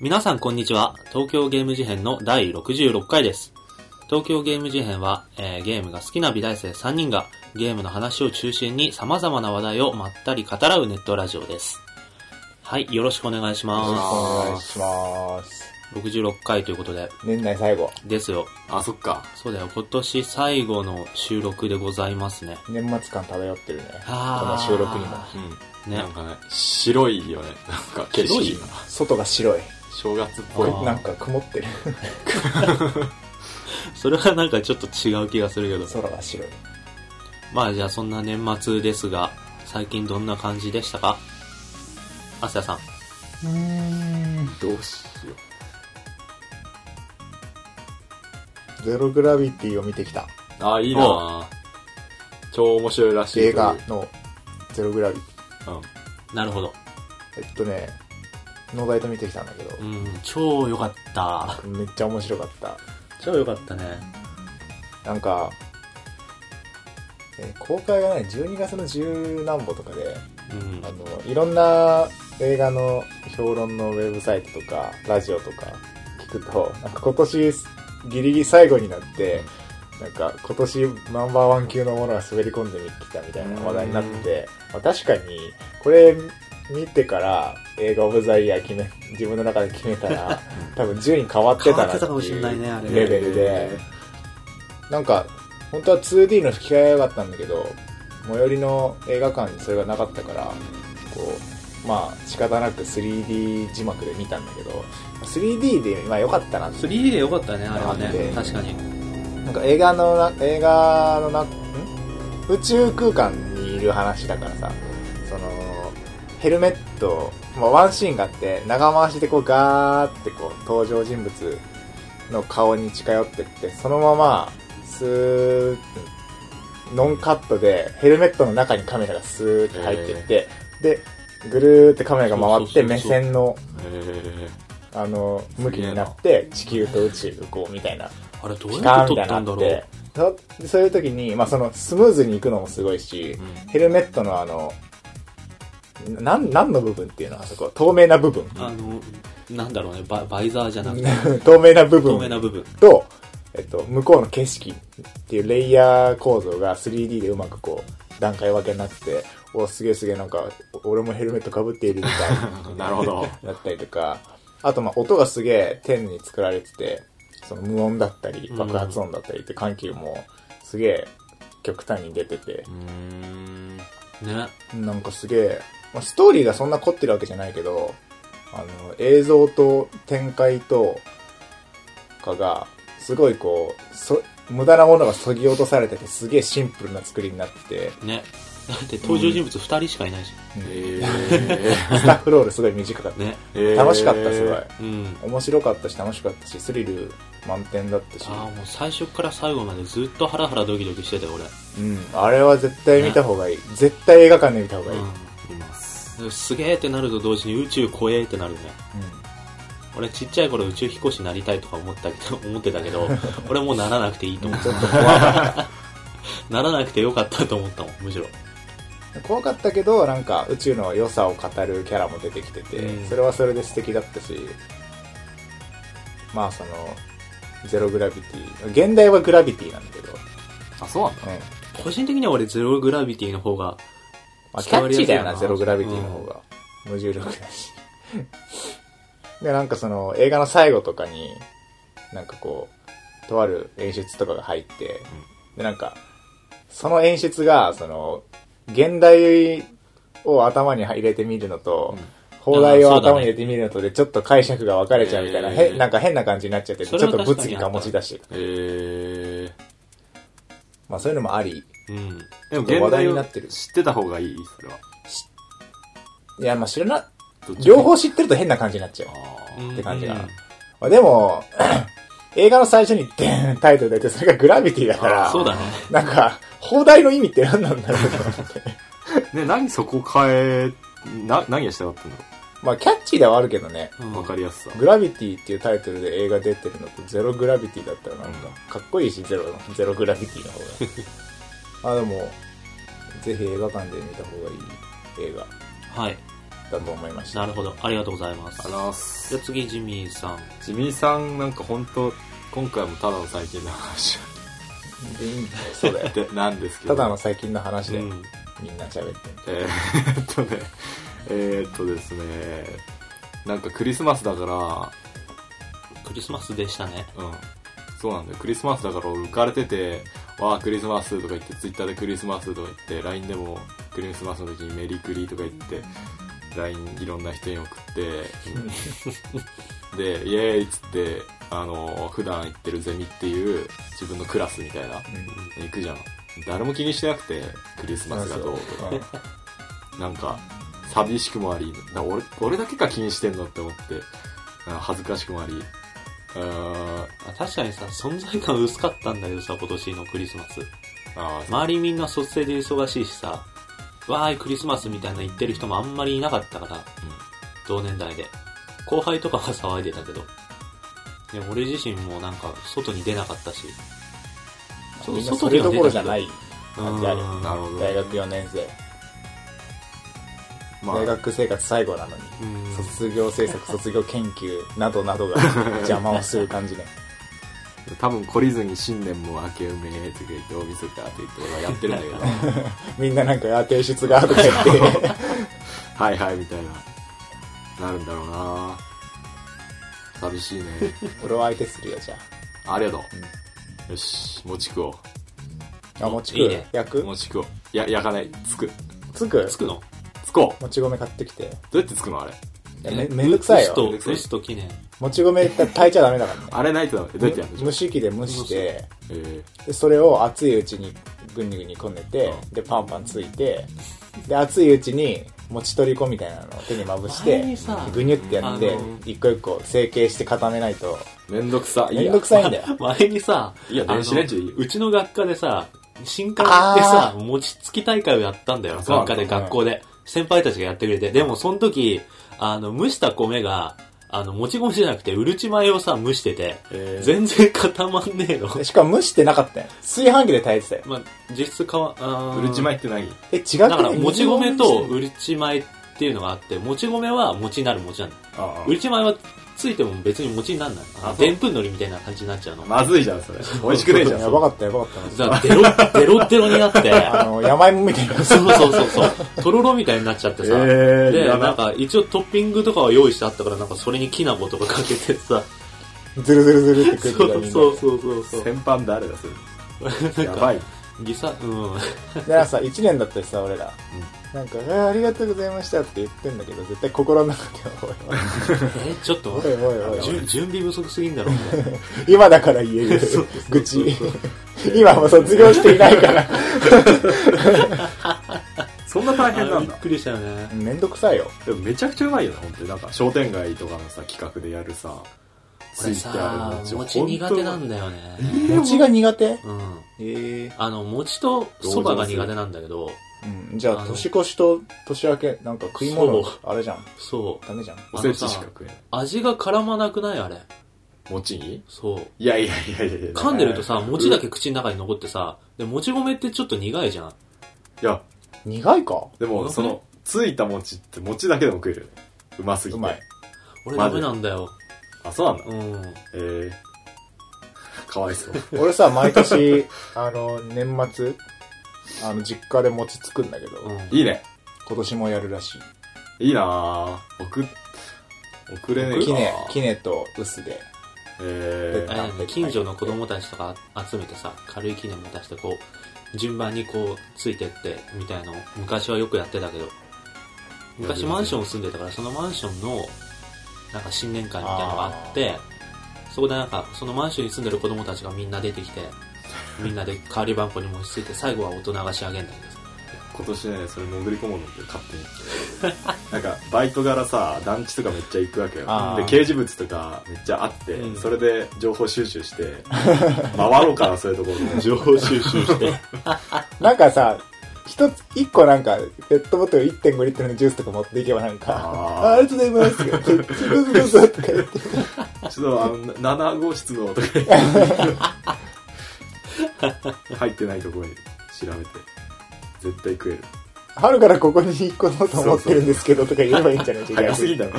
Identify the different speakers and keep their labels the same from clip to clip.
Speaker 1: 皆さんこんにちは。東京ゲーム事変の第66回です。東京ゲーム事変は、えーゲームが好きな美大生3人がゲームの話を中心に様々な話題をまったり語らうネットラジオです。はい、よろしくお願いし
Speaker 2: よろしくお願
Speaker 1: ま
Speaker 2: い
Speaker 1: す。
Speaker 2: します。
Speaker 1: 66回ということで、
Speaker 2: 年内最後。
Speaker 1: ですよ。
Speaker 3: あ、そっか。
Speaker 1: そうだよ、今年最後の収録でございますね。
Speaker 2: 年末感漂ってるね。この
Speaker 1: あー
Speaker 2: 収録にも。
Speaker 3: うん。
Speaker 1: ね
Speaker 3: なんかね、白いよね。なんか景
Speaker 1: 白
Speaker 3: 色
Speaker 1: い
Speaker 3: が。
Speaker 2: 外が白い。
Speaker 3: 正月っ
Speaker 1: あ
Speaker 3: ぽい。
Speaker 1: ー
Speaker 2: なんか曇ってる。
Speaker 1: それはなんかちょっと違う気がするけど。
Speaker 2: 空が白い。
Speaker 1: まあじゃあそんな年末ですが、最近どんな感じでしたかアスヤさん。
Speaker 2: うん。
Speaker 3: どうしよ
Speaker 2: ゼログラビティを見てきた。
Speaker 3: う。あ、いいなぁ超面白いらしい。
Speaker 2: 映画のゼログラビテ
Speaker 3: そういう。
Speaker 1: なるほど。
Speaker 2: ィ。えっとね、ノーバイト見てきたんだけど
Speaker 1: う、ん、超良かった。
Speaker 2: めっちゃ面白かった。
Speaker 1: 超良かったね。
Speaker 2: なんか、えー公開がね、12月の十何本とかで、
Speaker 1: うん
Speaker 2: あ。の、いろんな映画の評論のウェブサイトとか、ラジオとか聞くと、なんか今年ギリギリ最後になって、なんか今年ナンバーワン級のものが滑り込んできたみたいな話題になってて、まあ、確かに、これ見てから映画オブザイヤー決め、自分の中で決め たら、多分順位変わってた
Speaker 1: 変
Speaker 2: なって
Speaker 1: わってたかもしんないねあれ
Speaker 2: い
Speaker 1: ね
Speaker 2: うレベルで、なんか、本当は 2D の吹き替えが良かったんだけど、最寄りの映画館にそれがなかったから、こう、まあ仕方なく 3D 字幕で見たんだけど、3D でまあ良かったなって
Speaker 1: 3D で良かったね、あれは
Speaker 2: あって
Speaker 1: ね。確かに。
Speaker 2: なんか映画のな、映画のな、ん宇宙空間にいる話だからさ、その、ヘルメット、まあ、ワンシーンがあって、長回しでこうガーってこう登場人物の顔に近寄ってって、そのまま、スーッて、ノンカットでヘルメットの中にカメラがスーッて入ってって、で、ぐるーってカメラが回っ
Speaker 1: そうそうそうそ
Speaker 2: て
Speaker 1: う
Speaker 2: 目線の、
Speaker 3: え
Speaker 2: あの、向きになって、地球と宇宙がこうみたいな。
Speaker 1: あれどう
Speaker 2: ピ
Speaker 1: や
Speaker 2: カ
Speaker 1: って
Speaker 2: ー
Speaker 1: 撮
Speaker 2: ンみた
Speaker 1: っ
Speaker 2: い
Speaker 1: た
Speaker 2: なんの
Speaker 1: だ
Speaker 2: あっ
Speaker 1: ろう
Speaker 2: て。そそういう時に、まあ、そのスムーズに行くのもすごいし、ヘルメットのあのなん何の部分っていうのあそこ透明な部分
Speaker 1: あの、なんだろうね、ババイザーじゃなくて、
Speaker 2: 透明な部
Speaker 1: 透明
Speaker 2: 分
Speaker 1: な部分。
Speaker 2: と、えっと、向こうの景色っていうレイヤー構造が 3D でうまくこう段階分けになってておすげえすげえなんかお俺もヘルメットかぶっているみたいな
Speaker 3: うん。なるほ ど。
Speaker 2: だったりとか、あとまあ音がすげえ丁寧に作られてて、その無音だったり
Speaker 1: うん
Speaker 2: 爆発音だったりって緩急もすげえ極端に出てて
Speaker 3: う、ん。
Speaker 1: ね。
Speaker 2: なんかすげえ、まあ、ストーリーがそんな凝ってるわけじゃないけど、あの映像と展開とかがすごいこう、そ無駄なものが削ぎ落とされててすげえシンプルな作りになって て、
Speaker 1: ね。だって登場人物2人しかいないし。
Speaker 3: え
Speaker 2: スタッフロールすごい短かっ
Speaker 1: ね。
Speaker 3: ー
Speaker 2: た。楽しかったすごい。。
Speaker 1: うん。
Speaker 2: 面白かったし楽しかったし、スリル満点だったし。
Speaker 1: ああ、もう最初から最後までずっとハラハラドキドキしてたよ、俺。
Speaker 2: うん、あれは絶対見た方がいい。絶対映画館で見た方がいい。うん。
Speaker 1: う
Speaker 3: います。
Speaker 1: ん。すげえってなると同時に宇宙怖えってなるね。俺ちっちゃい頃宇宙飛行士になりたいとか思ったけど思ってたけ ど俺もうならなくていいと思ったならなくてよかったと思ったもんむしろ
Speaker 2: 怖かったけど、なんか宇宙の良さを語るキャラも出てきてて、
Speaker 1: うん
Speaker 2: それはそれで素敵だったし、まあその、ゼログラビティ。現代はグラビティなんだけど、うん。
Speaker 3: あ、そうなんだ。
Speaker 2: ま
Speaker 1: 個人的には俺ゼログラビティの方が
Speaker 2: あ、キャッチーだよな、
Speaker 1: 伝わりやすいよな
Speaker 2: ゼログラビティの方が。無重力だし。 で、なんかその、映画の最後とかに、なんかこう、とある演出とかが入って、で、なんか、その演出が、その、現代を頭に入れてみるのと、放題を頭に入れてみるのとで、ちょっと解釈が分かれちゃうみたいな、
Speaker 3: えー
Speaker 2: へなんか変な感じになっちゃってて、ち
Speaker 1: そ
Speaker 2: ょっ
Speaker 1: れは
Speaker 2: と
Speaker 1: 確かにあった
Speaker 2: 物議が持ち出してる。
Speaker 3: え
Speaker 2: まあそういうのもあり。
Speaker 1: うん
Speaker 3: ー。でも
Speaker 2: ちょっ
Speaker 3: 現
Speaker 2: と話題
Speaker 3: 代
Speaker 2: にな
Speaker 3: を
Speaker 2: ってる
Speaker 3: 知ってた方がいいそれは。
Speaker 2: いや、まあ知らな、
Speaker 3: どっち
Speaker 2: 両方知ってると変な感じになっちゃう
Speaker 3: あ。
Speaker 1: うん
Speaker 2: って感じが
Speaker 1: うん
Speaker 2: まあでも、 映画の最初にデーンタイトル出て、それがグラビティだから、
Speaker 1: そうだね
Speaker 2: なんか、放題の意味って何なんだろうと思って。
Speaker 3: ーね、何そこ変え、な、何がしたかったんだろ
Speaker 2: まあ、キャッチーではあるけどね、
Speaker 1: うん
Speaker 3: う。わかりやすさ。
Speaker 2: グラビティっていうタイトルで映画出てるのと、ゼログラビティだったらなんか、かっこいいし、ゼロ、ゼログラビティの方が。あ、でも、ぜひ映画館で見た方がいい映画。
Speaker 1: はい
Speaker 2: だと思いました。
Speaker 1: なるほど。ありがとうございます。
Speaker 3: あら
Speaker 1: じゃ
Speaker 3: す
Speaker 1: あ次、ジミーさん。
Speaker 3: ジミーさんなんか本当今回もただの最近の話を
Speaker 2: でいいんだよ、そ れ。
Speaker 3: でなんですけ
Speaker 2: た
Speaker 3: ど
Speaker 2: だの最近の話で
Speaker 1: う、ん。
Speaker 2: みんな喋ってんだ
Speaker 3: えーっとねえーっとですねなんかクリスマスだか
Speaker 1: クリスマスでしたね。
Speaker 3: らうんそうなんだよクリスマスだから俺浮かれてて「わあクリスマス」とか言ってツイッターでクリスマスとか言って LINE でもクリスマスの時に「メリクリ」とか言って LINE いろんな人に送ってで「イエーイ」っつってあの普段行ってるゼミっていう自分のクラスみたいな
Speaker 2: うん
Speaker 3: 行くじゃん誰も気にしてなくてクリスマスがどうとか
Speaker 2: うん
Speaker 3: なんか、寂しくもあり、な俺、俺だけか気にしてんのって思って、うん恥ずかしくもあり、うーん
Speaker 1: あ確かにさ、存在感薄かったんだけどさ、今年のクリスマス。
Speaker 3: あー、
Speaker 1: 周りみんな卒生で忙しいしさ、わーいクリスマスみたいな言ってる人もあんまりいなかったから、同年代で。後輩とかは騒いでたけど。でも俺自身もなんか外に出なかったし。そう
Speaker 2: みんなそれどころじゃない。
Speaker 1: うん
Speaker 2: 感じあるよ
Speaker 3: なるほど。
Speaker 2: 大学4年生。
Speaker 3: ま
Speaker 2: 大
Speaker 3: あ、
Speaker 2: 学生活最後なのに。
Speaker 1: うん
Speaker 2: 卒業制作、卒業研究などなどが邪魔をする感じね。
Speaker 3: 多分懲りずに新年も明け埋めとか言って、大晦日とか言って、俺はやってる んだけど、
Speaker 2: みんななんか、あ、提出がとか言って。
Speaker 3: はいはいみたいな、なるんだろうな寂しいね。
Speaker 2: 俺は相手するよ、じゃ
Speaker 3: ありがとう。よし、餅食お
Speaker 2: あ。あ、もち
Speaker 1: いい
Speaker 2: く
Speaker 1: ね、
Speaker 2: 焼
Speaker 3: う。
Speaker 2: く
Speaker 3: 餅食おう。いや、焼かない。つく。
Speaker 2: つく
Speaker 1: つくの
Speaker 3: つこう。
Speaker 2: もち米買ってきて。
Speaker 3: どうやってつくのあれ。
Speaker 2: いやめめんどくさい
Speaker 1: ウスと、
Speaker 2: よ。
Speaker 1: ウスと記念。
Speaker 2: もち米って炊いちゃダメだからね。
Speaker 3: あれないとダメ。どうやってやるんでしょう
Speaker 2: 蒸し器で蒸して、
Speaker 3: えー
Speaker 2: でそれを熱いうちにぐにぐにこねて、
Speaker 3: う
Speaker 2: で、パンパンついて、で、熱いうちに、餅取り粉みたいなのを手にまぶして
Speaker 1: 前にさ、
Speaker 2: ぐにゅってやって
Speaker 1: あの、
Speaker 2: 一個一個成形して固めないと、
Speaker 3: めんどくさ。いや
Speaker 2: めんどくさいんだよ。
Speaker 1: 前にさ、
Speaker 3: いや
Speaker 1: あの
Speaker 3: 電子レンジでいいよ
Speaker 1: うちの学科でさ、新刊でさ
Speaker 2: あ、
Speaker 1: 餅つき大会をやったんだよ。
Speaker 3: そうな
Speaker 1: 学
Speaker 3: んだ
Speaker 1: 科で、学校で。先輩たちがやってくれて。でも、その時、あの、蒸した米が、あの、もち米じゃなくて、うるち米をさ、蒸してて、
Speaker 3: えー
Speaker 1: 全然固まんねえの。
Speaker 2: でしかも蒸してなかったよ。炊飯器で炊いてたよ。
Speaker 1: まあ、実質かわ、あー
Speaker 3: うるち米って何
Speaker 2: え、違く
Speaker 1: だ
Speaker 2: ね
Speaker 1: から、もち米と
Speaker 2: 水を
Speaker 1: うるち米っていうのがあって、もち米は餅になる餅なんだよ。
Speaker 3: あ
Speaker 1: うるち米はついても別に餅になんない。あ
Speaker 3: あ
Speaker 1: の
Speaker 3: そう
Speaker 1: でんぷんのりみたいな感じになっちゃうの。
Speaker 3: まずいじゃん、それ。美味しくねえじゃん。
Speaker 2: やばかったやばかった
Speaker 1: じゃあ、デロ、デロデロになって、
Speaker 2: あの、山芋みたいな。
Speaker 1: そうそうそうそう。とろろみたいになっちゃってさ。
Speaker 3: えー
Speaker 1: で、
Speaker 3: やだ
Speaker 1: なんか一応トッピングとかは用意してあったから、なんかそれにきな粉とかかけてさ。
Speaker 2: ずるずるずるっ
Speaker 1: そ
Speaker 2: て食ってたよ
Speaker 1: う
Speaker 2: みん
Speaker 1: そう
Speaker 2: な
Speaker 1: そうそうそう。
Speaker 3: 先般誰だ、それ。やばい。
Speaker 1: ギサ、 う
Speaker 2: で。で、なんかさ、1年だったしさ、俺ら。なんか、えーありがとうございましたって言ってんだけど、絶対心の中で、
Speaker 1: ん。え、ちょっと
Speaker 2: おい、おいおいおいおい
Speaker 1: じゅ準備不足すぎん だろ、みたいな。
Speaker 2: 今だから言える
Speaker 1: そう
Speaker 2: 愚痴。今もう卒業していないから。
Speaker 3: そんな大変な
Speaker 1: あび
Speaker 3: ん
Speaker 1: っ
Speaker 3: だ。
Speaker 1: くりしたよね。
Speaker 2: めんどくさいよ。
Speaker 3: でもめちゃくちゃうまいよな、本当に。なんか、商店街とかのさ、企画でやるさ、
Speaker 1: 俺さ、餅苦手なん
Speaker 3: だ。
Speaker 1: だよね。
Speaker 2: 餅が苦手え
Speaker 1: うん。
Speaker 2: え
Speaker 1: あの、餅と蕎麦が苦手なんだけど、
Speaker 2: うん。じゃあ、年越しと年明け、なんか食い物
Speaker 1: そう、
Speaker 2: あれじゃん。
Speaker 1: そう。
Speaker 2: ダメじゃん。
Speaker 3: おせちしか食えない。
Speaker 1: 味が絡まなくないあれ。
Speaker 3: 餅に
Speaker 1: そう。
Speaker 3: いやいやいやいやいや。
Speaker 1: 噛んでるとさ、餅だけ口の中に残ってさ、で、もち米ってちょっと苦いじゃん。
Speaker 3: いや、
Speaker 2: 苦いか
Speaker 3: でも、その、ついた餅って餅だけでも食えるよね。うますぎ
Speaker 2: う
Speaker 3: て。
Speaker 2: まい。
Speaker 1: 俺ダメなんだよ。
Speaker 3: あ、そうなんだ。
Speaker 1: うん。
Speaker 3: えー。かわいそう。
Speaker 2: 俺さ、毎年、あの、年末、あの、実家で餅作んだけど、
Speaker 1: うん
Speaker 3: いいね。
Speaker 2: 今年もやるらしい。
Speaker 3: いいなぁ。送っ、送れねえか。
Speaker 2: きね、きねと薄で。
Speaker 3: え
Speaker 1: あ
Speaker 3: ー
Speaker 1: れなんだよ近所の子供たちとか集めてさ、軽い記念持たしてこう、順番にこう、ついてって、みたいのを昔はよくやってたけど、昔マンション住んでたから、そのマンションの、なんか新年会みたいのがあって、そこでなんか、そのマンションに住んでる子供たちがみんな出て きて、みんなで代わりばんこに餅ついて、最後は大人が仕上げんだけどさ。
Speaker 3: 今年ね、それ潜り込むのって勝手に。 なんか、バイト柄さ、団地とかめっちゃ行くわけよ。で
Speaker 2: あー、
Speaker 3: 掲示物とかめっちゃあって、
Speaker 1: うん
Speaker 3: それで情報収集して、 回ろうかな、そういうところで。
Speaker 1: 情報収集して。
Speaker 2: なんかさ、一つ、一個なんか、ペットボトル1.5リットルのジュースとか持っていけばなんか、
Speaker 3: あー
Speaker 2: あありがとうご ざいますどうぞどうぞとか言って。
Speaker 3: ちょっと、あの、7号 室のとか言って入ってないところに調べて、絶対食える。
Speaker 2: 春からここに引っ越そうと思ってるんですけどとか言えばいいんじゃないですか
Speaker 3: 早すぎだろ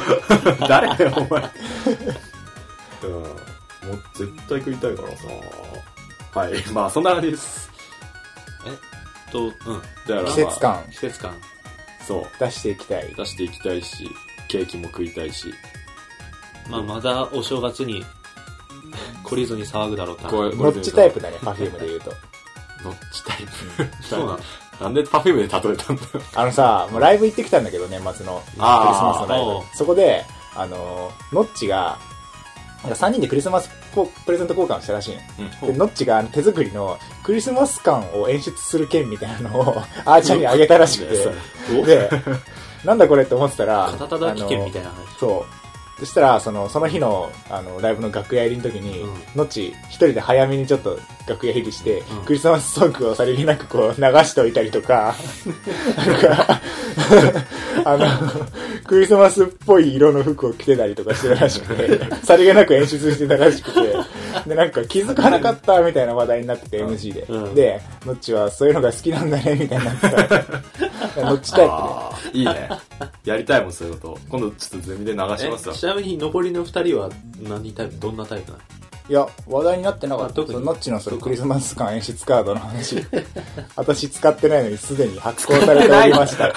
Speaker 3: 誰だよお前うんもう絶対食いたいからさはいまあそんな感じです
Speaker 1: と、うん。
Speaker 3: だから、まあ
Speaker 2: 季節感
Speaker 1: 季節感。
Speaker 3: そう
Speaker 2: 出していきたい
Speaker 3: 出していきたいしケーキも食いたいし
Speaker 1: まあ、まだお正月に懲りずに騒ぐだろうって話
Speaker 3: こう
Speaker 2: ノッチタイプだね Perfume で言うと
Speaker 3: ノッチタイプ
Speaker 1: そうなの
Speaker 3: なんでパフュームで例えたんだよ
Speaker 2: あのさもうライブ行ってきたんだけど年末のクリス
Speaker 3: あー
Speaker 2: マスのライ
Speaker 1: おう
Speaker 2: ブそこであのノッチがなんか3人でクリスマスこうプレゼント交換をしたらしいので、ノッチが手作りのクリスマス感を演出する剣みたいなのをあーちゃんにあげたらしく
Speaker 3: そ
Speaker 2: て、
Speaker 3: お
Speaker 2: で、なんだこれって思って たら、
Speaker 1: 片手抱き券みたい
Speaker 2: な。
Speaker 1: な話。
Speaker 2: そう。そしたら、その、その日の、あの、ライブの楽屋入りの時に、
Speaker 1: うん
Speaker 2: ノッチ一人で早めにちょっと楽屋入りして、
Speaker 1: うん
Speaker 2: クリスマスソングをさりげなくこう流しておいたりとか、なんか、あの、クリスマスっぽい色の服を着てたりとかしてたらし くて、さりげなく演出してたらしくて、で、なんか気づかなかったみたいな話題になってて、MG で。
Speaker 1: うん
Speaker 2: で、ノッチはそういうのが好きなんだね、みたいになってた。 ノッチタイプで。
Speaker 3: あーいいねやりたいもんそういうこと今度ちょっとゼミで流しま
Speaker 1: え
Speaker 3: すわ
Speaker 1: ちなみに残りの二人は何タイプどんなタイプなの
Speaker 2: いや、話題になってなかっ
Speaker 1: あ
Speaker 2: た。
Speaker 1: 特
Speaker 2: そ
Speaker 1: に
Speaker 2: のノッチのそ
Speaker 1: そう
Speaker 2: れ
Speaker 1: か
Speaker 2: クリスマス感演出カード の話。私使ってないのにすでに発行されておりま した。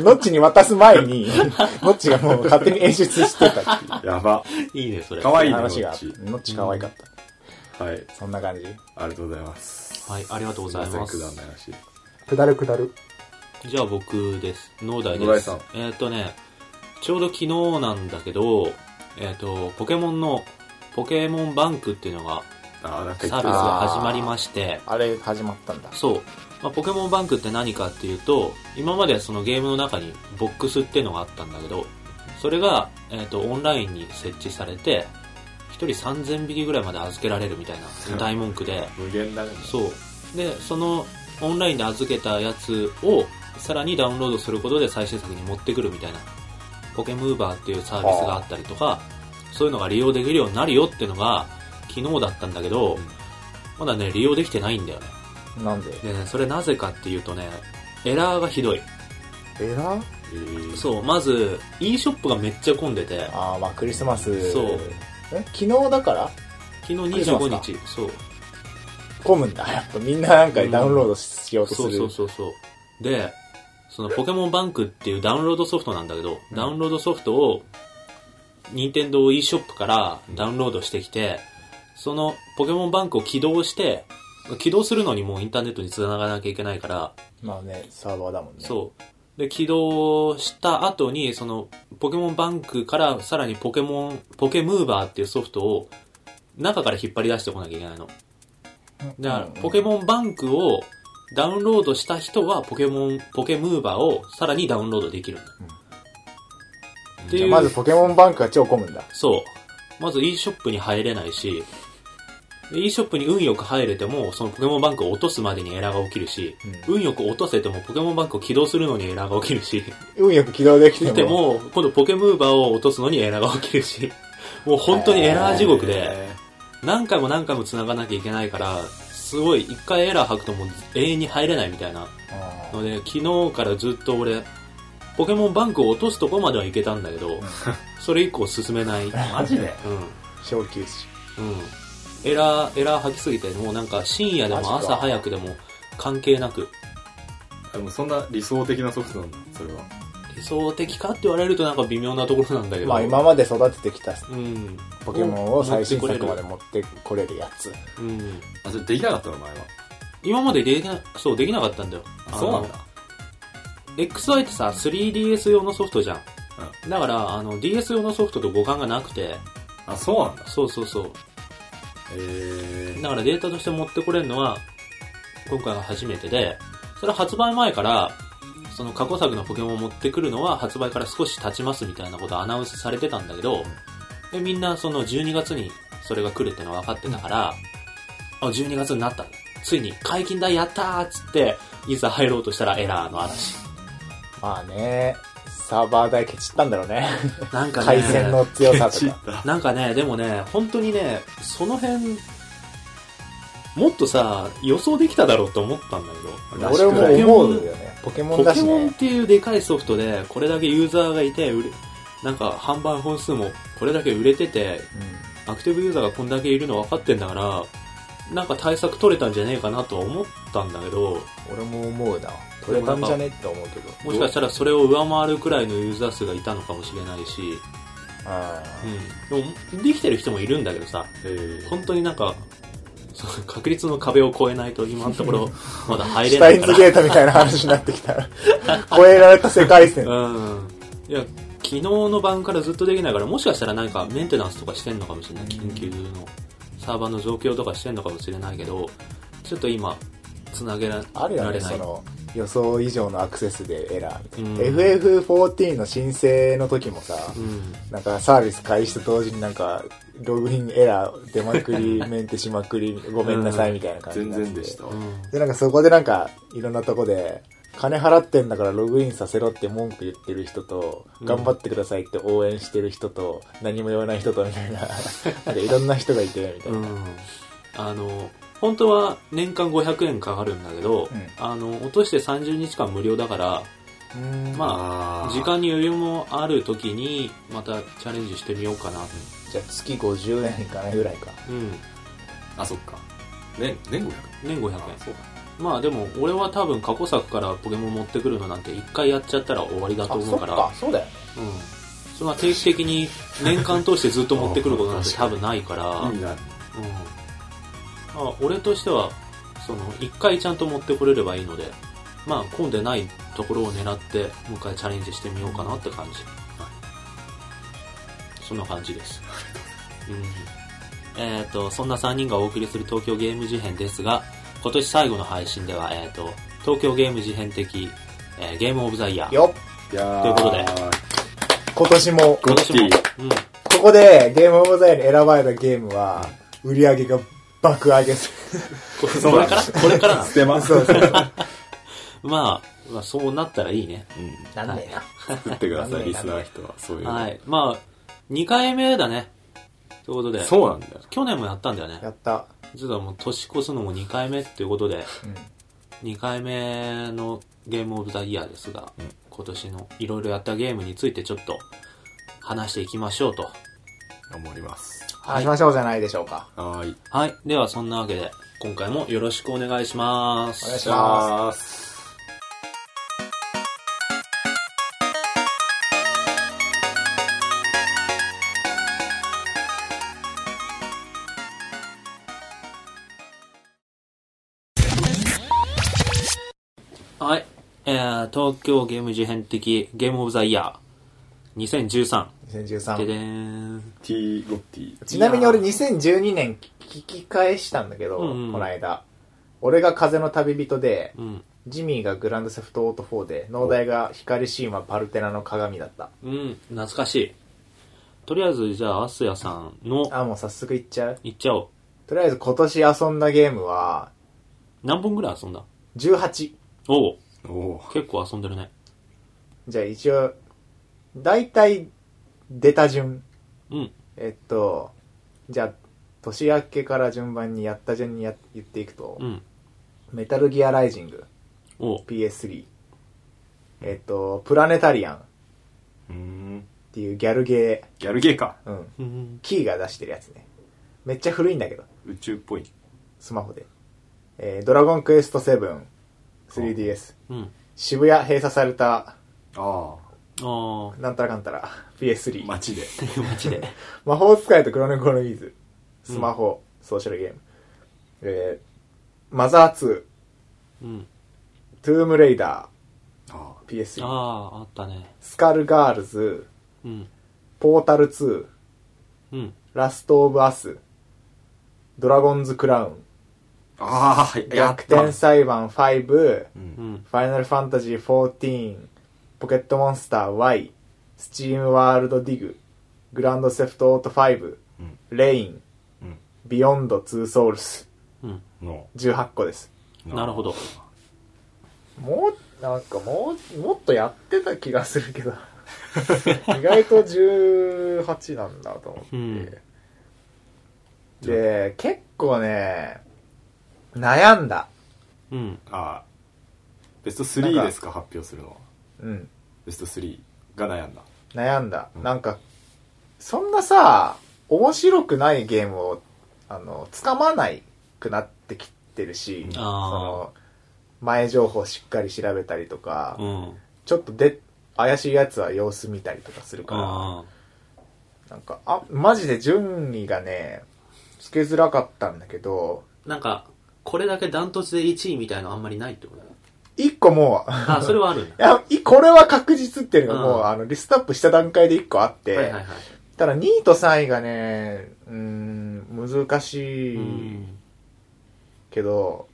Speaker 2: ノッチに渡す前に、ノッチがもう勝手に演出してたってい
Speaker 3: やば
Speaker 1: いいね、それ。
Speaker 3: かわいいうね
Speaker 2: 話があ
Speaker 3: ノ
Speaker 2: って
Speaker 3: ッチ。
Speaker 2: ノッチ可愛かった。
Speaker 3: はい
Speaker 2: そんな感じ。
Speaker 3: ありがとうございます
Speaker 1: はい、ありがとうござい
Speaker 3: すいま
Speaker 1: ま
Speaker 3: せん
Speaker 1: す
Speaker 3: くだ。んない話
Speaker 2: くだるくだる。
Speaker 1: じゃあ僕です。農大です。
Speaker 3: 農大さん
Speaker 1: えっ、とね、ちょうど昨日なんだけど、えっ、と、ポケモンの、ポケモンバンクっていうのが、
Speaker 3: あーなん
Speaker 1: サー
Speaker 3: か
Speaker 1: ビ
Speaker 3: 言
Speaker 1: ス
Speaker 3: っ
Speaker 1: が
Speaker 3: てた
Speaker 1: 始まりまして、
Speaker 2: あれ、始まったんだ。
Speaker 1: そう。まあ、ポケモンバンクって何かっていうと、今まではそのゲームの中にボックスっていうのがあったんだけど、それが、えっ、と、オンラインに設置されて、一人3000匹ぐらいまで預けられるみたいな、大文句で、
Speaker 3: 無限だね
Speaker 1: そう。で、そのオンラインで預けたやつをさらにダウンロードすることで最新作に持ってくるみたいな、ポケムーバーっていうサービスがあったりとか、そういうのが利用できるようになるよっていうのが昨日だったんだけど、
Speaker 3: うん
Speaker 1: まだね、利用できてないんだよね。
Speaker 2: なんで
Speaker 1: でね、それなぜかっていうとね、エラーがひどい。
Speaker 2: えら
Speaker 3: えー
Speaker 1: そう、まず、e ショップがめっちゃ混んでて、
Speaker 2: あー、まあクリスマス。
Speaker 1: そう
Speaker 2: え。昨日だから
Speaker 1: 昨日
Speaker 2: クリスマス
Speaker 1: 25
Speaker 2: か
Speaker 1: 日、そう、
Speaker 2: 混むんだ。やっぱみんななんかダウンロードしようとす
Speaker 1: そう
Speaker 2: る。
Speaker 1: そうそうそう。で、そのポケモンバンクっていうダウンロードソフトなんだけど、
Speaker 2: うん
Speaker 1: ダウンロードソフトを、任天堂 e ショップからダウンロードしてきて、そのポケモンバンクを起動して、起動するのにもうインターネットに繋がなきゃいけないから、
Speaker 2: まあね、サーバーだもんね。
Speaker 1: そう。で、起動した後に、その、ポケモンバンクからさらにポケモン、ポケムーバーっていうソフトを中から引っ張り出してこなきゃいけないの。
Speaker 2: うん。
Speaker 1: だから、
Speaker 2: うん
Speaker 1: ポケモンバンクをダウンロードした人は、ポケモン、ポケムーバーをさらにダウンロードできるんだ。ってい
Speaker 2: じゃ
Speaker 1: う、
Speaker 2: あまずポケモンバンクが超混むんだ。
Speaker 1: そう。まず e ショップに入れないし、で e ショップに運よく入れても、そのポケモンバンクを落とすまでにエラーが起きるし、運よく落とせてもポケモンバンクを起動するのにエラーが起きるし、
Speaker 2: 運よく起動できても。
Speaker 1: でも、今度ポケムーバーを落とすのにエラーが起きるし、 もう本当にエラー地獄で、
Speaker 3: え
Speaker 1: 何回も何回も繋がなきゃいけないから、すごい、一回エラー吐くともう永遠に入れないみたいな
Speaker 2: うん
Speaker 1: ので、昨日からずっと俺、ポケモンバンクを落とすとこまではいけたんだけ ど、それ以降進めない。うん。
Speaker 3: ーマジで
Speaker 2: 小休止。
Speaker 1: うん。エラー、エラー吐きすぎて、もうなんか深夜でも
Speaker 2: マジか
Speaker 1: 朝早くでも関係なく、
Speaker 3: でもそんな理想的なソフトなんだそれは
Speaker 1: 理想的かって言われるとなんか微妙なところなんだけど。
Speaker 2: まあ今まで育ててきた
Speaker 1: うん。
Speaker 2: ポケモンを最新作まで
Speaker 1: 持って
Speaker 2: 持ってこれるやつ。
Speaker 1: これる。うん。
Speaker 3: あそれできなかったの前は
Speaker 1: 今までできな、そう、できなかったんだよ。
Speaker 3: そうなんだ
Speaker 1: あの XY ってさ、3DS 用のソフトじゃん。だから、あの、DS 用のソフトと互換がなくて、
Speaker 3: あそうなんだ
Speaker 1: そうそうそう。
Speaker 3: えー
Speaker 1: だからデータとして持ってこれるのは、今回が初めてで、それは発売前から、その過去作のポケモンを持ってくるのは発売から少し経ちますみたいなことをアナウンスされてたんだけど、で、みんなその12月にそれが来るってのは分かってたから、あ、12月になった。ついに解禁だ、やったーっつって、いざ入ろうとしたらエラーの嵐。
Speaker 2: まあね、サーバー代ケチったんだろう ね。
Speaker 1: なんかね、
Speaker 2: 回線の強さ
Speaker 3: ケチ
Speaker 2: と
Speaker 3: っ
Speaker 2: か。
Speaker 3: た
Speaker 1: なんかね、でもね、本当にね、その辺、もっとさ、予想できただろうと思ったんだけど。
Speaker 2: 俺
Speaker 1: ポケ
Speaker 2: も
Speaker 1: モ
Speaker 2: 思
Speaker 1: ン
Speaker 2: うよね。ポケモン
Speaker 1: ポ
Speaker 2: だ
Speaker 1: ケ
Speaker 2: し
Speaker 1: モン
Speaker 2: ね
Speaker 1: っ。ていうでかいソフトで、これだけユーザーがいて、売れなんか販売本数もこれだけ売れてて、アクティブユーザーがこんだけいるの分かってんだから、なんか対策取れたんじゃねえかなとは思ったんだけど、
Speaker 2: うん、俺も思うな。取れたんじゃねって思うけど。
Speaker 1: もしかしたらそれを上回るくらいのユーザー数がいたのかもしれないし、
Speaker 2: あ
Speaker 1: うん。でも、できてる人もいるんだけどさ、
Speaker 3: えー
Speaker 1: 本当になんか、その確率の壁を越えないと今のとこ ろまだ
Speaker 2: あ。
Speaker 1: 入れ
Speaker 2: シュ
Speaker 1: な
Speaker 2: タイ
Speaker 1: い
Speaker 2: ン
Speaker 1: か
Speaker 2: ズ
Speaker 1: ら。
Speaker 2: ゲートみたいな話になって きたら、超えられた世界線。
Speaker 1: うん。いや、昨日の晩からずっとできないから、もしかしたらなんかメンテナンスとかしてんのかもしれない。緊急のサーバーの増強とかしてんのかもしれないけど、ちょっと今、つなげら
Speaker 2: あるよ
Speaker 1: ら
Speaker 2: ね、
Speaker 1: れな
Speaker 2: そ
Speaker 1: い。
Speaker 2: の、予想以上のアクセスでエラーみたいな。
Speaker 1: うん
Speaker 2: FF14 の申請の時もさ、
Speaker 1: うん。
Speaker 2: なんかサービス開始と同時になんか、ログインエラー出まくり、 メンテしまくり、ごめんなさいみたいな感じに
Speaker 3: 全
Speaker 2: なってて
Speaker 3: 然でしたわ。
Speaker 2: で、なんかそこでなんか、いろんなとこで、金払ってんだからログインさせろって文句言ってる人と、
Speaker 1: うん
Speaker 2: 頑張ってくださいって応援してる人と、何も言わない人とみ たいな、なんかいろんな人がいて、みたいうな。
Speaker 1: ん。あの、本当は年間500円かかるんだけど、
Speaker 2: うん
Speaker 1: あの、落として30日間無料だから、ま
Speaker 3: あ
Speaker 1: 時間に余裕もある時に、またチャレンジしてみようかな。
Speaker 2: じゃあ月50円いかないぐらいか。
Speaker 1: うん。
Speaker 3: あ、そっか。年、年500
Speaker 1: 年500円
Speaker 3: あ。そうか。
Speaker 1: まあでも、俺は多分過去作からポケモン持ってくるのなんて一回やっちゃったら終わりだと思うから、
Speaker 2: そうだよね。
Speaker 1: うん。そんな定期的に年間通してずっと持ってくることなんて多分ないから、
Speaker 3: 意味ない。
Speaker 1: うん、まあ俺としてはその一回ちゃんと持ってこれればいいのでまあ混んでないところを狙ってもう一回チャレンジしてみようかなって感じ、そんな感じです、うん、えっ、とそんな3人がお送りする東京ゲーム事変ですが今年最後の配信では、えっと東京ゲーム事変的、えーゲームオブザイヤー
Speaker 2: よっ
Speaker 3: いやー
Speaker 1: ということで
Speaker 2: 今年も、
Speaker 3: ゴッティ。
Speaker 1: うん
Speaker 2: ここでゲームオブザイヤーに選ばれたゲームは、売り上げが爆上げする。
Speaker 1: これこれからこれからなの
Speaker 3: 捨てます。
Speaker 2: そうそう。
Speaker 1: まあ、まあそうなったらいいね
Speaker 3: うん
Speaker 2: なんねえな。
Speaker 3: 作ってください、リスナーの人は。そういうの。
Speaker 1: はい。まあ、2回目だね。ということで、
Speaker 3: そうなんだよ。
Speaker 1: 去年もやったんだよね
Speaker 2: や。った。
Speaker 1: 実はもう年越すのも2回目っていうことで、
Speaker 2: うん。
Speaker 1: 2回目のゲームオブザイヤーですが、今年のいろいろやったゲームについてちょっと話していきましょうと。
Speaker 3: 思います。
Speaker 1: は
Speaker 2: 話
Speaker 1: い
Speaker 2: し。ましょうじゃないでしょうか。
Speaker 3: はーい。
Speaker 1: はい。ではそんなわけで、今回もよろしくお願いします。
Speaker 2: お願いし
Speaker 3: じゃ
Speaker 2: ま
Speaker 3: あ
Speaker 1: はい。えー、東京ゲーム事変的ゲームオブザイヤー2013。でで
Speaker 2: 2013。
Speaker 1: ーん。
Speaker 3: ティーゴッティ。
Speaker 2: ちなみに俺2012年聞き返したんだけど、
Speaker 1: うんうん
Speaker 2: この間。俺が風の旅人で、
Speaker 1: うん。
Speaker 2: ジミーがグランドセフトオート4で、農大が光シーマパルテナの鏡だった。
Speaker 1: うん、懐かしい。とりあえず、じゃあ、アスヤさんの、
Speaker 2: あ、もう早速いっちゃう
Speaker 1: いっちゃおう。
Speaker 2: とりあえず今年遊んだゲームは、
Speaker 1: 何本ぐらい遊んだ
Speaker 2: 18。
Speaker 1: おお
Speaker 3: おおー。
Speaker 1: 結構遊んでるね。
Speaker 2: じゃあ一応、大体、出た順。
Speaker 1: うん。
Speaker 2: えっと、じゃあ、年明けから順番にやった順にや言っていくと、
Speaker 1: うん。
Speaker 2: メタルギアライジング、
Speaker 1: おう
Speaker 2: PS3。えっと、プラネタリアンっ
Speaker 3: うーん。
Speaker 2: ていうギャルゲ
Speaker 3: ギャルゲーか。
Speaker 2: ー、うん。
Speaker 1: うん。
Speaker 2: キーが出してるやつね。めっちゃ古いんだけど、
Speaker 3: 宇宙っぽい。
Speaker 2: スマホで。えー、ドラゴンクエスト7、3DS。
Speaker 1: うん。
Speaker 2: 渋谷閉鎖された、
Speaker 3: あ
Speaker 1: ああ。
Speaker 2: なんたらかんたら、
Speaker 3: あ。
Speaker 2: PS3。
Speaker 3: 街で。
Speaker 1: マジで。
Speaker 2: 魔法使いとクロノコロミーズ。スマホ、ソーシャルゲーム。えー、マザー2、
Speaker 1: うん。
Speaker 2: トゥームレイダ
Speaker 3: あ
Speaker 2: ー、PS3。
Speaker 1: ああ、あったね。
Speaker 2: スカルガールズ、
Speaker 1: うん。
Speaker 2: ポータル2、
Speaker 1: うん。
Speaker 2: ラストオブアス、ドラゴンズクラウン、
Speaker 3: あ。ああ、やっ
Speaker 2: 逆
Speaker 3: た
Speaker 2: 転裁判5、フ
Speaker 3: う。
Speaker 1: うんん。
Speaker 2: ァイナルファンタジー14、ポケットモンスター Y、スチームワールドディグ、グランドセフトオート5、
Speaker 3: うん
Speaker 2: レイン、
Speaker 3: うん
Speaker 2: ビヨンド2ソウルス、
Speaker 1: うん。
Speaker 3: の。
Speaker 2: 18個です。
Speaker 1: なるほど。
Speaker 2: もう、なんかもう、もっとやってた気がする けど。意外と18なんだと思って。
Speaker 1: うん
Speaker 2: で、結構ね、悩んだ。
Speaker 1: うん。
Speaker 3: あベスト
Speaker 2: なん
Speaker 3: 3
Speaker 2: か
Speaker 3: ですか発表するのは
Speaker 2: うん。
Speaker 3: ベスト3が悩んだ
Speaker 2: 悩んだ。
Speaker 3: うん
Speaker 2: なんか、そんなさ、面白くないゲームを、あの、つかまないくなってきてるし、そ
Speaker 1: あー
Speaker 2: の、前情報しっかり調べたりとか、
Speaker 1: うん。
Speaker 2: ちょっとで、怪しいやつは様子見たりとかするから、
Speaker 1: あ
Speaker 2: なんか、あ、マジで順位がね、つけづらかったんだけど、
Speaker 1: ーなんか、これだけダントツで1位みたいのあんまりないってこと
Speaker 2: 一個もう、
Speaker 1: あ、それはあるん
Speaker 2: い
Speaker 1: だ。
Speaker 2: や、いこれは確実っていうのがもう、
Speaker 1: うん
Speaker 2: あの、リストアップした段階で1個あって、
Speaker 1: はいはいはい。
Speaker 2: ただ2位と3位がね、うーん、難し
Speaker 1: う
Speaker 2: い
Speaker 1: ん。
Speaker 2: けど、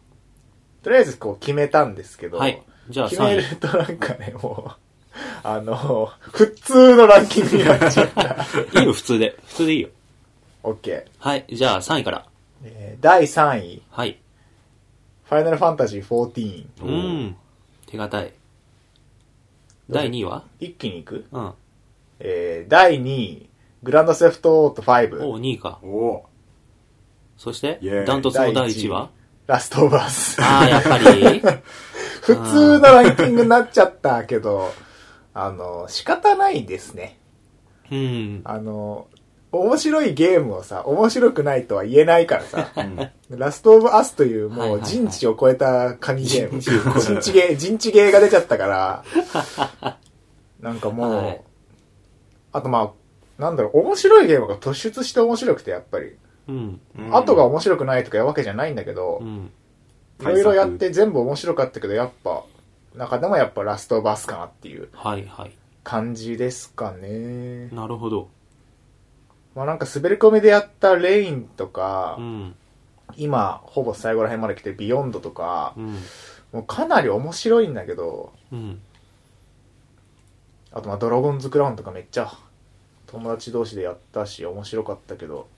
Speaker 2: とりあえずこう決めたんですけど、
Speaker 1: はい。じゃあ
Speaker 2: 決め
Speaker 1: 3位。
Speaker 2: るとなんかね、もう、 あの、普通のランキングになっちゃ った。
Speaker 1: いいよ、普通で。普通でいいよ。
Speaker 2: OK。
Speaker 1: はい。じゃあ3位から。
Speaker 2: えー第3位、
Speaker 1: はい。
Speaker 2: ファイナルファンタジー14。
Speaker 1: う
Speaker 3: おー
Speaker 1: ん。手堅い。第2位は
Speaker 2: 一気にいく
Speaker 1: うん。
Speaker 2: えー第2位、グランドセフトオート
Speaker 1: お
Speaker 2: 5。
Speaker 1: う、2位か。
Speaker 3: おお
Speaker 1: そして
Speaker 3: イェー、イ
Speaker 1: ダントツの第1位は
Speaker 2: ラストオブアス。
Speaker 1: ああ、やっぱり。
Speaker 2: 普通のランキングになっちゃったけど、あの、仕方ないですね。
Speaker 1: うん。
Speaker 2: あの、面白いゲームをさ、面白くないとは言えないからさ、
Speaker 3: ーうん
Speaker 2: ラストオブアスという
Speaker 1: はい
Speaker 2: も
Speaker 1: はいうはい
Speaker 2: 人知を超えた神ゲーム。
Speaker 3: 人知を超えた
Speaker 2: 人知ゲー、人知ゲーが出ちゃったから、なんかもう、
Speaker 1: はい
Speaker 2: あとまあ、なんだろう、面白いゲームが突出して面白くて、やっぱり。
Speaker 1: うん。
Speaker 3: うん
Speaker 2: 後が面白くないとかいうわけじゃないんだけど
Speaker 1: う、ん。
Speaker 2: いろいろやって全部面白かったけど、やっぱ、中でもやっぱラストオブアスかなっていう。
Speaker 1: はいはい。
Speaker 2: 感じですかね。
Speaker 1: なるほど。
Speaker 2: まあなんか滑り込みでやったレインとか、
Speaker 1: うん。
Speaker 2: 今ほぼ最後ら辺まで来てビヨンドとか
Speaker 1: う、ん。
Speaker 2: もうかなり面白いんだけど、
Speaker 1: うん。
Speaker 2: あとまあドラゴンズクラウンとかめっちゃ友達同士でやったし面白かったけど、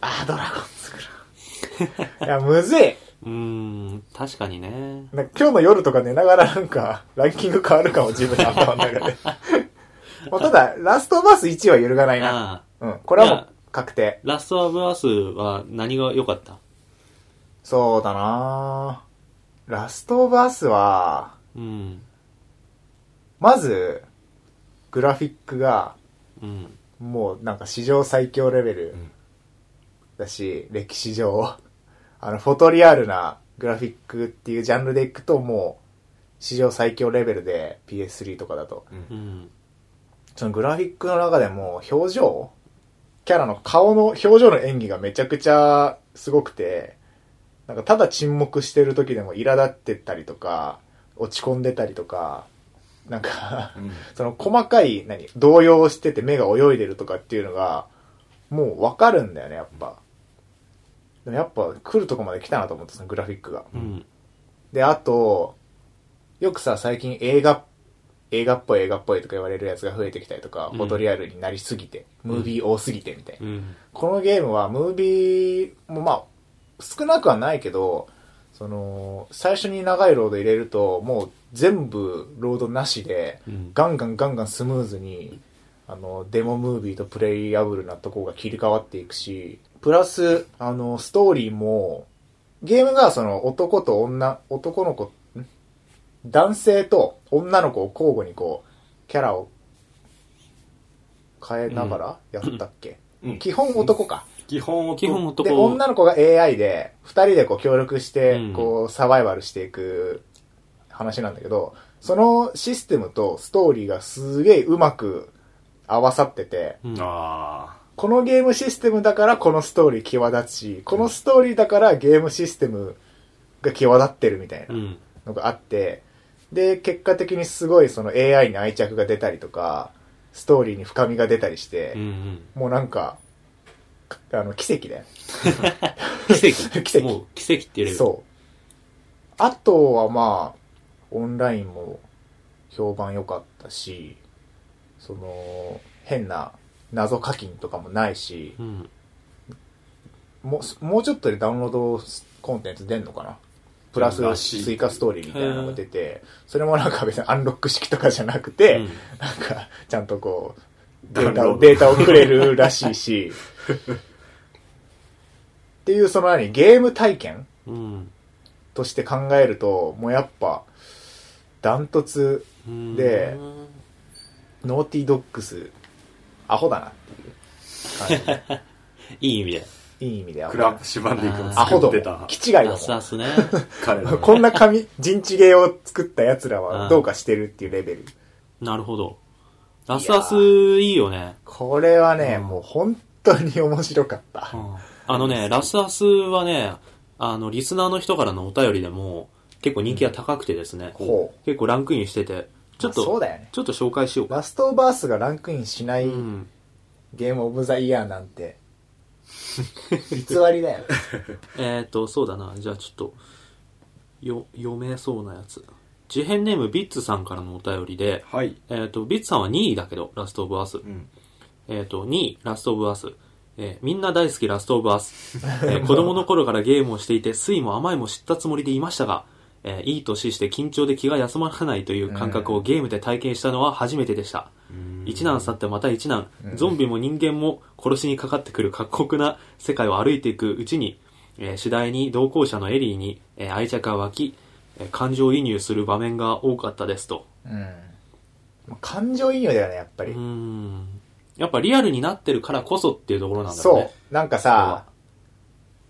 Speaker 2: あードラゴンズ クラウン。いや、むずい。
Speaker 1: うーん。確かにね。
Speaker 2: なんか今日の夜とか寝ながらなんかランキング変わるかも自分の頭の中で。まあただ、ラストバス1は揺るがないな。
Speaker 1: ああ。
Speaker 2: うん、これはもう確定。
Speaker 1: ラストアブアスは何が良かった
Speaker 2: そうだなぁラストオブアスは、
Speaker 1: うん。
Speaker 2: まず、グラフィックが、
Speaker 1: うん。
Speaker 2: もうなんか史上最強レベル
Speaker 3: うん
Speaker 2: だし、歴史上、あの、フォトリアルなグラフィックっていうジャンルでいくともう、史上最強レベルで PS3 とかだと。
Speaker 1: うん。
Speaker 2: そのグラフィックの中でも表情キャラの顔の表情の演技がめちゃくちゃすごくて、なんかただ沈黙してる時でも苛立ってたりとか、落ち込んでたりとか、なんか
Speaker 3: う、ん
Speaker 2: その細かい、何、動揺してて目が泳いでるとかっていうのが、もうわかるんだよね、やっぱ。でもやっぱ来るとこまで来たなと思って、そのグラフィックが。
Speaker 1: うん。
Speaker 2: で、あと、よくさ、最近映画、映画っぽい映画っぽいとか言われるやつが増えてきたりとか、
Speaker 1: うん
Speaker 2: フォトリアルになりすぎて、ムービー多すぎてみたいな。
Speaker 1: うん。
Speaker 2: このゲームはムービーもまあ、少なくはないけど、その、最初に長いロード入れると、もう全部ロードなしで、
Speaker 1: うん。
Speaker 2: ガンガンガンガンスムーズに、あの、デモムービーとプレイアブルなとこが切り替わっていくし、プラス、あの、ストーリーも、ゲームがその男と女、男の子、ん男性と女の子を交互にこう、キャラを変えながらやったっけ、
Speaker 3: うん
Speaker 2: 基本男か。
Speaker 3: 基本を
Speaker 1: 基本
Speaker 2: で、
Speaker 1: 男。
Speaker 2: 女の子が AI で、二人でこう協力して
Speaker 1: うん、
Speaker 2: こう、サバイバルしていく話なんだけど、そのシステムとストーリーがすげえうまく合わさってて、
Speaker 1: うん。。
Speaker 3: あ
Speaker 2: このゲームシステムだからこのストーリー際立つし、このストーリーだからゲームシステムが際立ってるみたいうなんのがあって、で、結果的にすごいその AI に愛着が出たりとか、ストーリーに深みが出たりして、
Speaker 1: うんうん。
Speaker 2: もうなんか、かあの、奇跡だよ。
Speaker 1: 奇跡。
Speaker 2: 奇跡
Speaker 1: もう奇跡って言える。
Speaker 2: そう。あとはまあ、オンラインも評判良かったし、その、変な謎課金とかもないし、
Speaker 1: うん。
Speaker 2: もう、もうちょっとでダウンロードコンテンツ出んのかなプラス
Speaker 3: らしい
Speaker 2: 追加ストーリーみたいなのが出て、それもなんか別にアンロック式とかじゃなくて、
Speaker 1: うん
Speaker 2: なんか、ちゃんとこう、
Speaker 3: ダ
Speaker 2: デ
Speaker 3: ウ
Speaker 2: ー
Speaker 3: ンロー
Speaker 2: タを、
Speaker 3: ド
Speaker 2: データをくれるらしいし、っていう、その何、ゲーム体験
Speaker 1: うん。
Speaker 2: として考えると、もうやっぱ、ダントツ、
Speaker 1: うん
Speaker 2: で、ノーティードッグス、アホだなっていう感
Speaker 1: いい意味で。
Speaker 2: じ。いい意味でアホ
Speaker 3: ク
Speaker 2: だ
Speaker 3: ラ
Speaker 2: な
Speaker 3: ッ。プシバンディ君
Speaker 2: アホ
Speaker 3: 作
Speaker 2: ど
Speaker 3: って
Speaker 2: も
Speaker 3: た、
Speaker 2: 気違いだも
Speaker 1: ア
Speaker 2: ん
Speaker 1: スア スね。
Speaker 3: 彼ら
Speaker 2: こんな紙、陣地芸を作った奴らはどうかしてるっていうレベル。
Speaker 1: なるほど。アスアスいいよね。
Speaker 2: これはね、
Speaker 1: うん
Speaker 2: もう本当に面白かった。
Speaker 1: うんあのね、ラスアスはね、あの、リスナーの人からのお便りでも、結構人気が高くてですね、
Speaker 2: ほう。
Speaker 1: 結構ランクインしてて、ちょっ
Speaker 2: まあそう
Speaker 1: と、
Speaker 2: だよね。
Speaker 1: ちょっと紹介しようか。
Speaker 2: ラストオブアースがランクインしない
Speaker 1: うん。
Speaker 2: ゲームオブザイヤーなんて、偽 りだよ。
Speaker 1: えっ、ー、と、そうだな。じゃあちょっと、よ、読めそうなやつ。事変ネームビッツさんからのお便りで、
Speaker 3: はい。
Speaker 1: えっ、ー、と、ビッツさんは2位だけど、ラストオブアース。
Speaker 3: うん。
Speaker 1: えっ、と、2位、ラストオブアース。えーみんな大好きラストオブアース。え ー子供の頃からゲームをしていて、酸いも甘いも知ったつもりでいましたが、えーいい年して緊張で気が休まらないという感覚をゲームで体験したのは初めてでした。一難去ってまた一難、ゾンビも人間も殺しにかかってくる過酷な世界を歩いていくうちに、えー次第に同行者のエリーに、えー愛着が湧き、えー感情移入する場面が多かったですと。
Speaker 2: うん。感情移入だよね、やっぱ
Speaker 1: う
Speaker 2: り。
Speaker 1: ーん。やっぱリアルになってるからこそっていうところなんだろうね
Speaker 2: そ。う。なんかさ、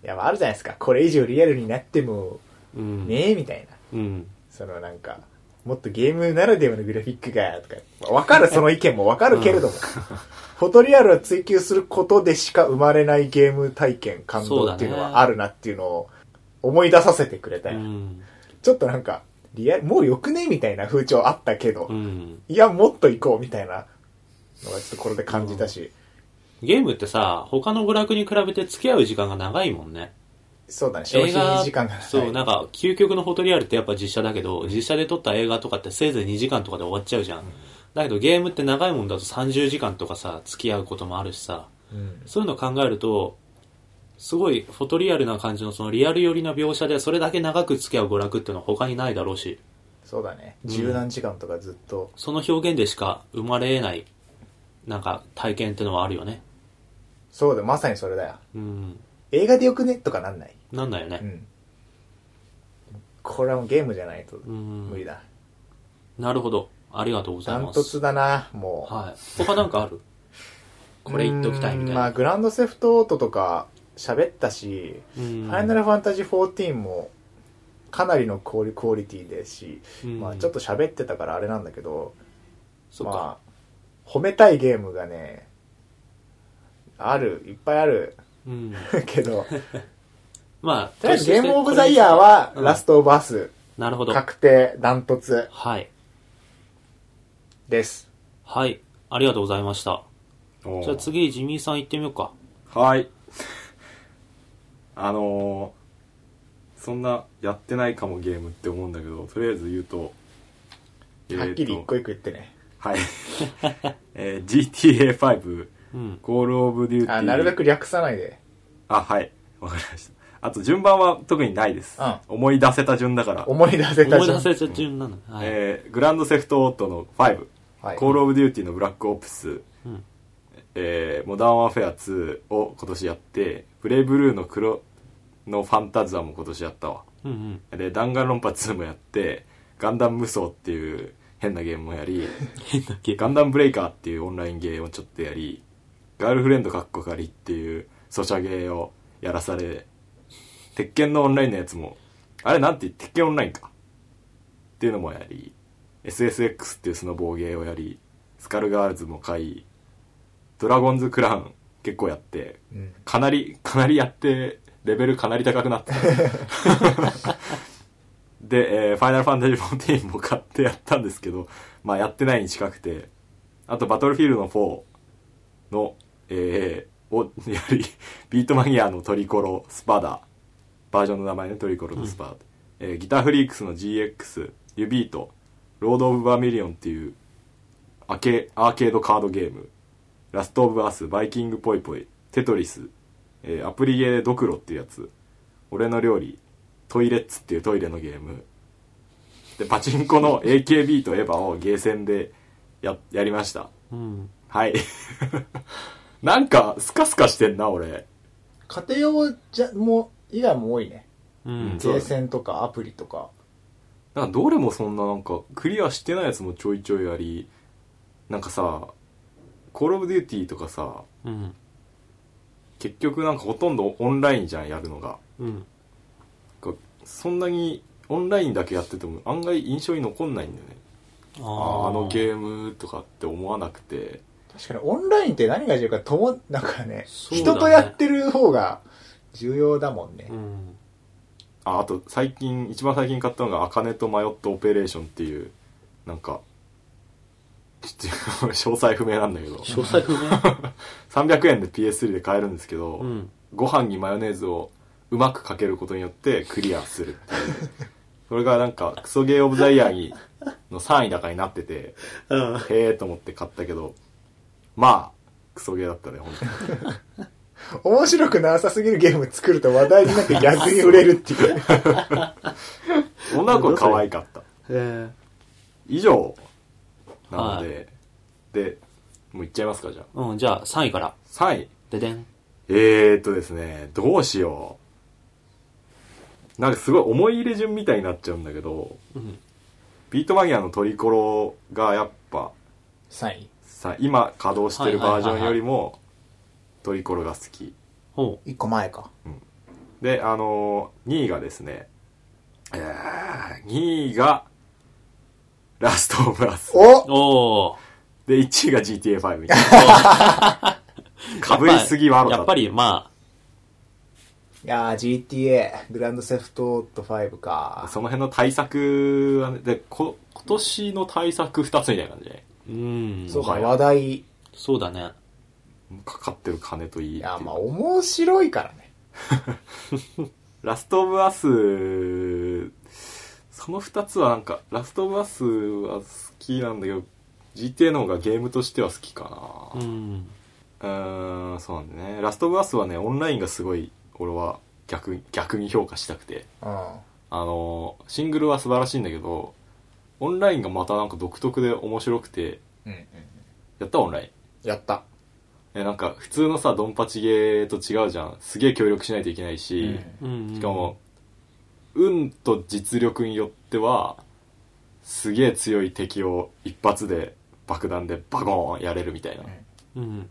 Speaker 2: いや、まああるじゃないですか。これ以上リアルになっても、
Speaker 1: うん。
Speaker 2: ねえ、みたいな。
Speaker 1: うん。
Speaker 2: そのなんか、もっとゲームならではのグラフィックが、とか、まあわかるその意見もわかるけれども、 フォトリアルを追求することでしか生まれないゲーム体験、感動っていうの
Speaker 1: そうだね
Speaker 2: はあるなっていうのを思い出させてくれた
Speaker 1: う
Speaker 2: よ。
Speaker 1: ん。
Speaker 2: ちょっとなんか、リアル、もうよくねみたいな風潮あったけど、
Speaker 1: うん。
Speaker 2: いや、もっと行こうみたいなのがちょっとこれで感じたし、
Speaker 1: ゲームってさ、他の娯楽に比べて付き合う時間が長いもんね。
Speaker 2: そうだね、消費時間が
Speaker 1: そう、
Speaker 2: はい
Speaker 1: なんか、究極のフォトリアルってやっぱ実写だけど、実写で撮った映画とかってせいぜい2時間とかで終わっちゃうじゃん。だけどゲームって長いもんだと30時間とかさ、付き合うこともあるしさ、
Speaker 2: うん
Speaker 1: そういうの考えると、すごいフォトリアルな感じのそのリアル寄りな描写でそれだけ長く付き合う娯楽っていうのは他にないだろうし、
Speaker 2: そうだね、
Speaker 1: うん
Speaker 2: 十何時間とかずっと、
Speaker 1: その表現でしか生まれ得ない、なんか体験ってのはあるよね。
Speaker 2: そうだ、まさにそれだよ。
Speaker 1: うん。
Speaker 2: 映画でよくねとかなんない
Speaker 1: なんだよ
Speaker 2: う
Speaker 1: ね。
Speaker 2: ん。これはもうゲームじゃないと
Speaker 1: うん
Speaker 2: 無理だ。
Speaker 1: なるほど。ありがとうござ
Speaker 2: ダ
Speaker 1: い
Speaker 2: ン
Speaker 1: ま
Speaker 2: ト
Speaker 1: す。
Speaker 2: ツだな、もう。
Speaker 1: はい。他なんかあるこれ言っときたいみた
Speaker 2: う
Speaker 1: い
Speaker 2: んまあ、
Speaker 1: な。
Speaker 2: グランドセフトオートとか喋ったし、
Speaker 1: う
Speaker 2: フ
Speaker 1: ん
Speaker 2: ァイナルファンタジー14もかなりのクオリクオリティですし、
Speaker 1: うん
Speaker 2: まあ、ちょっと喋ってたからあれなんだけど、
Speaker 1: そうか。
Speaker 2: まあ、褒めたいゲームがね、ある、いっぱいある
Speaker 1: うん。
Speaker 2: けど、
Speaker 1: まあ、
Speaker 2: とりあえずゲームオブザイヤー
Speaker 1: は。
Speaker 2: は
Speaker 1: うん
Speaker 2: ラストオブアス
Speaker 1: なるほど。
Speaker 2: 確定ダントツ
Speaker 1: はい。
Speaker 2: です。
Speaker 1: はい。ありがとうございました。
Speaker 3: おー
Speaker 1: じゃあ次、ジミーさん行ってみようか。
Speaker 3: はい。あのー、そんなやってないかもゲームって思うんだけど、とりあえず言うと、えーと
Speaker 2: はっきり一個一個言ってね。
Speaker 3: はい。 えー、GTA5、
Speaker 1: うん。
Speaker 3: ゴールオブデューティー。
Speaker 2: あ、なるべく略さないで。
Speaker 3: あ、はい。わかりました。あと順番は特にないです。
Speaker 2: うん
Speaker 3: 思い出せた順だから。
Speaker 2: 思い出せた
Speaker 1: 思い
Speaker 2: じゃ
Speaker 1: 出
Speaker 2: ん。
Speaker 1: せちゃ順なの。はい。
Speaker 3: えー、グランドセフトオートの5、
Speaker 2: はい
Speaker 3: コールオブデューティーのブラックオプス、
Speaker 1: うん
Speaker 3: えーモダンワーフェア2を今年やって、ブレイブルーの黒のファンタズアも今年やったわ。
Speaker 1: うんうん。
Speaker 3: で、弾丸論破2もやって、ガンダム無双っていう変なゲームもやり、
Speaker 1: 変だっけ。
Speaker 3: ガンダムブレイカーっていうオンラインゲームをちょっとやり、ガールフレンドかっこかりっていうソシャゲをやらされ、鉄拳のオンラインのやつも、あれなんて鉄拳オンラインか。っていうのもやり、SSX っていうスノボーゲーをやり、スカルガールズも買い、ドラゴンズクラウン結構やって、
Speaker 2: うん
Speaker 3: かなり、かなりやって、レベルかなり高くなった。で、えーファイナルファンタジー14も買ってやったんですけど、まあやってないに近くて、あとバトルフィールドの4の、えーを、やはり、 ビートマニアのトリコロ、スパダ、バージョンの名前ね、トリコロとスパダ、えーギターフリークスの GX、ユビート、ロード・オブ・バーミリオンっていう、アケ、アーケードカードゲーム、ラスト・オブ・アース、バイキング・ポイポイ、テトリス、えーアプリゲードクロっていうやつ、俺の料理、トイレッツっていうトイレのゲーム、で、パチンコの AKB とエヴァをゲーセンでや、やりました。
Speaker 1: うん。
Speaker 3: はい。なんか、スカスカしてんな、俺。
Speaker 2: 家庭用じゃ、もう、以外も多いね。
Speaker 1: うん。
Speaker 3: そう
Speaker 2: ゲ
Speaker 3: だ
Speaker 2: ー
Speaker 3: ね
Speaker 2: センとかアプリとか。
Speaker 3: なんかどれもそんななんかクリアしてないやつもちょいちょいありなんかさ「コール・オブ・デューティー」とかさ
Speaker 1: うん。
Speaker 3: 結局なんかほとんどオンラインじゃんやるのが
Speaker 1: うん。
Speaker 3: なんかそんなにオンラインだけやってても案外印象に残んないんだよね
Speaker 1: あ
Speaker 3: ああの
Speaker 1: ー
Speaker 3: ゲームとかって思わなくて
Speaker 2: 確かにオンラインって何が重要か、とも、なんかね、
Speaker 1: そうだね
Speaker 2: 人とやってる方が重要だもんね
Speaker 1: う。ん。
Speaker 3: ああと最近一番最近買ったのが「アカネと迷ったオペレーション」っていうなんかちょっと 詳細不明なんだけど
Speaker 1: 詳細不 明
Speaker 3: 300円で PS3 で買えるんですけど、
Speaker 1: うん。
Speaker 3: ご飯にマヨネーズをうまくかけることによってクリアするっていうそれがなんかクソゲーオブザイヤーにの3位高になってて
Speaker 1: うん。
Speaker 3: へえと思って買ったけどまあクソゲーだったね本当に
Speaker 2: 面白くなさすぎるゲーム作ると話題になって逆に売れるっ ていう。
Speaker 3: 女の子は可愛かった
Speaker 1: え
Speaker 3: 以上なので、でもういっちゃいますかじゃあ
Speaker 1: ーうん、じゃあ3位から。
Speaker 3: 3位
Speaker 1: ででん。
Speaker 3: えーっとですねどうしようなんかすごい思い入れ順みたいになっちゃうんだけど
Speaker 1: うん。
Speaker 3: ビートマニアのトリコロがやっぱ
Speaker 2: 3位。
Speaker 3: さ今稼働してるバージョンよりもトリコロが好き
Speaker 1: ほ
Speaker 2: 1個前か。
Speaker 3: であのー、2位がですねえー、2位がラストオブアス
Speaker 1: う。
Speaker 2: お
Speaker 1: おー。
Speaker 3: で1位が GTA5 みたいなかぶりすぎはある
Speaker 1: やっぱり、ま
Speaker 2: いやー GTA、グランドセフトオート5か。
Speaker 3: その辺の対策はねでこ今年の対策2つみたいな感じで
Speaker 1: あ、うん。
Speaker 2: そうか、
Speaker 3: もはや
Speaker 2: 話題。い
Speaker 1: そうだね。
Speaker 3: かかってる金といいっていう
Speaker 2: や、まあ、面白いからね。
Speaker 3: ラストオブアス、その二つはなんか、ラストオブアスは好きなんだけど、GTA の方がゲームとしては好きか
Speaker 1: う
Speaker 3: な。
Speaker 1: ん。
Speaker 3: うん、ん、そうなんだね。ラストオブアスはね、オンラインがすごい、俺は逆に、逆に評価したくて。
Speaker 2: うん。
Speaker 3: あの、シングルは素晴らしいんだけど、オンラインがまたなんか独特で面白くて、
Speaker 2: うんうん。
Speaker 3: やったオンライン。
Speaker 2: やった。
Speaker 3: え、なんか、普通のさ、ドンパチゲーと違うじゃん。すげえ協力しないといけないし、
Speaker 2: うん
Speaker 1: うん。
Speaker 3: しかも、運と実力によっては、すげえ強い敵を一発で爆弾でバゴーンやれるみたいな
Speaker 1: うん。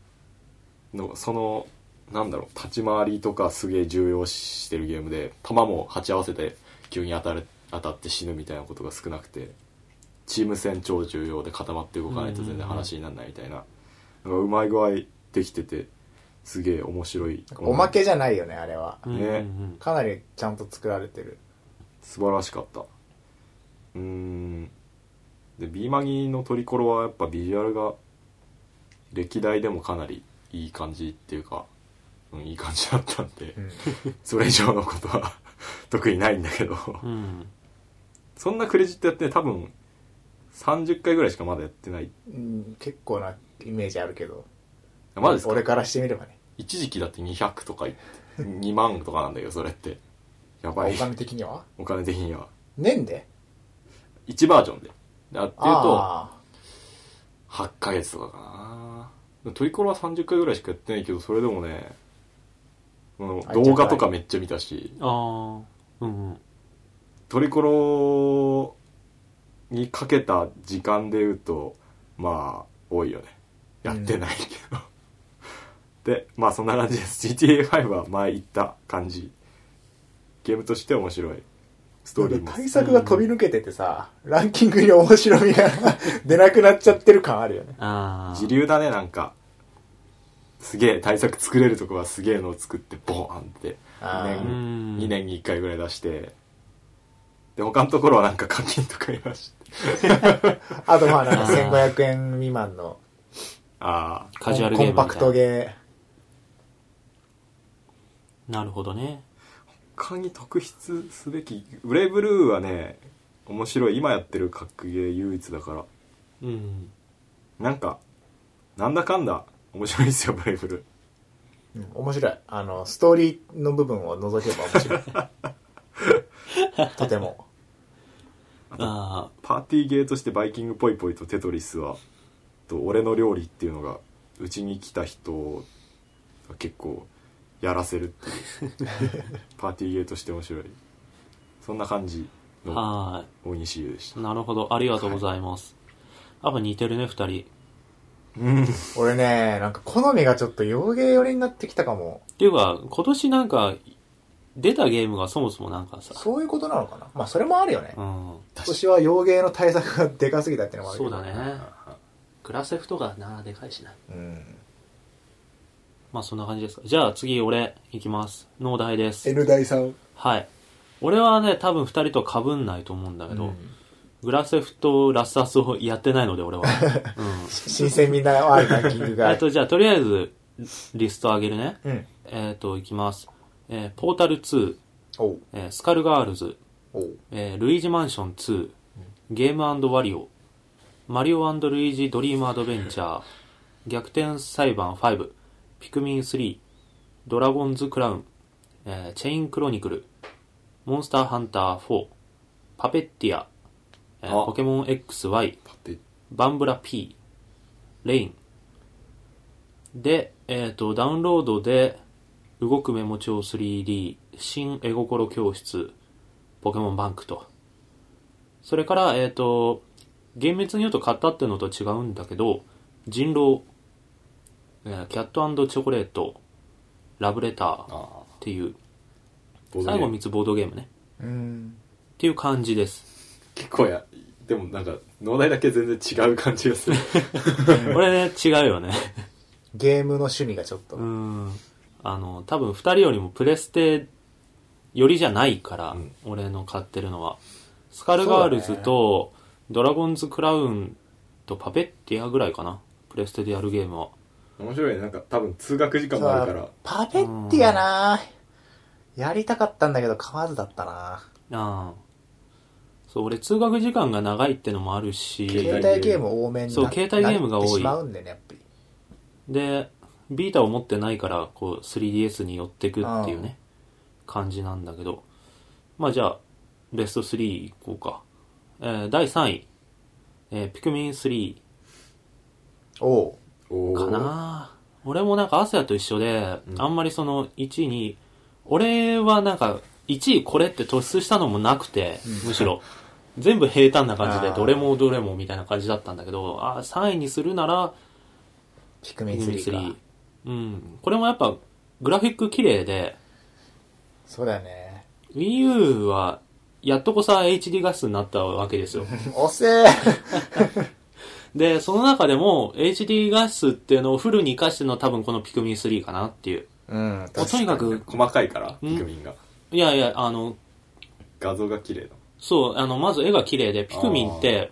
Speaker 3: の、その、なんだろう、立ち回りとかすげえ重要視してるゲームで、弾も鉢合わせて急に当たる、当たって死ぬみたいなことが少なくて、チーム戦超重要で固まって動かないと全然話にならないみたいな、なんかうまい具合できてて、すげえ面白い。
Speaker 2: おまけじゃないよね、あれは。
Speaker 1: うん。
Speaker 3: ね
Speaker 1: うん
Speaker 2: かなりちゃんと作られてる。
Speaker 3: 素晴らしかったうーんで B マギのトリコロはやっぱビジュアルが歴代でもかなりいい感じっていうか、うん、いい感じだったんで
Speaker 2: うん。
Speaker 3: それ以上のことは特にないんだけど
Speaker 1: うん。
Speaker 3: そんなクレジットやってね多分30回ぐらいしかまだやってない
Speaker 2: うん結構なイメージあるけど。
Speaker 3: まだですか
Speaker 2: 俺からしてみればね。
Speaker 3: 一時期だって200とか言って2万とかなんだけどそれってやば
Speaker 2: お
Speaker 3: い
Speaker 2: 金的には
Speaker 3: お金的には
Speaker 2: 年で
Speaker 3: 1バージョンでだっていうと
Speaker 2: あ
Speaker 3: 8ヶ月とかかなトリコロは30回ぐらいしかやってないけどそれでもねうん
Speaker 2: あ
Speaker 3: 動画とかめっちゃ見たし
Speaker 1: ああ。うん。
Speaker 3: トリコロにかけた時間で言うとまあ多いよねやってないけど、でまあそんな感じです GTA5 は前言った感じゲームとして面白いス
Speaker 2: あ。
Speaker 3: トーリーも
Speaker 2: 対策が飛び抜けててさ、ランキングに面白みが出なくなっちゃってる感あるよね。
Speaker 1: ああ。
Speaker 3: 自流だねなんかすげえ対策作れるとこはすげえのを作ってボーンって
Speaker 2: あー
Speaker 3: 2
Speaker 1: う
Speaker 3: 年
Speaker 1: ん
Speaker 3: 2年に1回ぐらい出してで他のところはなんか課金とかいまして
Speaker 2: あとまあなんか1500円未満の
Speaker 3: ああ
Speaker 1: カジュアルゲームみた
Speaker 2: コ
Speaker 1: い
Speaker 2: ン
Speaker 1: な
Speaker 2: パクトゲ
Speaker 1: なるほどね。
Speaker 3: 他に特筆すべきブレイブルーはね面白い今やってる格ゲー唯一だから
Speaker 1: うん。
Speaker 3: なんかなんだかんだ面白いですよブレイブルー
Speaker 2: ー、うん面白い。あの、ストーリーの部分を除けば面白い。 とても。
Speaker 1: あ
Speaker 3: パーティーゲーとしてバイキングポイポイとテトリスはと俺の料理っていうのがうちに来た人が結構やらせるっていうパーティーゲーとして面白いそんな感じの
Speaker 1: は
Speaker 3: 大西優でし
Speaker 1: ー
Speaker 3: た
Speaker 1: い。なるほど。ありがとうございます。やっぱ似てるね、二人。
Speaker 3: うん
Speaker 2: 俺ね、なんか好みがちょっと洋芸寄りになってきたかも。
Speaker 1: っていうか、今年なんか、出たゲームがそもそもなんかさ、
Speaker 2: そういうことなのかなまあそれもあるよね。
Speaker 1: うん。
Speaker 2: 今年は洋芸の対策がでかすぎたっていうのもある
Speaker 1: そ
Speaker 2: け
Speaker 1: う
Speaker 2: ど。
Speaker 1: だね。グラセフとかな、でかいしな。
Speaker 2: うん。
Speaker 1: まあそんな感じですか。じゃあ次俺、いきます。農大です。
Speaker 2: N 大さん。
Speaker 1: はい。俺はね、多分二人とは被んないと思うんだけど、グラセフとラスアスをやってないので俺は。うん。
Speaker 2: 新鮮味のあるランキング
Speaker 1: え
Speaker 2: が
Speaker 1: っ。と、 じゃあ、とりあえず、リスト上げるね。
Speaker 2: うん。
Speaker 1: えっ、と、いきます。えーポータル2、
Speaker 2: おう。
Speaker 1: えースカルガールズ、
Speaker 2: おう。
Speaker 1: えールイージマンション2、ゲームワリオ、マリオルイージドリームアドベンチャー、逆転裁判5、ピクミン3、ドラゴンズクラウン、えーチェインクロニクル、モンスターハンター4、パペッティア、えー
Speaker 3: あ
Speaker 1: ポケモン XY、
Speaker 3: パテ
Speaker 1: バンブラ P、レイン。で、えっ、と、ダウンロードで、動くメモ帳 3D、新絵心教室、ポケモンバンクと。それから、えっ、と、厳密に言うと買ったっていうのと違うんだけど、人狼、えーキャットチョコレート、ラブレターっ
Speaker 3: あ
Speaker 1: ていう、
Speaker 3: ボードゲ
Speaker 1: 最
Speaker 3: ー
Speaker 1: 後
Speaker 3: ム
Speaker 1: 3つボードゲームね。
Speaker 2: うん。
Speaker 1: っていう感じ です。
Speaker 3: 結構やでもなんか農大だけ全然違う感じがする
Speaker 1: これね、違うよね。
Speaker 2: ゲームの趣味がちょっと。
Speaker 1: うーんあの多分2人よりもプレステよりじゃないから、
Speaker 3: うん
Speaker 1: 俺の買ってるのはスカルガールズと、ドラゴンズクラウンとパペッティアぐらいかなプレステでやるゲームは
Speaker 3: 面白いねなんか多分通学時間もあるから
Speaker 2: さあパペッティやなやりたかったんだけど買わずだったな
Speaker 1: ああそう俺通学時間が長いってのもあるし
Speaker 3: 携
Speaker 2: 携
Speaker 3: 帯
Speaker 2: 帯ゲーム多めにな
Speaker 1: そう携帯ゲームが多い
Speaker 2: なってしまうんだよね、やっぱり。
Speaker 1: でビータを持ってないからこう 3DS に寄ってくっていうね感じなんだけどまあじゃあベスト3いこうか、えー第3位、えーピクミン3
Speaker 2: おう。
Speaker 3: お
Speaker 1: か
Speaker 3: ー
Speaker 1: な俺もなんかアセアと一緒で、
Speaker 3: うん
Speaker 1: あんまりその1位に俺はなんか1位これって突出したのもなくて、むしろ全部平坦な感じ
Speaker 2: あ
Speaker 1: で
Speaker 2: ー
Speaker 1: どれもどれもみたいな感じだったんだけどあ3位にするなら
Speaker 2: ピクミン3か。
Speaker 1: うん。これもやっぱ、グラフィック綺麗で、
Speaker 2: そうだよね。
Speaker 1: Wii U は、やっとこさ HD 画質になったわけ ですよ。
Speaker 2: おせえ
Speaker 1: で、その中でも、HD 画質っていうのをフルに活かしてのは多分このピクミン3かなっていう。
Speaker 2: うん、
Speaker 1: もうとにかく、
Speaker 3: 細かいから
Speaker 1: うん
Speaker 3: ピクミンが
Speaker 1: いやいや、あの、
Speaker 3: 画像が綺麗だ
Speaker 1: そう、あの、まず絵が綺麗で、ピクミンって、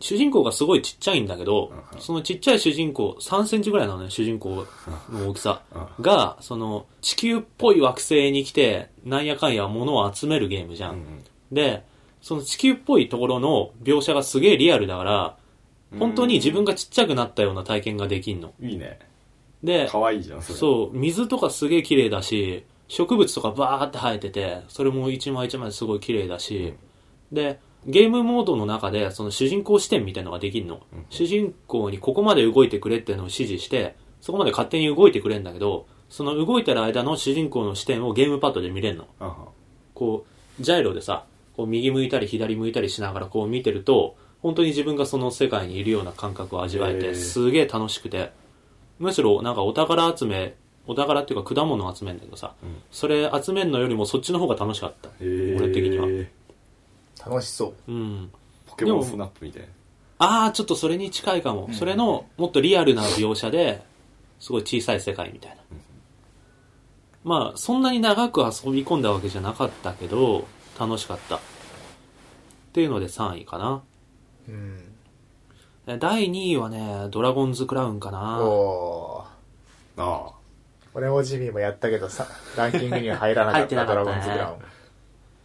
Speaker 1: 主人公がすごいちっちゃいんだけど
Speaker 3: うんう、ん
Speaker 1: そのちっちゃい主人公、3センチぐらいなのね、主人公の大きさ
Speaker 3: う
Speaker 1: が、その、地球っぽい惑星に来て、なんやかんや物を集めるゲームじゃ
Speaker 3: う
Speaker 1: ん。
Speaker 3: んうん
Speaker 1: で、その地球っぽいところの描写がすげえリアルだから、本当に自分がちっちゃくなったような体験ができんの。
Speaker 3: いいね
Speaker 1: で、
Speaker 3: 可愛いじゃんそれ
Speaker 1: そう、水とかすげえ綺麗だし、植物とかバーって生えてて、それも一枚一枚すごい綺麗だし、で、ゲームモードの中で、その主人公視点みたいのができるの。主人公にここまで動いてくれっていうのを指示して、そこまで勝手に動いてくれんだけど、その動いてる間の主人公の視点をゲームパッドで見れるの。
Speaker 3: うんうん
Speaker 1: こう、ジャイロでさ、こう右向いたり左向いたりしながらこう見てると、本当に自分がその世界にいるような感覚を味わえ
Speaker 3: へ
Speaker 1: て、
Speaker 3: ー
Speaker 1: すげえ楽しくて、むしろなんかお宝集め、お宝っていうか果物を集めるんだけどさ、
Speaker 3: うん
Speaker 1: それ集めるのよりもそっちの方が楽しかった。
Speaker 3: へー
Speaker 1: 俺的には
Speaker 2: 楽しそう。
Speaker 1: うん。
Speaker 3: ポケモンスナップみたいな
Speaker 1: あー、ちょっとそれに近いかも。それの、もっとリアルな描写で、すごい小さい世界みたいな。まあ、そんなに長く遊び込んだわけじゃなかったけど、楽しかった。っていうので3位かな。
Speaker 2: うん。
Speaker 1: え第2位はね、ドラゴンズクラウンか
Speaker 2: お
Speaker 1: な。
Speaker 2: おー。
Speaker 3: ああ
Speaker 2: 俺もジミーもやったけどさ、ランキングには入らなかっ
Speaker 1: 入
Speaker 2: た
Speaker 1: って
Speaker 2: ド
Speaker 1: なか
Speaker 2: ラ
Speaker 1: った
Speaker 2: ゴ
Speaker 1: ね
Speaker 2: ンズグラウン。
Speaker 3: い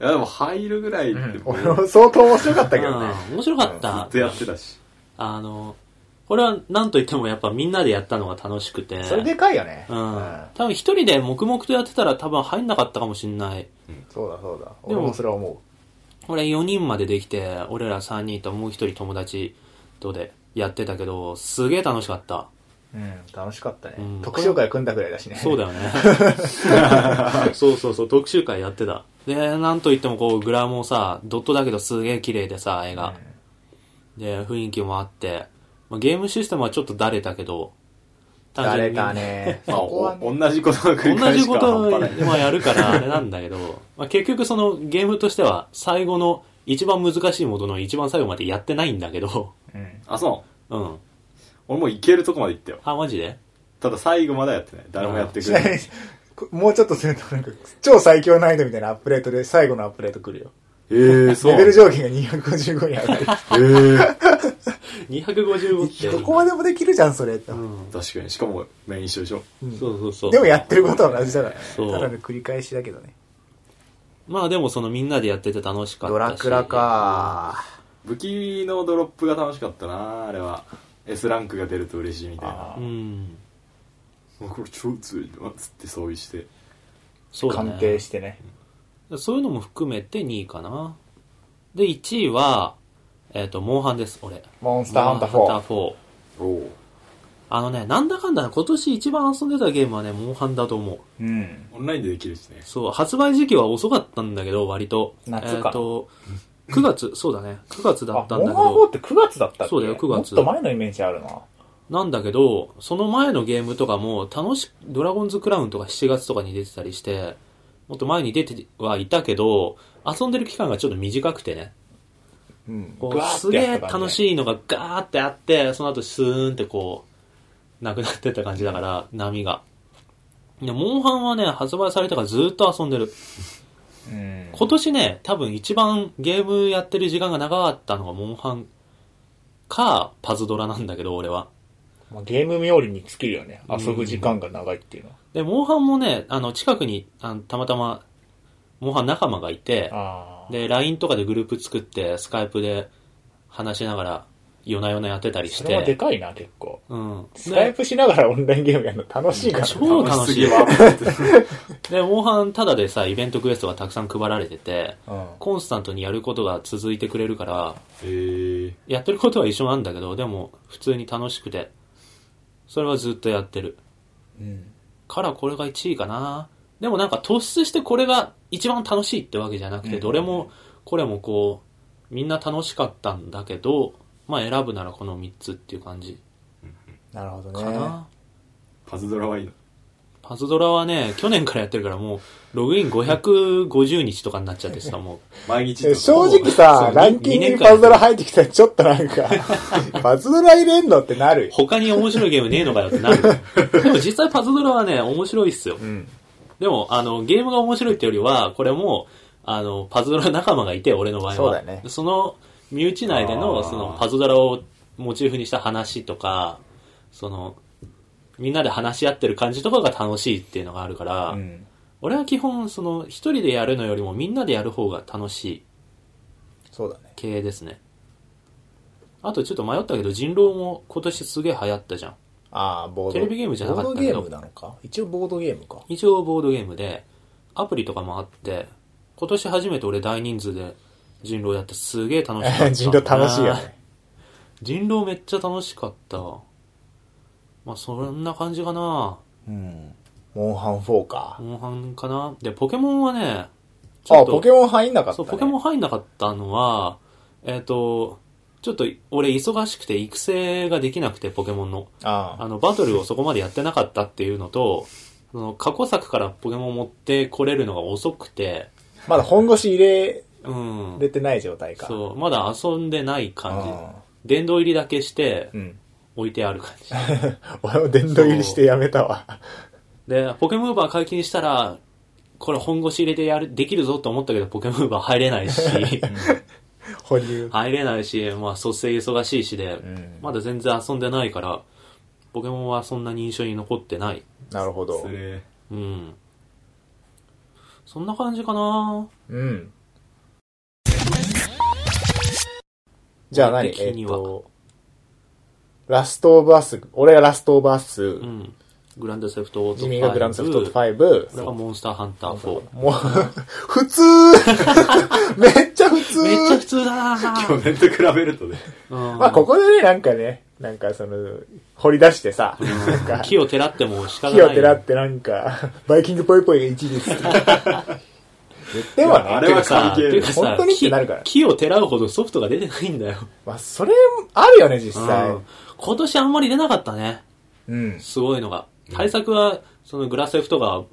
Speaker 3: やでも入るぐらいで
Speaker 2: うん
Speaker 3: もう
Speaker 2: 俺も相当面白かったけどね。
Speaker 1: うん、面白かっ
Speaker 3: ず
Speaker 1: た
Speaker 3: っ。とやってたし
Speaker 1: あの、これは何と言ってもやっぱみんなでやったのが楽しくて。
Speaker 2: それでかいよね。
Speaker 1: うん。多分一人で黙々とやってたら多分入んなかったかもしんない。
Speaker 2: そうだそうだ。
Speaker 1: で
Speaker 2: 俺
Speaker 1: も
Speaker 2: もそれは思
Speaker 1: 俺4人までできて、俺ら3人ともう一人友達とでやってたけど、すげえ楽しかった。
Speaker 2: う。うん、楽しかったね
Speaker 1: う。ん
Speaker 2: 特集会組んだぐらいだしね。
Speaker 1: そう だよね。そうそうそう、特集会やってた。で、なんといってもこう、グラムもさ、ドットだけどすげえ綺麗でさ、絵が。で、雰囲気もあって、まあ、ゲームシステムはちょっとだれたけど、
Speaker 2: だれ
Speaker 1: に
Speaker 2: た ね。そ
Speaker 3: まあ、
Speaker 2: こはね
Speaker 3: お同じことの繰り
Speaker 1: 同
Speaker 3: 返
Speaker 1: じ
Speaker 3: しか
Speaker 1: こと
Speaker 3: 半
Speaker 1: を
Speaker 3: 端ないね。
Speaker 1: まあやるからあれなんだけど、 まあ、結局そのゲームとしては最後の一番難しいモードの一番最後までやってないんだけど、
Speaker 2: うん。
Speaker 3: あ、そう。
Speaker 1: うん。
Speaker 3: 俺もういけるとこまで行ったよ。
Speaker 1: あ、マジで
Speaker 3: ただ最後まではやってない。誰もやって
Speaker 2: ち
Speaker 3: くれ
Speaker 2: な
Speaker 3: な
Speaker 2: み
Speaker 3: い
Speaker 2: に。、 もうちょっとすると、なんか、超最強難易度みたいなアップデートで最後のアップデート来るよ。
Speaker 3: えー、そう。
Speaker 2: レベル上限が255に上がる。
Speaker 3: えー、
Speaker 1: ?255 って。
Speaker 2: どこまでもできるじゃん、それ。
Speaker 1: う。
Speaker 2: うん
Speaker 3: 確かに。しかも、メイン一緒でしょ。
Speaker 2: ん
Speaker 1: そうそうそう。
Speaker 2: でもやってることは同じだから。た
Speaker 1: そう
Speaker 2: だの繰り返しだけどね。
Speaker 1: まあでもそのみんなでやってて楽しかったし。
Speaker 2: ドラクラ。か
Speaker 3: 武器のドロップが楽しかったなあれは。S ランクが出ると嬉しいみたいな。
Speaker 2: あ
Speaker 1: うん。
Speaker 3: もうこれ超強いなっつって装備して。
Speaker 1: そうだね。
Speaker 2: 鑑定してね。
Speaker 1: そういうのも含めて2位かな。で、1位は、えっ、と、モンハンです、俺。
Speaker 2: モンスターハンター4
Speaker 1: モンハンター4。
Speaker 3: おお。
Speaker 1: あのね、なんだかんだ今年一番遊んでたゲームはね、モンハンだと思う。
Speaker 2: うん。
Speaker 3: オンラインでできるしね。
Speaker 1: そう、発売時期は遅かったんだけど、割と。
Speaker 2: 夏か
Speaker 1: えっ、と、9月、 そうだね、9月だ
Speaker 2: あ
Speaker 1: っ、たん
Speaker 2: モ
Speaker 1: だ
Speaker 2: ン
Speaker 1: け
Speaker 2: ハン4
Speaker 1: ど
Speaker 2: っ、て9月だったっけ
Speaker 1: そうだよ9月
Speaker 2: もっと前のイメージあるな。
Speaker 1: なんだけど、その前のゲームとかも、楽し、ドラゴンズクラウンとか7月とかに出てたりして、もっと前に出てはいたけど、遊んでる期間がちょっと短くてね、
Speaker 2: うん。
Speaker 1: こう、すげえ楽
Speaker 2: い。
Speaker 1: しいのがガーってあって、その後スーンってこう、なくなってった感じだから、波が。で、モンハンはね、発売されてからずーっと遊んでる。
Speaker 2: うん。
Speaker 1: 今年ね、多分一番ゲームやってる時間が長かったのがモンハンか、パズドラなんだけど、俺は。
Speaker 2: まあ、ゲーム冥利に尽きるよね。遊ぶ時間が長いっていうのは。
Speaker 1: で、モンハンもね、あの、近くに、あのたまたま、モンハン仲間がいて、
Speaker 2: ああ。
Speaker 1: で、LINE とかでグループ作って、スカイプで話しながら、夜な夜なやってたりし
Speaker 2: それはで
Speaker 1: て。
Speaker 2: かいな、結構。
Speaker 1: うん。
Speaker 2: スカイ
Speaker 1: で、
Speaker 2: プしながらオンラインゲームやるの楽しいから、ね。
Speaker 1: 超楽しい
Speaker 3: わ。
Speaker 1: で、モンハンただでさ、イベントクエストがたくさん配られてて、
Speaker 2: うん。
Speaker 1: コンスタントにやることが続いてくれるから、
Speaker 3: えー、
Speaker 1: やってることは一緒なんだけど、でも、普通に楽しくて、それはずっとやってる。
Speaker 2: うん。
Speaker 1: からこれが1位かな。でもなんか突出してこれが一番楽しいってわけじゃなくて、
Speaker 2: うん
Speaker 1: どれもこれもこう、みんな楽しかったんだけど、まあ選ぶならこの3つっていう感じ
Speaker 2: なるほどね。
Speaker 1: かな。
Speaker 3: パズドラはいいの。
Speaker 1: パズドラはね、去年からやってるからもう、ログイン550日とかになっちゃって さ、も
Speaker 3: 毎日
Speaker 2: え
Speaker 3: と
Speaker 2: 正直
Speaker 1: そ
Speaker 2: さ
Speaker 1: う、
Speaker 2: ランキングにパズドラ入ってきたらちょっとなんか、 パズドラ入れんのってなる
Speaker 1: う、
Speaker 2: よ。
Speaker 1: 他に面白いゲームねえのかよってなる。でも実際パズドラはね、面白いっすよ。
Speaker 2: うん。
Speaker 1: でも、あの、ゲームが面白いってよりは、これも、あの、パズドラ仲間がいて、俺の場合は。
Speaker 2: そうだね
Speaker 1: その、身内内での、
Speaker 3: あー
Speaker 1: その、パズドラをモチーフにした話とか、その、みんなで話し合ってる感じとかが楽しいっていうのがあるから、
Speaker 2: うん。
Speaker 1: 俺は基本、その、一人でやるのよりもみんなでやる方が楽しい
Speaker 2: そうだね。
Speaker 1: 系ですね。あとちょっと迷ったけど、人狼も今年すげえ流行ったじゃん。
Speaker 2: ああ、ボード。
Speaker 1: テレビゲームじゃなかったけど
Speaker 2: ボードゲームなのか一応ボードゲーム か。
Speaker 1: 一応ボードゲームで、アプリとかもあって、今年初めて俺大人数で人狼やってすげえ楽しかった。
Speaker 2: 人狼楽しいよね。
Speaker 1: 人狼めっちゃ楽しかった。まあそんな感じかな。
Speaker 2: うん。モンハン4か。
Speaker 1: モンハンかな。で、ポケモンはね、ちょ
Speaker 2: あ、
Speaker 1: っと
Speaker 2: ポケモン入んなかった
Speaker 1: そう、
Speaker 2: ね。
Speaker 1: ポケモン入んなかったのは、えっ、と、ちょっと俺忙しくて育成ができなくてポケモンの。
Speaker 2: あ
Speaker 1: あの、バトルをそこまでやってなかったっていうのと、その過去作からポケモン持ってこれるのが遅くて、
Speaker 2: あ。まだ本腰入れ
Speaker 1: うん。
Speaker 2: れてない状態か。う。
Speaker 1: そう、まだ遊んでない感じ
Speaker 2: あ。
Speaker 1: 殿堂入りだけして
Speaker 2: う、ん。
Speaker 1: 置いてある感じ。
Speaker 2: 俺も 殿堂入りしてやめたわ。
Speaker 1: で、ポケムーバー解禁したら、これ本腰入れてやる、できるぞと思ったけど、ポケムーバー入れないし、
Speaker 2: 保留。
Speaker 1: 入れないし、まあ、蘇生忙しいしで、
Speaker 2: ん
Speaker 1: まだ全然遊んでないから、ポケモンはそんなに印象に残ってない。
Speaker 2: なるほど
Speaker 3: そ。れ、
Speaker 1: うん。そんな感じかな
Speaker 2: うん。じゃあ
Speaker 1: 俺
Speaker 2: 何
Speaker 1: 的
Speaker 2: えっ
Speaker 1: には
Speaker 2: と、ラストオブアス、俺がラストオブアス
Speaker 1: う、ん。グランドセフトオート
Speaker 2: ジミーがグランドセフト
Speaker 1: 5。
Speaker 2: 5
Speaker 1: こ、れがモンスターハンター4。
Speaker 2: もう、 普通めっちゃ普
Speaker 1: めっちゃ
Speaker 2: 通
Speaker 1: 普通だな
Speaker 3: 去年と比べるとね。
Speaker 1: うん
Speaker 2: まあ、ここでね、なんかね、なんかその、掘り出してさ、なんか、
Speaker 1: 木をてらっても仕方
Speaker 2: 木
Speaker 1: ない。
Speaker 2: をてらってなんか、バイキングぽいぽいが1位です。言って
Speaker 3: い
Speaker 2: は
Speaker 3: やあ
Speaker 2: ね。
Speaker 3: れは
Speaker 1: さ、
Speaker 3: 関係ない
Speaker 1: ていうかさ
Speaker 2: 本当にってなるから
Speaker 1: 木木をてらうほどソフトが出てないんだよ。
Speaker 2: まあ、それ、あるよね、実際
Speaker 1: う。ん今年あんまり出なかったね。
Speaker 2: うん。
Speaker 1: すごいのが。対策は、そのグラセフとか、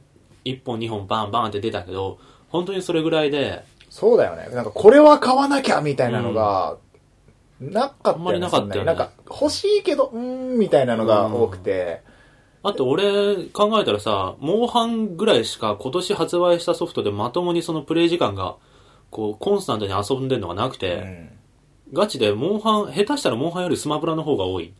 Speaker 1: 1本2本バンバンって出たけど、本当にそれぐらいで、
Speaker 2: そうだよね。なんか、これは買わなきゃみたいなのが、なかった
Speaker 1: あ
Speaker 2: よね。
Speaker 1: んまりなかったよね
Speaker 2: そんなになんか、欲しいけど、うーん、みたいなのが多くて。
Speaker 1: あと俺考えたらさ、モンハンぐらいしか今年発売したソフトでまともにそのプレイ時間が、こう、コンスタントに遊んでるのがなく
Speaker 2: う
Speaker 1: て、
Speaker 2: ん
Speaker 1: ガチでモンハン、下手したらモンハンよりスマブラの方が多 い。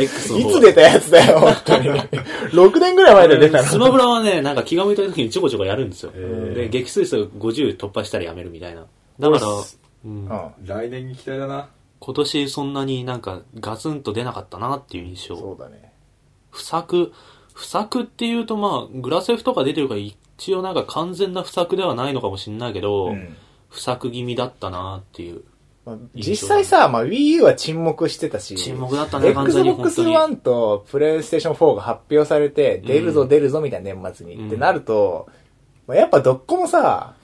Speaker 1: X の
Speaker 2: い
Speaker 1: 方
Speaker 2: つ出たやつだよ、本当に。6年ぐらい前で出た
Speaker 1: ス
Speaker 2: の。
Speaker 1: マブラはね、なんか気が向いた時にちょこちょこやるんですよ。
Speaker 3: ー
Speaker 1: で、撃墜数50突破したらやめるみたいな。だから、うん
Speaker 2: うん。
Speaker 3: 来年に期待だな。
Speaker 1: 今年そんなになんかガツンと出なかったなっていう印象。
Speaker 2: そうだね。
Speaker 1: 不作、不作っていうとまあ、グラセフとか出てるから一応なんか完全な不作ではないのかもしんないけど、
Speaker 2: うん
Speaker 1: 不作気味だったなっていう。
Speaker 2: まあ実際さ、まあ、Wii U は沈黙してたし、
Speaker 1: 沈黙だったね、完全に本
Speaker 2: Xbox
Speaker 1: 当に。
Speaker 2: One と PlayStation 4が発表されて、
Speaker 1: ん
Speaker 2: 出るぞ出るぞみたいな年末
Speaker 1: う
Speaker 2: に
Speaker 1: ん
Speaker 2: ってなると、まあやっぱどっこもさ、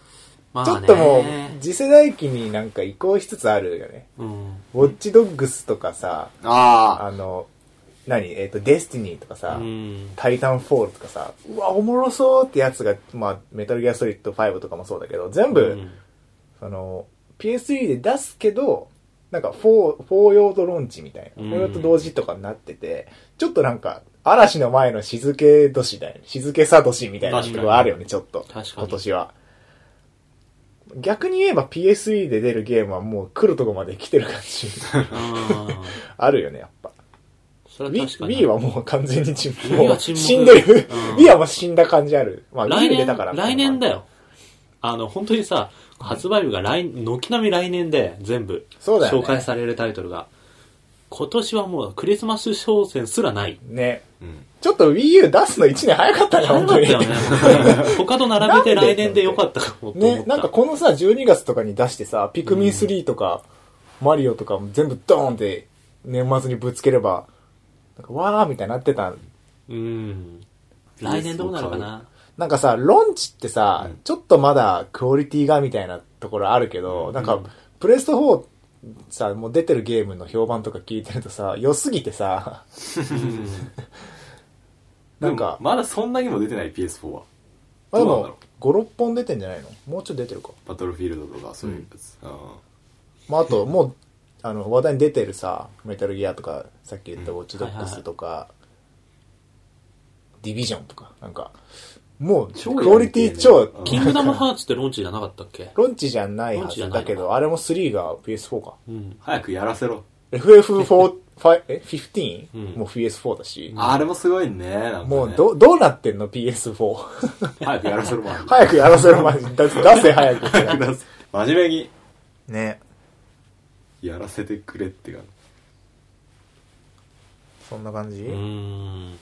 Speaker 1: まあ
Speaker 2: ち
Speaker 1: ね
Speaker 2: ょっともう次世代機になんか移行しつつあるよね。
Speaker 1: うん。
Speaker 2: ウォッチドッグスとかさ、
Speaker 3: ああ。
Speaker 2: あの、何えっ、と、デスティニーとかさ、
Speaker 1: うん。
Speaker 2: タイタンフォールとかさ、うわ、おもろそうってやつが、まあ、メタルギアソリッド5とかもそうだけど、全部、
Speaker 1: うん
Speaker 2: その、PS3 で出すけど、なんか4、4用途ローンチみたいな。
Speaker 1: うん
Speaker 2: 4用途同時とかになってて、ちょっとなんか、嵐の前の静け年だよね。静けさ年みたいなところあるよね、ちょっと。
Speaker 1: 確かに
Speaker 2: 今年は。逆に言えば PS3 で出るゲームはもう来るとこまで来てる感 じ。
Speaker 1: うん
Speaker 2: あるよね、やっぱ。
Speaker 1: それ
Speaker 2: Wii
Speaker 1: は確かに。
Speaker 2: Wii はもう完全に沈
Speaker 1: う
Speaker 2: 黙。
Speaker 1: ん
Speaker 2: も
Speaker 1: Wii は
Speaker 2: う
Speaker 1: 沈黙
Speaker 2: 死んでる
Speaker 1: う。ん
Speaker 2: Wii はもう死んだ感じある。まあ、
Speaker 1: 来
Speaker 2: Wii
Speaker 1: 年
Speaker 2: 出たから、
Speaker 1: 来年だ。よ。あの、本当にさ、発売日が来、軒並み来年で、全部。
Speaker 2: そうだよね
Speaker 1: 紹介されるタイトルが。今年はもうクリスマス商戦すらない。
Speaker 2: ね。
Speaker 3: うん。
Speaker 2: ちょっと Wii U 出すの1年早かったね、本当に。
Speaker 1: 早かったよ ね。他と並べて来年でよかったかもと思った。
Speaker 2: ね、なんかこのさ、12月とかに出してさ、ピクミン3とか、マリオとかも全部ドーンって年末にぶつければ、なんかわーみたいになってた。
Speaker 1: うん。来年どうなるかな。
Speaker 2: なんかさ、ロンチってさ、
Speaker 3: うん
Speaker 2: ちょっとまだクオリティがみたいなところあるけど、なんか、プレスト4さ、もう出てるゲームの評判とか聞いてるとさ、良すぎてさ、 なんか
Speaker 3: でもまだそんなにも出てない PS4 は。
Speaker 2: まあで
Speaker 3: どうなんだ
Speaker 2: も
Speaker 3: ろ、
Speaker 2: 5、6本出てんじゃないのもうちょっと出てるか。
Speaker 3: バトルフィールドとかそういうやつ。あ
Speaker 2: まあ、あと、もう、あの、話題に出てるさ、メタルギアとか、さっき言ったウォッチドックスとか、ディビジョンとか、なんか、もう、
Speaker 3: 超
Speaker 2: クオリティ超、
Speaker 3: うん
Speaker 1: キングダムハーツってローンチじゃなかったっけ
Speaker 2: ロンチじゃないは
Speaker 1: ロンチ
Speaker 2: ず
Speaker 1: じゃないの
Speaker 2: だけど、あれも3が PS4 か。
Speaker 1: うん
Speaker 3: ー。早くやらせろ。
Speaker 2: FF4、5え 15?、
Speaker 1: うん
Speaker 2: もう PS4 だし、
Speaker 3: あれもすごいね。なんかね
Speaker 2: もう、ど、どうなってんの ?PS4。
Speaker 3: 早くやらせろもある。
Speaker 2: 早くやらせろ、マジ。出せ、出せ早く。
Speaker 3: 早く出せ。真面目に
Speaker 2: ね。
Speaker 3: やらせてくれって感じ。
Speaker 2: そんな感じ、
Speaker 1: うーん。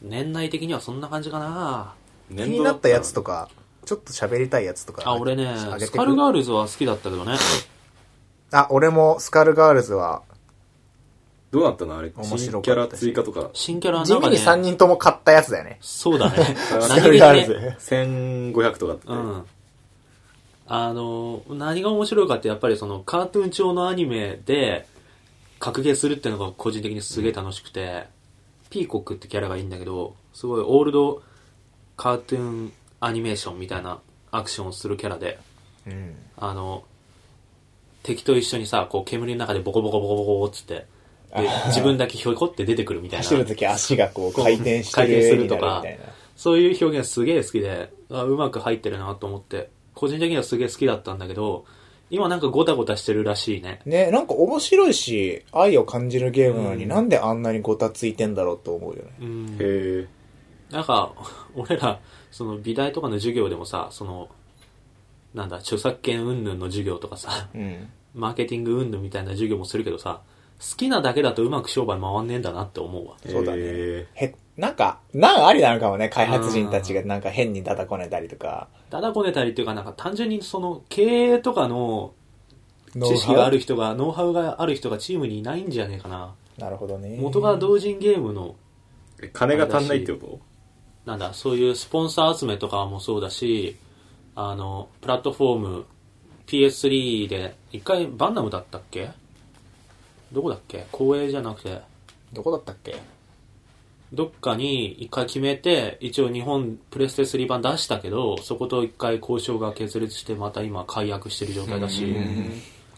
Speaker 1: 年内的にはそんな感じかな。
Speaker 2: 気になったやつとか、ちょっと喋りたいやつとか。
Speaker 1: あ、俺ね
Speaker 2: あ、げて
Speaker 1: ス
Speaker 2: く
Speaker 1: カルガールズは好きだったけどね。
Speaker 2: あ、俺もスカルガールズは、
Speaker 3: どうなったのあれ
Speaker 2: 面白かったし
Speaker 3: 新キャラ追加とか。
Speaker 1: 新キャラなん
Speaker 2: 地味
Speaker 1: か
Speaker 2: に
Speaker 1: ね。
Speaker 2: 3人とも買ったやつだよね。
Speaker 1: そうだね
Speaker 2: スカルガール
Speaker 1: 何気にね
Speaker 2: ズ。
Speaker 3: 1500とかって、
Speaker 1: うん。あの、何が面白いかって、やっぱりその、カートゥーン調のアニメで、格ゲーするっていうのが個人的にすげえ楽しくて、ピーコックってキャラがいいんだけど、すごいオールドカートゥーンアニメーションみたいなアクションをするキャラで、
Speaker 2: うん。
Speaker 1: あの、敵と一緒にさ、こう煙の中でボコボコボコボコボコっつって、で、自分だけひょこって出てくるみたいな。
Speaker 2: 走るとき足がこう回転してる。
Speaker 1: 回転すると
Speaker 2: み
Speaker 1: か
Speaker 2: たいな。
Speaker 1: そういう表現すげえ好きで、あうまく入ってるなと思って、個人的にはすげえ好きだったんだけど、今なんかゴタゴタしてるらしいね。
Speaker 2: ね、なんか面白いし、愛を感じるゲームなのに、
Speaker 1: うん
Speaker 2: なんであんなにごたついてんだろうと思うよね。
Speaker 1: うん。
Speaker 3: へえ
Speaker 1: なんか、俺ら、その美大とかの授業でもさ、その、なんだ、著作権云々の授業とかさ、
Speaker 2: うん。
Speaker 1: マーケティング云々みたいな授業もするけどさ、好きなだけだとうまく商売回んねえんだなって思うわ。
Speaker 2: そうだね
Speaker 3: へ
Speaker 2: へ、なんか、なんありなのかもね、開発人たちがなんか変に叩こねたりとか。
Speaker 1: ただこねたりっていうか、なんか単純にその経営とかの
Speaker 2: ノウハウ
Speaker 1: 知識がある人が、ノウハウがある人がチームにいないんじゃねえかな。
Speaker 2: なるほどね。
Speaker 1: 元が同人ゲームの、
Speaker 3: え金が足んないってこ
Speaker 1: なんだ、そういうスポンサー集めとかもそうだし、あの、プラットフォーム、PS3 で、一回バンナムだったっけどこだっけ光栄じゃなくて、
Speaker 2: どこだったっけ
Speaker 1: どっかに一回決めて、一応日本プレステ3版出したけど、そこと一回交渉が決裂して、また今解約してる状態だし、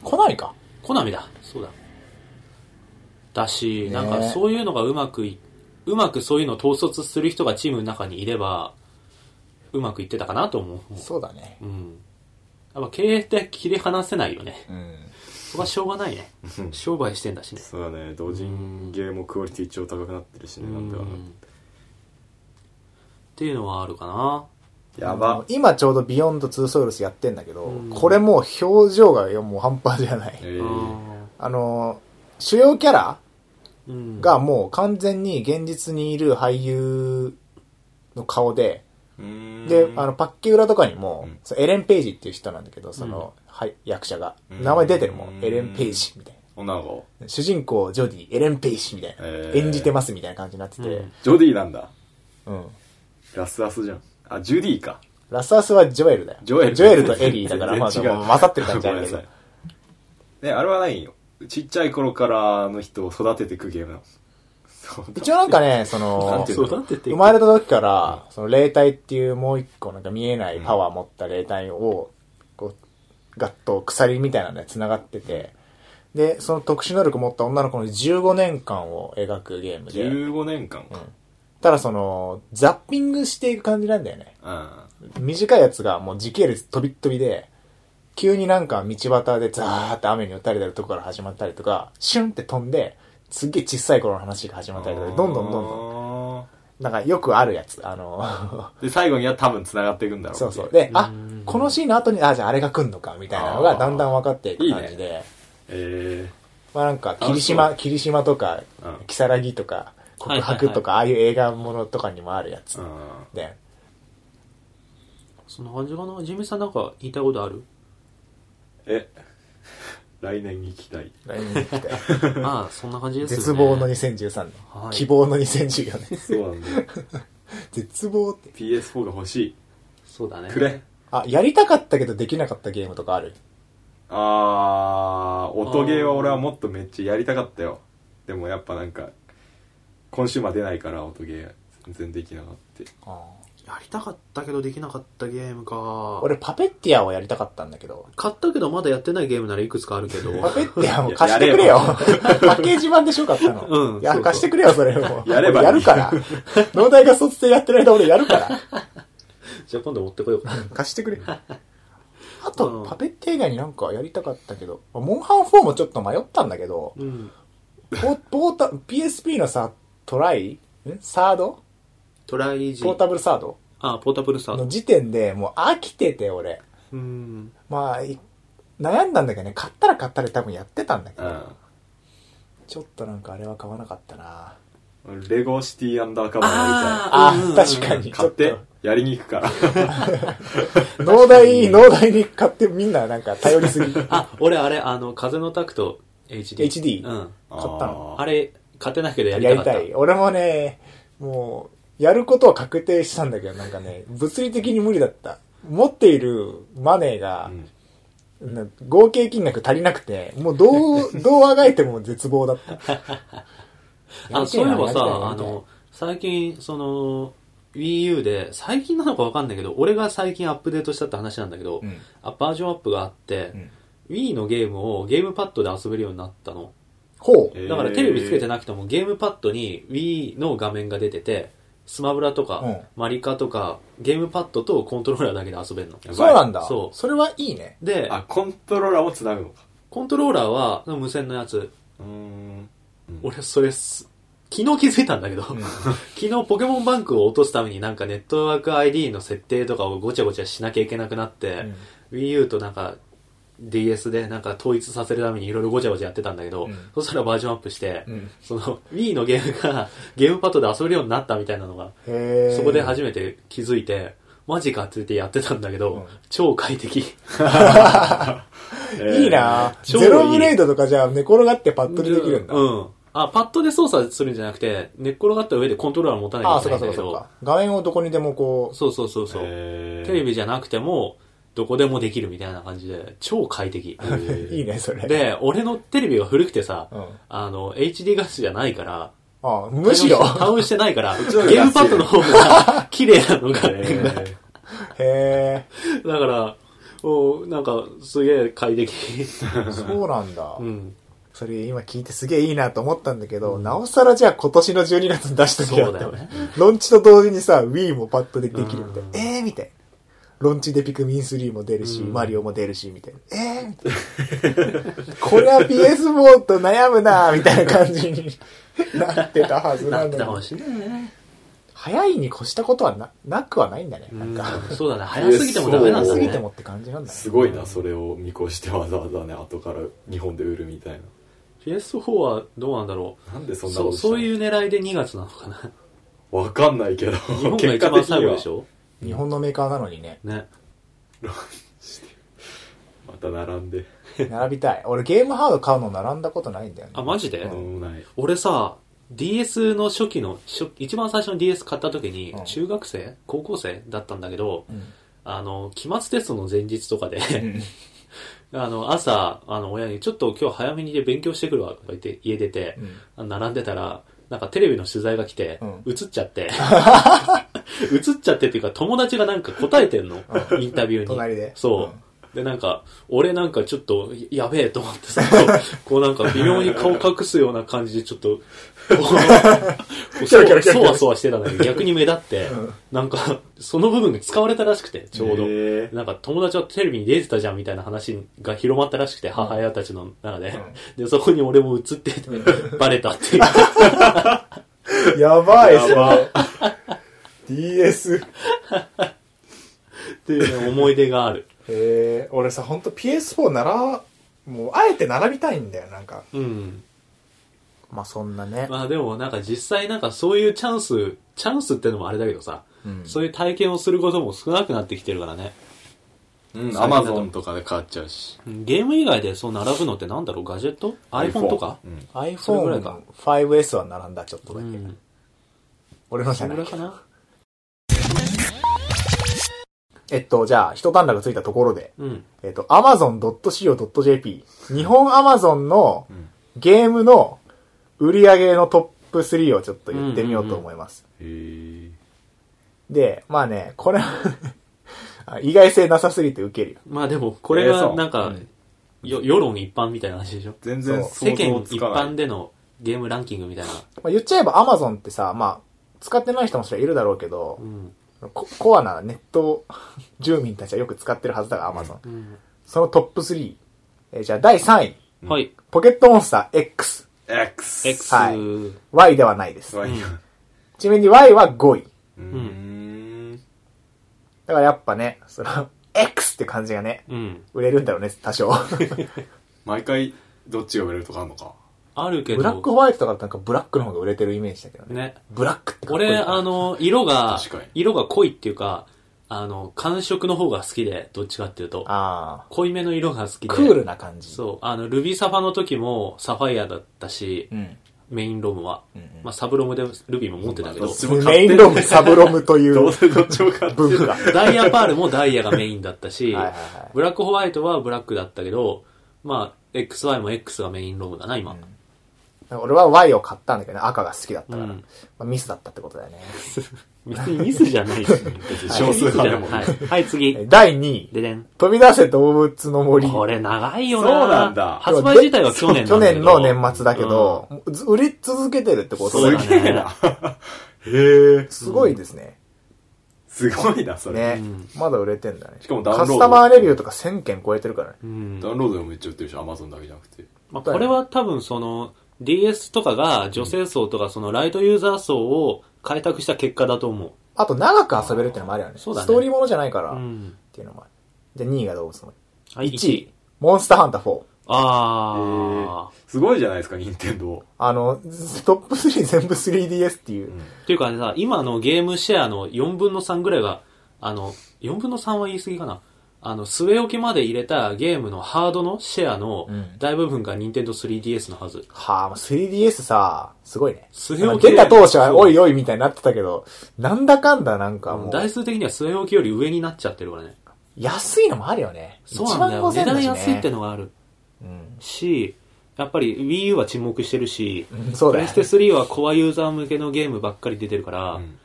Speaker 2: 来ないか。
Speaker 1: コナミだ、そうだ。だし、
Speaker 2: ね
Speaker 1: なんかそういうのがうまくい、うまくそういうのを統率する人がチームの中にいれば、うまくいってたかなと思う。
Speaker 2: そうだね。
Speaker 1: うん。やっぱ経営って切り離せないよね。
Speaker 2: うん。
Speaker 1: そこはしょうがないね。商売してんだしね。
Speaker 3: そうだね同人ゲームもクオリティ超高くなってるしねなんでは
Speaker 1: うんっていうのはあるかな。
Speaker 3: や
Speaker 2: あ
Speaker 3: ば
Speaker 2: の今ちょうどビヨンド2ソウルスやってんだけど
Speaker 1: うん、
Speaker 2: これもう表情がもう半端じゃな
Speaker 3: え
Speaker 2: い。
Speaker 3: ー
Speaker 2: あの、主要キャラ
Speaker 1: うん、
Speaker 2: がもう完全に現実にいる俳優の顔で、で、あの、パッケ裏とかにも、
Speaker 3: うん
Speaker 2: そうエレン・ページっていう人なんだけど、その、はい、役者が。
Speaker 3: うん
Speaker 2: 名前出てるも。
Speaker 3: うんん
Speaker 2: エレン・ページみたい
Speaker 3: 女の子
Speaker 2: な。主人公、ジョディ、エレン・ページみたいな。
Speaker 3: えー
Speaker 2: 演じてますみたいな感じになってて。
Speaker 3: ジョディなんだ
Speaker 2: うん。
Speaker 3: ラスアスじゃんあジュディか
Speaker 2: ラスアスはジョエルだよ。
Speaker 3: ジョエル
Speaker 2: とエリーだから、ま あ、
Speaker 3: 全
Speaker 2: ま
Speaker 3: 然違
Speaker 2: あ
Speaker 3: う
Speaker 2: 混ざってる感じあるけ
Speaker 3: ごめ
Speaker 2: ど
Speaker 3: んな。さいねあれはないよちっちゃい頃からの人を育てていくゲームなのそう
Speaker 2: 一応なんかね、そ
Speaker 3: なん
Speaker 2: の
Speaker 3: て、いうの
Speaker 1: そうだってって
Speaker 2: 生まれた時から、その霊体っていうもう一個なんか見えないパワー持った霊体を、こう、ガッと鎖みたいなので繋がってて、で、その特殊能力を持った女の子の15年間を描くゲームで、
Speaker 3: 15年間か
Speaker 2: ただその、ザッピングしていく感じなんだよね。
Speaker 3: ああ
Speaker 2: 短いやつがもう時系列飛びっ飛びで、急になんか道端でザーって雨に打たれてるとこから始まったりとか、シュンって飛んで、すっげえ小さい頃の話が始まったりとか、どんどんどんどん、
Speaker 3: ど
Speaker 2: なんかよくあるやつ。あの、
Speaker 3: んで最後には多分繋がっていくんだろう
Speaker 2: そうそう。
Speaker 3: で
Speaker 2: で、あ
Speaker 1: うん、
Speaker 2: このシーンの後に、あ、じゃああれが来んのか、みたいなのが
Speaker 3: あー
Speaker 2: だんだん分かっていく感じで、
Speaker 3: え
Speaker 2: まあなんか、
Speaker 3: そう
Speaker 2: 霧島、霧島とか
Speaker 3: うん、
Speaker 2: キサラギとか、告白とか、ああいう映画ものとかにもあるやつ
Speaker 3: ー、あ
Speaker 2: で、
Speaker 1: そんな感じかな。ジミーさんなんか言いたいことある
Speaker 3: ーえ 来年に行きたい
Speaker 2: 来年に来て、
Speaker 1: まあ、そんな感じですよね。
Speaker 2: 絶望の2013
Speaker 1: は
Speaker 2: 年、
Speaker 1: い
Speaker 2: 希望の2014年、
Speaker 3: そうなんだよ
Speaker 2: 絶望って。
Speaker 3: PS4 が欲しい
Speaker 1: そうだね。
Speaker 3: くれ
Speaker 2: あ、やりたかったけどできなかったゲームとかある
Speaker 3: あー音ゲーは俺はもっとめっちゃやりたかったよでもやっぱなんか今週まで出ないから音ゲー全然できなかった
Speaker 1: やりたかったけどできなかったゲームか。
Speaker 2: 俺、パペッティアをやりたかったんだけど、
Speaker 1: 買ったけどまだやってないゲームならいくつかあるけ ど。
Speaker 2: パペッティアも貸してくれよ。パッケージ版でしょ、買ったの。
Speaker 1: うん
Speaker 2: いや、
Speaker 1: そうそう
Speaker 2: 貸してくれよ、それも。
Speaker 3: やればいい
Speaker 2: 俺やるから。農大が卒でやってる間俺やるから。
Speaker 1: じゃあ今度持ってこようか。
Speaker 2: 貸してくれ。あ
Speaker 1: う
Speaker 2: と
Speaker 1: ん、
Speaker 2: パペッティア以外になんかやりたかったけど、モンハン4もちょっと迷ったんだけど、
Speaker 1: うん。
Speaker 2: ポポータ、PSP のさ、トライんサード
Speaker 1: トライジ
Speaker 2: ポータブルサード
Speaker 1: あ、ポータブルサー
Speaker 2: の
Speaker 1: ド。
Speaker 2: 時点でもう飽きてて、俺。
Speaker 1: うん。
Speaker 2: まあ、い悩んだんだけどね、買ったら買ったで多分やってたんだけど、ちょっとなんかあれは買わなかったな
Speaker 3: うんレゴシティアンダーカバーや
Speaker 2: あ
Speaker 1: うんうんうん
Speaker 2: あ、確か
Speaker 3: りた
Speaker 2: に。
Speaker 3: い買ってやりに行くから
Speaker 2: 農大、農大に買ってみんななんか頼 りすぎ。買った
Speaker 1: あ、俺あれ、あの、風のタクト HD。
Speaker 2: HD
Speaker 1: うん。
Speaker 2: の。
Speaker 1: あれ、勝てないけどやり
Speaker 2: や
Speaker 1: た
Speaker 2: り
Speaker 1: かった。
Speaker 2: たい。俺もね、もう、やることは確定したんだけど、なんかね、物理的に無理だった。持っているマネーが、
Speaker 3: うん
Speaker 2: な合計金額足りなくて、もう どう、どうあがいても絶望だった。
Speaker 1: あ、そういえばさ、あ
Speaker 2: やりたいなやりたいな
Speaker 1: の、最近、その、Wii U で、最近なのかわかんないけど、俺が最近アップデートしたって話なんだけど、
Speaker 2: うん
Speaker 1: あバージョンアップがあって、
Speaker 2: うん
Speaker 1: Wii のゲームをゲームパッドで遊べるようになったの。
Speaker 2: ほ
Speaker 3: え
Speaker 2: う。
Speaker 3: ー
Speaker 1: だからテレビつけてなくてもゲームパッドに Wii の画面が出てて、スマブラとか、
Speaker 2: うん
Speaker 1: マリカとか、ゲームパッドとコントローラーだけで遊べるの。
Speaker 3: やばい
Speaker 2: そうなんだ。
Speaker 1: そ
Speaker 2: そうれはいいね。
Speaker 1: で、
Speaker 3: あコントローラーもつなぐのか
Speaker 1: コントローラーは無線のやつ、
Speaker 3: うーん
Speaker 1: 俺それす、昨日気づいたんだけど、 昨日ポケモンバンクを落とすためになんかネットワーク ID の設定とかをごちゃごちゃしなきゃいけなくなって、Wii U となんか DS でなんか統一させるためにいろいろごちゃごちゃやってたんだけど、
Speaker 2: うん
Speaker 1: そしたらバージョンアップして、
Speaker 2: うん
Speaker 1: その Wii のゲームがゲームパッドで遊べるようになったみたいなのが、
Speaker 2: へー
Speaker 1: そこで初めて気づいて、マジかって言ってやってたんだけど、
Speaker 2: うん
Speaker 1: 超快適。
Speaker 3: えー
Speaker 2: いいな
Speaker 1: ちょう
Speaker 2: ゼ
Speaker 1: どいい
Speaker 2: ロブレードとかじゃあ寝転がってパッとできるんだ。
Speaker 1: うん。あ、パッドで操作するんじゃなくて、寝っ転がった上でコントローラー持たない
Speaker 2: あ
Speaker 1: と
Speaker 2: あ、
Speaker 1: いけ
Speaker 2: そっ
Speaker 1: な
Speaker 2: か
Speaker 1: いん
Speaker 2: そ
Speaker 1: だけ
Speaker 2: っかそっ
Speaker 1: ど
Speaker 2: か。、画面をどこにでもこう、
Speaker 1: そうそうそうそう、
Speaker 3: えー
Speaker 1: テレビじゃなくても、どこでもできるみたいな感じで、超快適。
Speaker 3: えー
Speaker 2: いいね、それ。
Speaker 1: で、俺のテレビが古くてさ、
Speaker 2: うん。
Speaker 1: あの、HD 画質じゃないから、
Speaker 2: ああ、む しろ。
Speaker 1: 対応してない から、ゲ
Speaker 3: ちの方が安い
Speaker 1: ームパッドの方が 綺麗なのが、
Speaker 3: え
Speaker 2: へえ、
Speaker 1: だから、おなんか、すげえ快 適。
Speaker 2: そうなんだ。
Speaker 1: うん。
Speaker 2: それ今聞いてすげえいいなと思ったんだけど、なおさらじゃあ今年の12月に出しとけよって。
Speaker 1: そうだよね
Speaker 2: ロンチと同時にさ、Wii もパッドでできるみたい
Speaker 1: うん
Speaker 2: な。えーみたいな。ロンチでピクミン3も出るし、
Speaker 1: うん
Speaker 2: マリオも出るし、みたいな。えーみたい な。これは PS モード悩むなみたいな感じに なってたはず
Speaker 1: な
Speaker 2: な
Speaker 1: ってたか
Speaker 2: の
Speaker 1: も
Speaker 2: に。
Speaker 1: しれないね。
Speaker 2: 早いに越したことはな、なくはないんだね。なんか。
Speaker 1: うんそうだね。早すぎてもダメなんだ
Speaker 3: いや
Speaker 2: 早
Speaker 3: そう
Speaker 2: すぎ
Speaker 1: ね
Speaker 2: て。もって感じなんだね。
Speaker 3: すごいなそれを見越してわざわざね後から日本で売るみたい
Speaker 1: PS4 はどうなんだろ
Speaker 3: ななんでそ
Speaker 1: うん
Speaker 3: な
Speaker 1: そ
Speaker 3: こ
Speaker 1: う
Speaker 3: と
Speaker 1: そう
Speaker 3: う
Speaker 1: いう狙いで2月なのかな
Speaker 3: わかんないけど
Speaker 1: 日本が
Speaker 3: 結
Speaker 1: 一
Speaker 3: 果
Speaker 1: 番
Speaker 3: 的に
Speaker 1: 最後
Speaker 3: は
Speaker 1: でしょ
Speaker 2: 日本のメーカーなのにね。
Speaker 1: ね
Speaker 3: また並んで
Speaker 2: 並びたい。俺ゲームハード買うの並んだことないんだよね。
Speaker 1: あマジで、
Speaker 3: 何もない
Speaker 1: 俺さ DS の初期の初一番最初の DS 買った時に
Speaker 2: うん
Speaker 1: 中学生、高校生だったんだけど
Speaker 2: うん
Speaker 1: あの期末テストの前日とかで、
Speaker 2: うん。
Speaker 1: あの朝あの親にちょっと今日早めにで勉強してくるわとか言って家出て、
Speaker 2: うん
Speaker 1: 並んでたらなんかテレビの取材が来て、
Speaker 2: うん
Speaker 1: 映っち ゃって映っちゃってっていうか友達がなんか答えてんのインタビューに
Speaker 2: 隣で
Speaker 1: そう、でなんか俺なんかちょっとやべえと思って さこうなんか微妙に顔隠すような感じでちょっとこうこうそ
Speaker 2: キャラキャラキャラ
Speaker 1: わそわそわしてたんだけど逆に目立って、
Speaker 2: うん
Speaker 1: なんかその部分が使われたらしくてちょうど、
Speaker 3: へー
Speaker 1: なんか友達はテレビに出てたじゃんみたいな話が広まったらしくて、母親たちの中で、 で、そこに俺も映ってて、 バレたっていう。
Speaker 2: やばいっす
Speaker 3: やば
Speaker 2: よ。DS。
Speaker 1: っていうね思い出がある。
Speaker 2: えー、俺さ、ほんと PS4 なら、もう、あえて並びたいんだよ、なんか。
Speaker 1: うん。
Speaker 2: まあ、そんなね。
Speaker 1: まあでもなんか実際なんかそういうチャンス、チャンスってのもあれだけどさ、
Speaker 2: うん
Speaker 1: そういう体験をすることも少なくなってきてるからね。
Speaker 3: うんアマゾンとかで買っちゃうし
Speaker 1: うんゲーム以外でそう並ぶのってなんだろうガジェット ?iPhone とか、
Speaker 3: うん
Speaker 2: iPhone
Speaker 1: それぐらいか
Speaker 2: の 5S は並んだ、ちょっと
Speaker 1: う
Speaker 2: だけ。
Speaker 1: ん。
Speaker 2: 俺のじ
Speaker 1: そ
Speaker 2: ゃ
Speaker 1: ん
Speaker 2: な
Speaker 1: ぐ
Speaker 2: い
Speaker 1: らいかな
Speaker 2: えっと、じゃあ、一段落ついたところで、
Speaker 1: うん。
Speaker 2: えっと、amazon.co.jp。日本 Amazon の
Speaker 3: うん
Speaker 2: ゲームの売り上げのトップ3をちょっと言ってみようと思います。
Speaker 3: へえ
Speaker 2: で、まあね、これはあ 意外性なさすぎてウケるよ。
Speaker 1: まあでもこれ
Speaker 3: えーそ
Speaker 1: が
Speaker 3: う
Speaker 1: なんか、よ世論一般みたいな話でしょ
Speaker 3: 全然
Speaker 1: 世
Speaker 3: 想
Speaker 1: 間
Speaker 3: 像
Speaker 1: 一
Speaker 3: つかない
Speaker 1: 般でのゲームランキングみたいな。
Speaker 2: まあ、言っちゃえば Amazon ってさ、まあ、使ってない人もしかいるだろうけど
Speaker 1: う、ん。
Speaker 2: ココアなネット住民たちはよく使ってるはずだから Amazon。
Speaker 1: うん
Speaker 2: そのトップ3。えーじゃあ第3位。
Speaker 3: うん
Speaker 1: はい。
Speaker 2: ポケットモンスター X。
Speaker 3: X
Speaker 1: X。
Speaker 2: は
Speaker 1: う
Speaker 2: い
Speaker 1: ん。
Speaker 2: Y ではないです。
Speaker 3: はい
Speaker 2: ちなみに Y は5位。
Speaker 3: うーん
Speaker 2: だからやっぱね、その、X って感じがね、売れるんだろうね、多 少。
Speaker 3: 毎回どっちが売れるとかあんのか
Speaker 1: あるけど。
Speaker 2: ブラックホワイトとかだとなんかブラックの方が売れてるイメージだけどね。
Speaker 1: ね。
Speaker 2: ブラックってかっこいい
Speaker 1: 俺、あの、色が
Speaker 3: 確かに、
Speaker 1: 色が濃いっていうか、あの、感触の方が好きで、どっちかっていうと。
Speaker 2: あ
Speaker 1: 濃いめの色が好き
Speaker 2: ー、
Speaker 1: で。
Speaker 2: クールな感じ。
Speaker 1: そう。あの、ルビーサファの時もサファイアだったし、
Speaker 2: うん。
Speaker 1: メインロムは。
Speaker 2: うんうん
Speaker 1: まあ、サブロムでルビーも持ってたけど
Speaker 3: どっ、ちも買
Speaker 2: メ
Speaker 3: っ
Speaker 2: イ
Speaker 3: て
Speaker 2: ン
Speaker 3: る
Speaker 2: ロム、サブロムと い
Speaker 3: どう
Speaker 2: う
Speaker 3: せどっちも買ってる
Speaker 2: 文化。
Speaker 1: ダイヤパールもダイヤがメインだったし、
Speaker 2: はいはいはい
Speaker 1: ブラックホワイトはブラックだったけど、まあ、XY も X がメインロムだな、今。
Speaker 2: 俺は Y を買ったんだけどね、赤が好きだったから。
Speaker 1: うん
Speaker 2: まあ、ミスだったってことだよね。
Speaker 1: 別にミスじゃないし、
Speaker 3: 少数派でも
Speaker 1: はい。はい、次。
Speaker 2: え第2位、
Speaker 1: ででん。
Speaker 2: 飛び出せ動物の森。
Speaker 1: これ長いよな
Speaker 3: そうなんだ
Speaker 1: 発売自体は去年
Speaker 2: 去
Speaker 1: なんだけ
Speaker 2: 年
Speaker 1: ど
Speaker 2: の年末だけど、もうず売れ続けてるってこと
Speaker 1: そうだ
Speaker 2: だね
Speaker 1: ね。
Speaker 3: すげえなへえ
Speaker 2: すごいですね。
Speaker 3: すごいなそれ
Speaker 1: う
Speaker 2: ね、
Speaker 1: ん
Speaker 2: まだ売れてんだね。
Speaker 3: しかもダウンロード
Speaker 2: カスタマーレビューとか1000件超えてるからね。
Speaker 1: うん、うん
Speaker 3: ダウンロードでもめっちゃ売ってるしアマゾンだけじゃなくて
Speaker 1: まあ、これは多分その DS とかが女性層とかそのライトユーザー層を開拓した結果だと思
Speaker 2: あと長く遊べるってのもあるよね。
Speaker 1: そうだね
Speaker 2: ストーリーものじゃないから、
Speaker 1: う、う
Speaker 2: っ
Speaker 1: ん、
Speaker 2: ていうのもある。じゃあ2位が動物の
Speaker 1: はい
Speaker 2: 森。1位、モンスターハンター4。
Speaker 1: あ
Speaker 3: え
Speaker 1: ー、
Speaker 3: ーすごいじゃないですか任天堂
Speaker 2: あの、トップ3全部 3DS っていう。
Speaker 3: うん
Speaker 1: っていうかねさ今のゲームシェアの4分の3ぐらいがあの4分の3は言い過ぎかなあの、据え置きまで入れたゲームのハードのシェアの
Speaker 2: うん
Speaker 1: 大部分が Nintendo 3DS のはず。
Speaker 2: はあ、もう 3DS さ、すごいね。
Speaker 1: 据え
Speaker 2: なん
Speaker 1: 置
Speaker 2: か
Speaker 1: き
Speaker 2: 出た当初は、
Speaker 1: そう
Speaker 2: おいおいみたいになってたけど、なんだかんだなんかもう、
Speaker 1: 台数的には据え置きより上になっちゃってるからね。
Speaker 2: 安いのもあるよね。
Speaker 1: そうなんだよ。値
Speaker 2: 1万5000
Speaker 1: 段
Speaker 2: 円だし
Speaker 1: 安
Speaker 2: ね
Speaker 1: いってのがある
Speaker 2: うん
Speaker 1: し、やっぱり Wii U は沈黙してるし、
Speaker 2: うん。そう
Speaker 1: プ
Speaker 2: だよ
Speaker 1: レ
Speaker 2: ね
Speaker 1: ス。テ3はコアユーザー向けのゲームばっかり出てるから、
Speaker 3: うん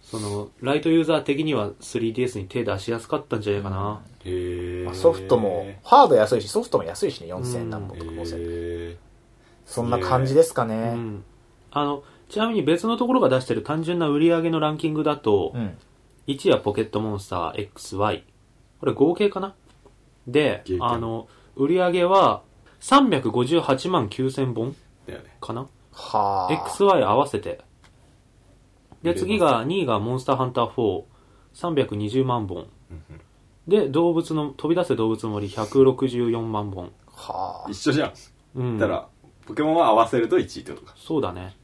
Speaker 1: その、ライトユーザー的には 3DS に手出しやすかったんじゃないかな。
Speaker 3: へー
Speaker 2: まあソフトも、ハード安いし、ソフトも安いしね、4000何
Speaker 3: へ
Speaker 2: 本とか5000。
Speaker 3: ー
Speaker 2: そんな感じですか
Speaker 1: う
Speaker 2: ね。
Speaker 1: ん。あの、ちなみに別のところが出してる単純な売り上げのランキングだと、
Speaker 2: うん。
Speaker 1: 1位はポケットモンスター XY。これ合計かなで
Speaker 3: 合計、
Speaker 1: あの、売り上げは358万9000本
Speaker 3: だよね
Speaker 1: かな
Speaker 2: はあ。
Speaker 1: ?XY 合わせて。で、
Speaker 3: 入れます
Speaker 1: 次が2位がモンスターハンター4。320万本。
Speaker 3: うんうん
Speaker 1: で、動物の、飛び出せ動物の森164万本。
Speaker 2: はあ。
Speaker 3: 一緒じゃん
Speaker 1: うん。
Speaker 3: だからポケモンは合わせると1位ってことか
Speaker 1: そうだね。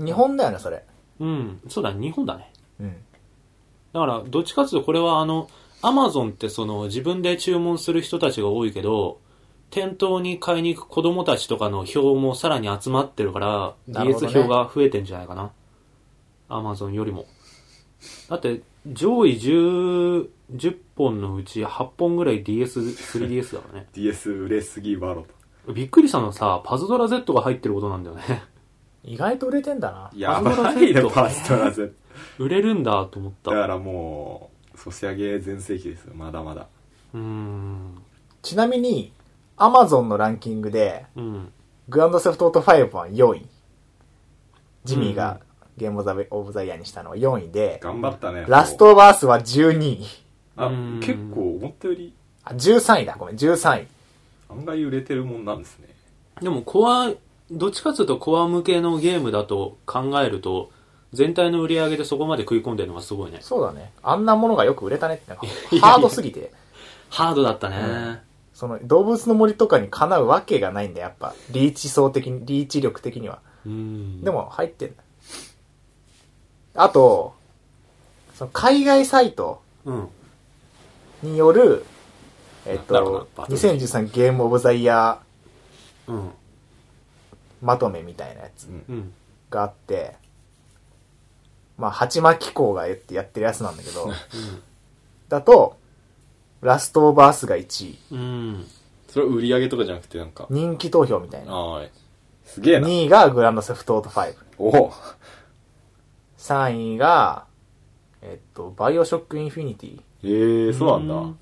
Speaker 2: 日本だよね、それ。
Speaker 1: うん。そうだ、日本だね。
Speaker 2: うん。
Speaker 1: だから、どっちかっていうと、これはあの、アマゾンってその、自分で注文する人たちが多いけど、店頭に買いに行く子供たちとかの票もさらに集まってるから、
Speaker 2: なるほ
Speaker 1: DS
Speaker 2: ど
Speaker 1: 票
Speaker 2: ね
Speaker 1: が増えてんじゃないかな。アマゾンよりも。だって、上位10、10本のうち8本ぐらい DS、3DS だからね。
Speaker 3: DS 売れすぎバロと
Speaker 1: びっくりしたのはさ、パズドラ Z が入ってることなんだよね。
Speaker 2: 意外と売れてんだな。
Speaker 3: やばいなパズドラ Z
Speaker 1: 売れるんだと思った。
Speaker 3: だ か
Speaker 1: う
Speaker 3: らもうソシャゲ全盛期ですよまだまだ
Speaker 1: ーん。
Speaker 2: ちなみに、アマゾンのランキングで、
Speaker 1: うん。
Speaker 2: グランドセフトオート5は4位。ジミーがゲームオブザオブザイヤーにしたのは4位で、
Speaker 3: 頑張ったね
Speaker 2: ラストバースは12位。
Speaker 3: あ
Speaker 1: うん
Speaker 3: 結構思ったより
Speaker 2: あ、13位だ、ごめん、13位。
Speaker 3: 案外売れてるもんなんですね
Speaker 1: でもコア、どっちかというとコア向けのゲームだと考えると、全体の売り上げでそこまで食い込んでるのがすごいね。
Speaker 2: そうだね。あんなものがよく売れたねって、なんか
Speaker 1: や
Speaker 2: ハードすぎて。
Speaker 1: ハードだったね。
Speaker 2: うんその、動物の森とかにかなうわけがないんだよ、やっぱ。リーチ層的に、リーチ力的には。
Speaker 1: うん。
Speaker 2: で、も、入ってんだ。あと、その、海外サイト
Speaker 1: うん。
Speaker 2: による、えっ
Speaker 3: なるほど
Speaker 2: と、
Speaker 3: バトル
Speaker 2: 2013ゲームオブザイヤ
Speaker 1: うん。
Speaker 2: ーまとめみたいなやつ
Speaker 3: うん
Speaker 1: うん。
Speaker 2: があって、まあ、鉢巻機構がやってやってるやつなんだ けど、だと、ラストオブアースが1位。
Speaker 1: うん。
Speaker 3: それは売り上げとかじゃなくてなんか
Speaker 2: 人気投票みたいな。
Speaker 3: はいすげえな
Speaker 2: 2位がグランドセフトオート5。
Speaker 3: おお
Speaker 2: 3位が、えっと、バイオショックインフィニティ。
Speaker 3: へえそうな
Speaker 1: うんん
Speaker 3: だ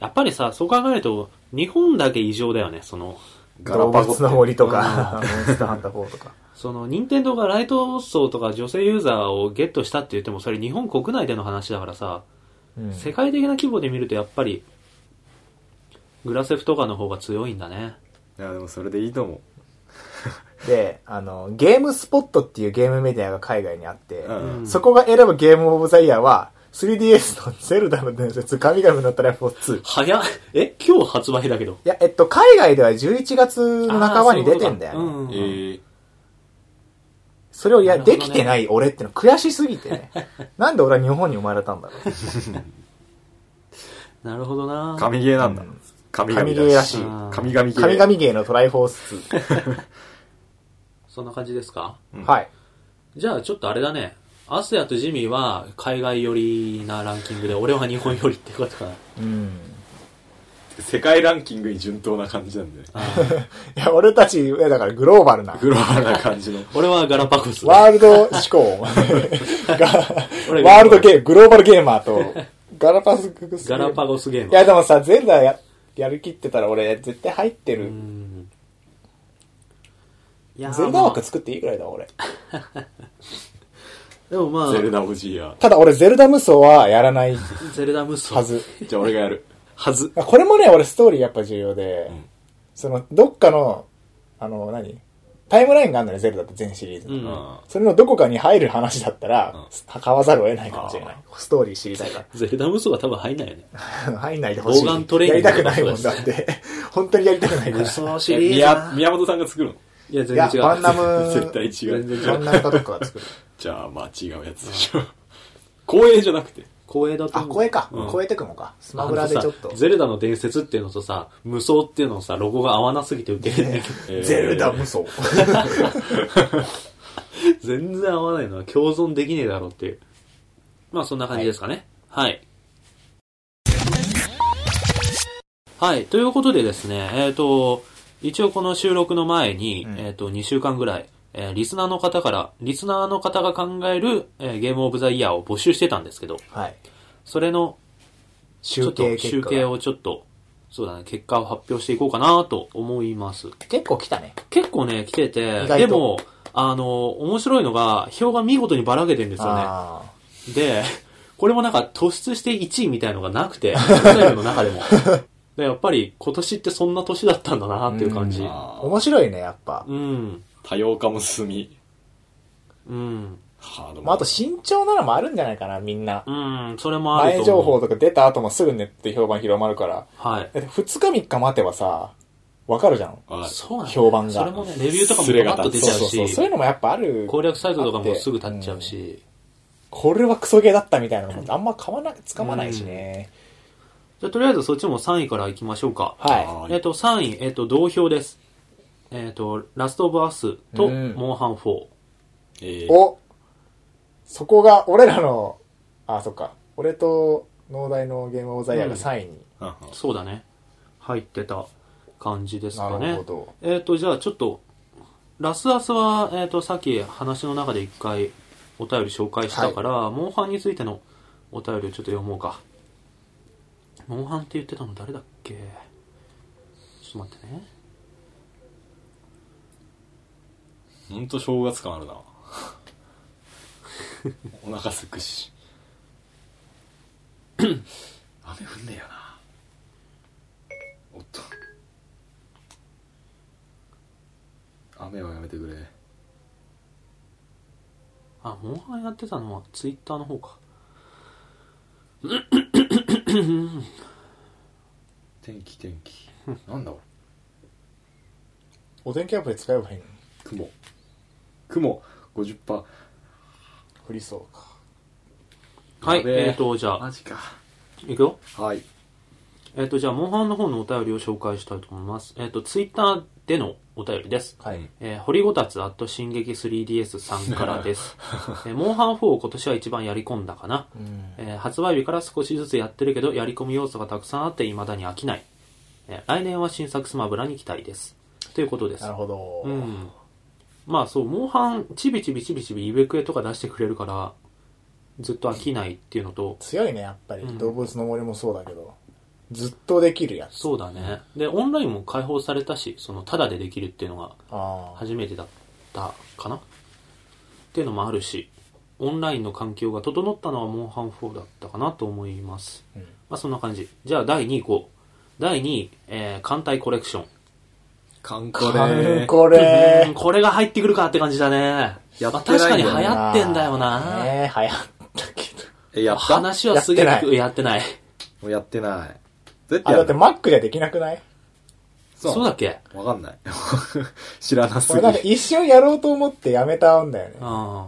Speaker 1: やっぱりさ、そう考えると、日本だけ異常だよね、その、
Speaker 3: ガラ
Speaker 2: 動
Speaker 3: パゴっ
Speaker 2: 物
Speaker 3: て
Speaker 2: の森とか、 モンスターハンター4とか。
Speaker 1: その、任天堂がライト層とか女性ユーザーをゲットしたって言っても、それ日本国内での話だからさ、
Speaker 2: うん
Speaker 1: 世界的な規模で見るとやっぱり、グラセフとかの方が強いんだね。
Speaker 3: いやでもそれでいいと思う
Speaker 2: で、あの、ゲームスポットっていうゲームメディアが海外にあって、
Speaker 3: うん
Speaker 1: うん
Speaker 2: そこが選ぶゲームオブザイヤーは、3DS のゼルダの伝説、神々のトライフォー2。い
Speaker 1: 早っ。え、今日発売だけど。
Speaker 2: や、えっと、海外では11月の半ばに出てんだよね。
Speaker 1: あ
Speaker 2: そ
Speaker 1: ーそういうこ
Speaker 3: ええ
Speaker 2: れを、い
Speaker 1: な
Speaker 2: や、
Speaker 1: るほど
Speaker 2: で
Speaker 1: ね
Speaker 2: きてない俺っての悔しすぎ てね。なんで俺は日本に生まれたんだろう。
Speaker 1: とかうんなるほどな。
Speaker 3: 神ゲーなんだ
Speaker 2: うん
Speaker 3: 神
Speaker 2: 神ゲーらしい
Speaker 1: あー
Speaker 3: 神々ゲー
Speaker 2: 神々芸のトライフォース2。
Speaker 1: そんな感じですか
Speaker 3: うん
Speaker 2: はい。
Speaker 1: じゃあ、ちょっとあれだね。アスヤとジミーは海外寄りなランキングで、俺は日本寄りってことかな。
Speaker 2: うん。
Speaker 3: 世界ランキングに順当な感じなんでね
Speaker 1: あー
Speaker 2: いや、俺たち、いやだからグローバルな。
Speaker 3: グローバルな感じの
Speaker 1: 俺はガラパゴスだ。
Speaker 2: ワールド 志向が、
Speaker 1: 俺
Speaker 2: ワールドゲー、グローバルゲーマーと、ガラパスグス。
Speaker 1: ガラパゴスゲーム。
Speaker 2: いや、でもさ、ゼルダや、やる気ってたら俺、絶対入ってる
Speaker 1: う。んいやー
Speaker 2: ゼルダ
Speaker 1: ま
Speaker 2: 枠
Speaker 1: あ
Speaker 2: 作っていいぐらいだ、俺。
Speaker 1: でもまあ、
Speaker 3: ゼルダオジーや
Speaker 2: ただ俺、ゼルダ無双はやらない
Speaker 1: ゼルダ無双。
Speaker 2: は。ず。
Speaker 3: じゃあ俺がやる
Speaker 1: はず。
Speaker 2: これもね、俺、ストーリーやっぱ重要で、
Speaker 3: うん
Speaker 2: その、どっかの、あの、何タイムラインがあるのよ、ゼルダって全シリーズの。
Speaker 1: うん
Speaker 3: あ
Speaker 2: それのどこかに入る話だったら
Speaker 3: うん、
Speaker 2: 買わざるを得ないかもしれない。ストーリー知りたいから。
Speaker 1: ゼルダ無双は多分入んないよね。
Speaker 2: 入んないでほしい。
Speaker 1: 老眼トレーニ
Speaker 2: や
Speaker 1: ン
Speaker 2: り
Speaker 1: グ
Speaker 2: たくないもんだって。本当にやりたくないか
Speaker 1: 無
Speaker 2: ら。
Speaker 1: 双シ
Speaker 3: ー
Speaker 1: リーズ
Speaker 3: 宮
Speaker 1: な。
Speaker 3: 宮本さんが作るの
Speaker 1: いや、
Speaker 2: い
Speaker 1: 全
Speaker 2: や
Speaker 1: 然違、う。
Speaker 2: バンナム、
Speaker 3: 絶対違
Speaker 1: 全然
Speaker 3: う
Speaker 1: 違う
Speaker 2: バンナムかどっかが作る。
Speaker 3: じゃあまあ違うやつでしょ公営じゃなくて
Speaker 1: 光栄だと
Speaker 2: あ、
Speaker 1: 思う。
Speaker 2: 超えか。
Speaker 1: うん
Speaker 2: 超えてくのか。スマブラでちょっ
Speaker 1: あの
Speaker 2: と
Speaker 1: さ。ゼルダの伝説っていうのとさ、無双っていうのさ、ロゴが合わなすぎてウケるんだけど。
Speaker 3: えー
Speaker 2: ゼルダ無双。
Speaker 1: 全然合わないのは共存できねえだろうっていう。まあそんな感じですかね。はい。はい。ということでですね、えっ、と、一応この収録の前に、
Speaker 2: うん
Speaker 1: えっ、と、2週間ぐらい、えーリスナーの方から、リスナーの方が考える、えーゲームオブザイヤーを募集してたんですけど、
Speaker 2: はい。
Speaker 1: それのちょ
Speaker 2: 集
Speaker 1: っと
Speaker 2: 計結
Speaker 1: 集
Speaker 2: 果
Speaker 1: 計
Speaker 2: が。
Speaker 1: をちょっと、そうだね、結果を発表していこうかなと思います。
Speaker 2: 結構来たね。
Speaker 1: 結構ね、来てて
Speaker 2: 意外、と
Speaker 1: でも、あの、面白いのが、票が見事にばらけてるんですよね。
Speaker 2: ああ。
Speaker 1: で、これもなんか突出して1位みたいのがなく て、プレイの中でも。で、やっぱり今年ってそんな年だったんだなっていう感じ。
Speaker 3: あー
Speaker 2: 面白いね、やっぱ。
Speaker 1: うん。
Speaker 3: 多様化も進み、
Speaker 1: うん。
Speaker 3: ハードも
Speaker 2: まあ、あと慎重なのもあるんじゃないかな、みんな。
Speaker 1: うん、それもある
Speaker 2: 前
Speaker 1: と
Speaker 2: 情
Speaker 1: 思
Speaker 2: 報
Speaker 1: う。
Speaker 2: とか出た後もすぐネットで評判広まるから。
Speaker 1: はい。
Speaker 2: 2日3日待てばさ、わかるじゃん。
Speaker 3: はい
Speaker 1: そうなんだよね
Speaker 2: 評判が
Speaker 1: それもね、レビューとかも
Speaker 3: すれ
Speaker 1: ガ
Speaker 3: が
Speaker 1: バッと出ち
Speaker 2: そう
Speaker 1: ゃう
Speaker 2: そうそう。
Speaker 1: し
Speaker 2: そうい、うのもやっぱある。
Speaker 1: 攻略サイトとかもすぐ立っちゃうし。
Speaker 2: これはクソゲーだったみたいな のもあんま買わな、つかまないしね。
Speaker 1: じゃあとりあえずそっちも3位から行きましょうか。
Speaker 2: は
Speaker 1: えっと、3位、えっと、同票です。えっと、ラストオブアスと、
Speaker 2: うん
Speaker 1: モンハン4。
Speaker 3: えー
Speaker 2: い。おそこが、俺らの、あ、そっか。俺と、農大のゲームオブザイヤーが3位に。
Speaker 3: はんはん
Speaker 1: そうだね。入ってた感じです
Speaker 2: な
Speaker 1: か
Speaker 2: る
Speaker 1: ね
Speaker 2: ほ。ど。
Speaker 1: えっ、と、じゃあちょっと、ラスアスは、えっ、と、さっき話の中で一回お便り紹介したから、モンハンについてのお便りをちょっと読もうか。モンハンって言ってたの誰だっけちょっと待ってね。
Speaker 3: ほんと正月感あるな お腹すくし 雨降んねえよなおっと雨はやめてくれ
Speaker 1: あ、モンハンやってたのはツイッターの方か。
Speaker 3: 天気天気なんだこれ
Speaker 2: お天気アプリ使えばいいのに
Speaker 3: 雲雲50%
Speaker 2: 降りそうか。
Speaker 1: はい、
Speaker 3: やべ
Speaker 1: えっ、と、じゃあ、
Speaker 3: マジか
Speaker 1: いくよ。
Speaker 3: はい
Speaker 1: えっ、と、じゃあ、モンハンの方のお便りを紹介したいと思います。えっ、と、ツイッターでのお便りです。
Speaker 2: はい。
Speaker 1: えー、堀ごたつ、あと、進撃 3DS さんから です。えーモンハン4を今年は一番やり込んだかな。
Speaker 2: うん。
Speaker 1: えー発売日から少しずつやってるけど、やり込み要素がたくさんあって、未だに飽きない。えー来年は新作スマブラに期待です。ということです
Speaker 2: なる。ほど。
Speaker 1: うん。まあそう、モンハン、ちびちびちびちびイベクエとか出してくれるから、ずっと飽きないっていうのと、
Speaker 2: 強いね、やっぱり。
Speaker 1: うん
Speaker 2: 動物の森もそうだけど。ずっとできるやつ。
Speaker 1: そうだね。で、オンラインも開放されたし、その、タダでできるっていうのが
Speaker 2: ああ。
Speaker 1: 初めてだったかなっていうのもあるし、オンラインの環境が整ったのはモンハン4だったかなと思います。
Speaker 2: うん
Speaker 1: まあそんな感じ。じゃあ第2位いこう。第2位、えー、艦隊コレクション。
Speaker 3: 観
Speaker 2: 缶
Speaker 3: ね
Speaker 2: こ
Speaker 1: うーん
Speaker 2: れ。
Speaker 1: これが入ってくるかって感じだね。
Speaker 3: や
Speaker 1: まあ
Speaker 3: って
Speaker 1: 確か
Speaker 3: ない
Speaker 1: に
Speaker 3: んだ
Speaker 1: 流
Speaker 3: よな
Speaker 1: 行ってんだよな。
Speaker 2: ねえ、流行ったけど。
Speaker 3: えやった
Speaker 1: 話はすげえ
Speaker 2: やってない
Speaker 1: やってない。
Speaker 3: もうやってないどうやって
Speaker 2: あ、
Speaker 3: や
Speaker 2: だっ
Speaker 3: る
Speaker 2: て
Speaker 3: の
Speaker 2: Mac じゃできなくない
Speaker 3: そう
Speaker 1: そうだっけ
Speaker 3: わかんない 知らなす
Speaker 2: 俺なんか
Speaker 3: ぎ
Speaker 2: 一瞬やろうと思ってやめたんだよね
Speaker 1: う。ん。あ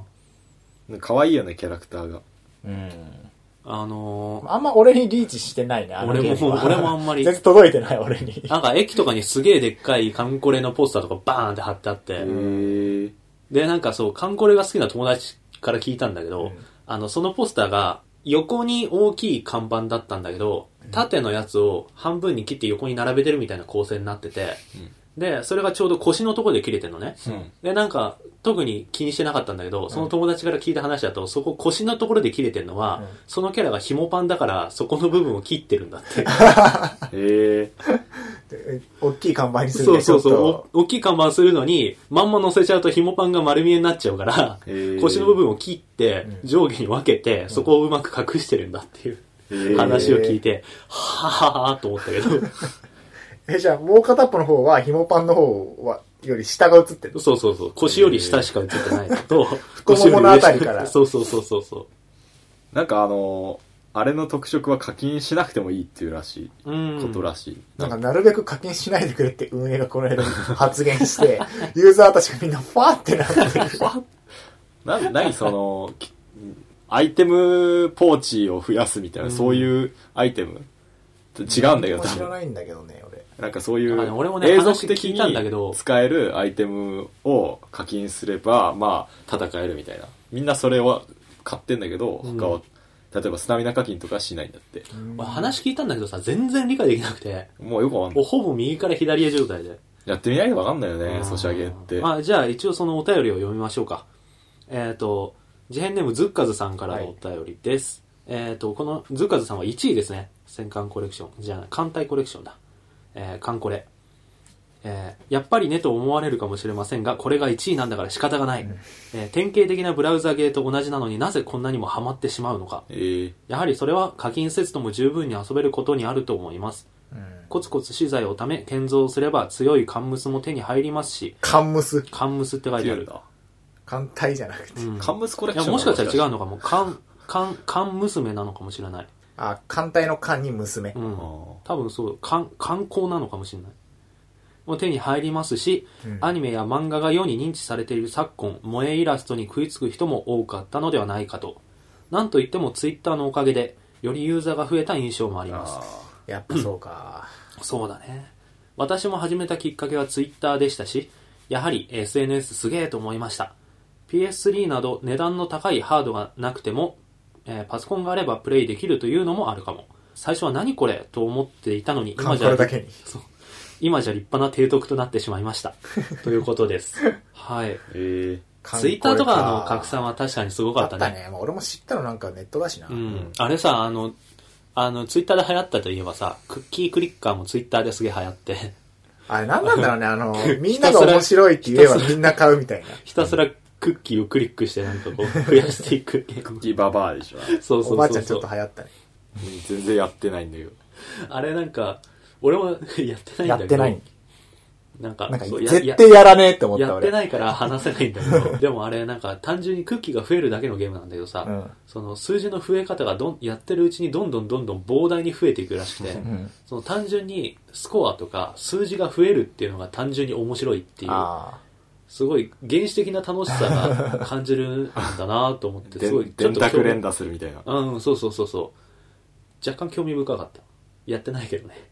Speaker 3: 可愛いよねキャラクターが
Speaker 2: うん。
Speaker 1: のー、
Speaker 2: あんま俺にリーチしてないね、あの
Speaker 1: 俺も
Speaker 2: ゲームは
Speaker 1: 俺もあんまり
Speaker 2: 全然届いてない、俺に。
Speaker 1: なんか駅とかにすげえでっかいカンコレのポスターとかバーンって貼ってあって、
Speaker 3: へえ
Speaker 1: で、なんかそう、カンコレが好きな友達から聞いたんだけど、
Speaker 2: うん
Speaker 1: あの、そのポスターが横に大きい看板だったんだけど、縦のやつを半分に切って横に並べてるみたいな構成になってて、で、それがちょうど腰のところで切れてんのね。
Speaker 3: うん
Speaker 1: で、なんか、特に気にしてなかったんだけど、その友達から聞いた話だと、そこ腰のところで切れてんのは、
Speaker 2: うん
Speaker 1: そのキャラが紐パンだから、そこの部分を切ってるんだって。
Speaker 3: へえ
Speaker 2: で大きい看板にする
Speaker 1: そう
Speaker 2: ね
Speaker 1: そう
Speaker 2: ちょ
Speaker 1: そ
Speaker 2: っ
Speaker 1: う。お大きい看板するのに、まんま乗せちゃうと紐パンが丸見えになっちゃうから、
Speaker 3: へー
Speaker 1: 腰の部分を切って、
Speaker 2: うん
Speaker 1: 上下に分けて、そこをうまく隠してるんだっていう
Speaker 3: へー
Speaker 1: 話を聞いて、はぁはぁはぁと思ったけど、
Speaker 2: とえ、じゃあもう片っぽの方は、紐パンの方は、より下が映ってる。
Speaker 1: そうそうそう、腰より下しか映ってないのと、
Speaker 2: 太もものあたりから
Speaker 1: 腰よ上しそうそうそうそうそ
Speaker 3: なんかあのーあれの特色は課金しなくてもいいっていうらしい、
Speaker 1: う。うん。
Speaker 3: ことらしい
Speaker 2: な
Speaker 3: なんん
Speaker 2: か
Speaker 3: か
Speaker 2: なるべく課金しないでくれって運営がこの間 発言して、ユーザーたちがみんなファーってなってる。
Speaker 3: な何そのきアイテムポーチを増やすみたいな、
Speaker 1: うん
Speaker 3: そういうアイテムと違うんだけど、
Speaker 2: 何も
Speaker 3: 多
Speaker 2: 知ら
Speaker 3: 分。
Speaker 2: ないんだけどね、俺。
Speaker 3: なんかそうい
Speaker 1: なんかね俺も
Speaker 3: う、
Speaker 1: ね
Speaker 3: 永続
Speaker 1: 話
Speaker 3: 的
Speaker 1: 聞いたんだけど
Speaker 3: に使えるアイテムを課金すれば、まあ、戦えるみたいな。みんなそれは買ってんだけど、
Speaker 1: うん
Speaker 3: 他は、例えばスタミナ課金とかしないんだって。
Speaker 1: 俺話聞いたんだけどさ、全然理解できなくて、
Speaker 3: もうよくわかんな
Speaker 1: もう
Speaker 3: い。
Speaker 1: ほぼ右から左へ状態で。
Speaker 3: やってみないとわかんないよね、ソシャゲって。
Speaker 1: あじゃあ一応そのお便りを読みましょうかえっ、と事変ネームズッカズさんからのお便りです、えっ、とこのズッカズさんは1位ですね戦艦コレクションじゃあ艦隊コレクションだえー、艦コレえーやっぱりねと思われるかもしれませんが、これが1位なんだから仕方がない。えー典型的なブラウザゲーと同じなのになぜこんなにもハマってしまうのか。
Speaker 3: えー、
Speaker 1: やはりそれは課金せずとも十分に遊べることにあると思います。
Speaker 2: うん。
Speaker 1: コツコツ資材をため、建造すれば強い艦ムスも手に入りますし、
Speaker 2: カンムス。
Speaker 1: カンムスって書いてあ
Speaker 3: 強いん
Speaker 1: る。
Speaker 3: だ。
Speaker 2: 艦隊じゃなくて。
Speaker 1: うん
Speaker 3: カンムスコレ
Speaker 1: い
Speaker 3: ク
Speaker 1: や、
Speaker 3: ション
Speaker 1: もしかしたら違
Speaker 3: う。
Speaker 1: うのかも。カン、カン、カン娘なのかもしれない。
Speaker 2: あ、艦隊の艦に娘。
Speaker 1: う。
Speaker 2: うん
Speaker 3: あ
Speaker 1: 多分そう、カン、観光なのかもしれない。もう手に入りますし、
Speaker 2: ん
Speaker 1: アニメや漫画が世に認知されている昨今、萌えイラストに食いつく人も多かったのではないかと。なんといってもツイッターのおかげで、よりユーザーが増えた印象もあり
Speaker 3: ー
Speaker 1: ます。
Speaker 3: あ
Speaker 2: やっぱそうか。
Speaker 1: そうだね。私も始めたきっかけはツイッターでしたし、やはり SNS すげえと思いました。PS3 など値段の高いハードがなくても、えーパソコンがあればプレイできるというのもあるかも。最初は何これと思っていたのに、
Speaker 2: 艦
Speaker 1: 今じ
Speaker 2: こ
Speaker 1: ゃ
Speaker 2: れ、だけに。
Speaker 1: 今じゃ立派な提督となってしまいました。ということ です。はい。
Speaker 3: ー。え
Speaker 2: 艦
Speaker 1: ツイッターとかの
Speaker 2: これ
Speaker 1: 拡散は確かにすご
Speaker 2: あ
Speaker 1: かっ
Speaker 2: ったた
Speaker 1: ね。
Speaker 2: ね。まあ俺も知ったのなんかネットだしな。
Speaker 1: うん。あれさ、あの、あの、ツイッターで流行ったといえばさ、クッキークリッカーもツイッターですげえ流行って。
Speaker 2: あれ何なんだろうね、あの、みんなが面白いって言えばみんな買うみたいな。
Speaker 1: ひたすらクッキーをクリックしてなんかこ う増やしていく。
Speaker 3: ー、キーババアでしょ。
Speaker 1: そうそ
Speaker 2: お
Speaker 1: うそうそう。
Speaker 2: ばあちゃんちょっと流行ったね。
Speaker 3: うん全然やってないんだけど。
Speaker 1: あれなんか、俺もやってないんだけど。
Speaker 2: やってない。
Speaker 1: なんか、
Speaker 2: なんか
Speaker 1: そうや
Speaker 2: 絶対やらねえって思っ
Speaker 1: や
Speaker 2: た
Speaker 1: やっ
Speaker 2: 俺。
Speaker 1: てないから話せないんだけ ど、でもあれなんか単純にクッキーが増えるだけのゲームなんだけどさ、
Speaker 2: うん
Speaker 1: その数字の増え方がどんやってるうちにどんどんどんどん膨大に増えていくらしくて、
Speaker 2: ん
Speaker 1: その単純にスコアとか数字が増えるっていうのが単純に面白いっていう、
Speaker 2: あ
Speaker 1: すごい原始的な楽しさが感じるんだなと思 って、
Speaker 3: です
Speaker 1: ごい
Speaker 3: 電卓
Speaker 1: 興味
Speaker 3: 連打するみたいな。
Speaker 1: うん、そうそうそうそう。若干興味深かった。やってないけどね。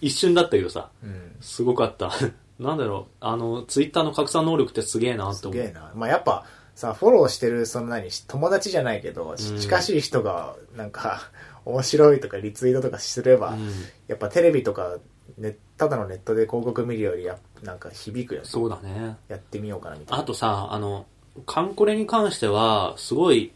Speaker 1: 一瞬だったけどさ、
Speaker 2: あ。うん。
Speaker 1: すごかった。 なんだろう、あの、ツイッターの拡散能力ってすげえなと
Speaker 2: す
Speaker 1: 思
Speaker 2: げ
Speaker 1: う
Speaker 2: え。な。まあやっぱ、さ、フォローしてる、その何、友達じゃないけど、近しい人が、なんか、 面白いとかリツイートとかすれば、
Speaker 1: うん
Speaker 2: やっぱテレビとか、ね、ただのネットで広告見るよりや、なんか響くよね。
Speaker 1: そうだね。
Speaker 2: やってみようかなみたいな。
Speaker 1: あとさ、あの、カンコレに関しては、すごい、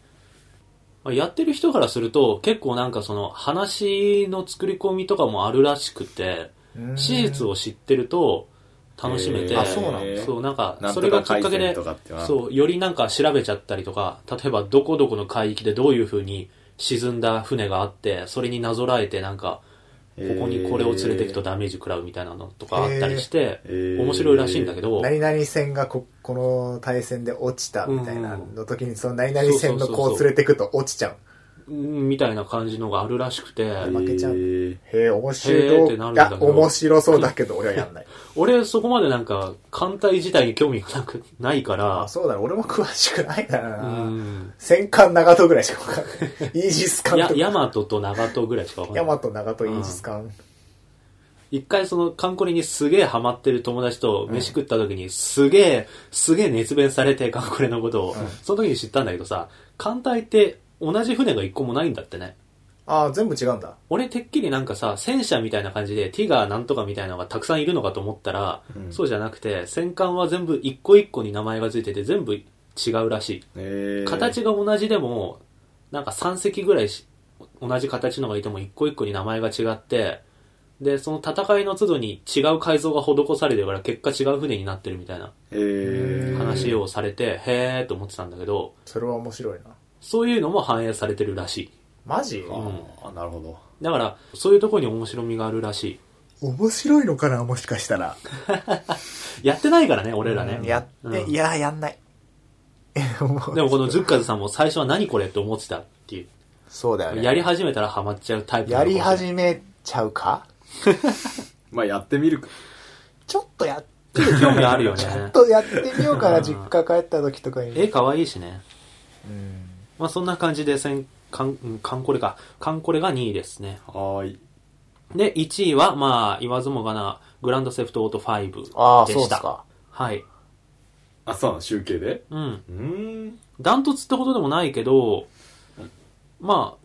Speaker 1: まあやってる人からすると、結構なんかその、話の作り込みとかもあるらしくて、
Speaker 2: うん
Speaker 1: 史実を知ってると、楽しめて、
Speaker 3: へー
Speaker 2: あそうなん
Speaker 3: だ
Speaker 1: そう、なんか
Speaker 3: な、ん
Speaker 1: そ
Speaker 3: と
Speaker 1: れが
Speaker 3: か
Speaker 1: きっ
Speaker 3: 回
Speaker 1: かけで
Speaker 3: 線と、かってな。
Speaker 1: そう、よりなんか調べちゃったりとか、例えばどこどこの海域でどういう風に沈んだ船があって、それになぞらえてなんか、ここにこれを連れてくとダメージ食らうみたいなのとかあったりして、
Speaker 3: へー
Speaker 1: 面白いらしいんだけど、
Speaker 2: 何々線がこ、この対戦で落ちたみたいなの時に、その何々線の子を連れてくと落ちちゃう。
Speaker 1: うんみたいな感じのがあるらしくて、
Speaker 2: 負けちゃう
Speaker 3: えー
Speaker 2: へえ、面白い。
Speaker 1: へーってなるんだけど
Speaker 2: あ面白そうだけど、俺はやんない。
Speaker 1: 俺そこまでなんか、艦隊自体に興味がなく、ないか
Speaker 2: あ、
Speaker 1: ら、
Speaker 2: そうだろ、俺も詳しくないから
Speaker 1: う
Speaker 2: な。
Speaker 1: ん。
Speaker 2: 戦艦長門ぐらいしかわかんない。イージス艦
Speaker 1: や
Speaker 2: と、
Speaker 1: ヤ
Speaker 2: か。
Speaker 1: マトと長門ぐらいしかわかんな
Speaker 2: ヤ
Speaker 1: い。
Speaker 2: マト長門イージス艦。
Speaker 1: 一回そのカンコレにすげえハマってる友達と飯食った時にすげえ、すげえ熱弁されてカンコレのことを、その時に知ったんだけどさ、艦隊って同じ船が一個もないんだってね。
Speaker 2: ああ、全部違うんだ。
Speaker 1: 俺てっきりなんかさ、戦車みたいな感じでティガーなんとかみたいなのがたくさんいるのかと思ったら、
Speaker 3: うん
Speaker 1: そうじゃなくて戦艦は全部一個一個に名前が付いてて全部違うらしい。
Speaker 3: えー
Speaker 1: 形が同じでも、なんか3隻ぐらいし同じ形のがいても一個一個に名前が違って、で、その戦いの都度に違う改造が施されてるから結果違う船になってるみたいな
Speaker 3: えー
Speaker 1: 話をされて、へーと思ってたんだけど、
Speaker 2: それは面白いな。
Speaker 1: そういうのも反映されてるらしい。
Speaker 2: マジ
Speaker 3: あーなるほど。
Speaker 1: だから、そういうところに面白みがあるらし
Speaker 2: 面白いのかな、もしかしたら。
Speaker 1: い。やってないからね、俺らね。
Speaker 2: や、
Speaker 1: うん
Speaker 2: えいや、やんない。えもう
Speaker 1: でもこのズッカズさんも最初は何これって思ってたっていう。
Speaker 2: そうだよね。
Speaker 1: やり始めたらハマっちゃうタイプな
Speaker 2: や
Speaker 1: のかもし
Speaker 2: り
Speaker 1: れない
Speaker 2: 始めちゃうか
Speaker 3: まあやってみるか。
Speaker 2: ちょっとやっ、
Speaker 1: 興味あるよね
Speaker 2: ちょ。っとやってみようかな、実家帰った時とかに。
Speaker 1: 絵可愛いしね。
Speaker 2: うん
Speaker 1: まあそんな感じで先、カン、うんカンコレか。カンコレが2位ですね。
Speaker 3: はーい。
Speaker 1: で、1位は、まあ、言わずもがな、グランドセフトオート5でした。
Speaker 2: ああ、そうですか。
Speaker 1: はい。
Speaker 3: あ、そうなの集計で
Speaker 1: うん。
Speaker 3: うーん。
Speaker 1: ダントツってほどでもないけど、ま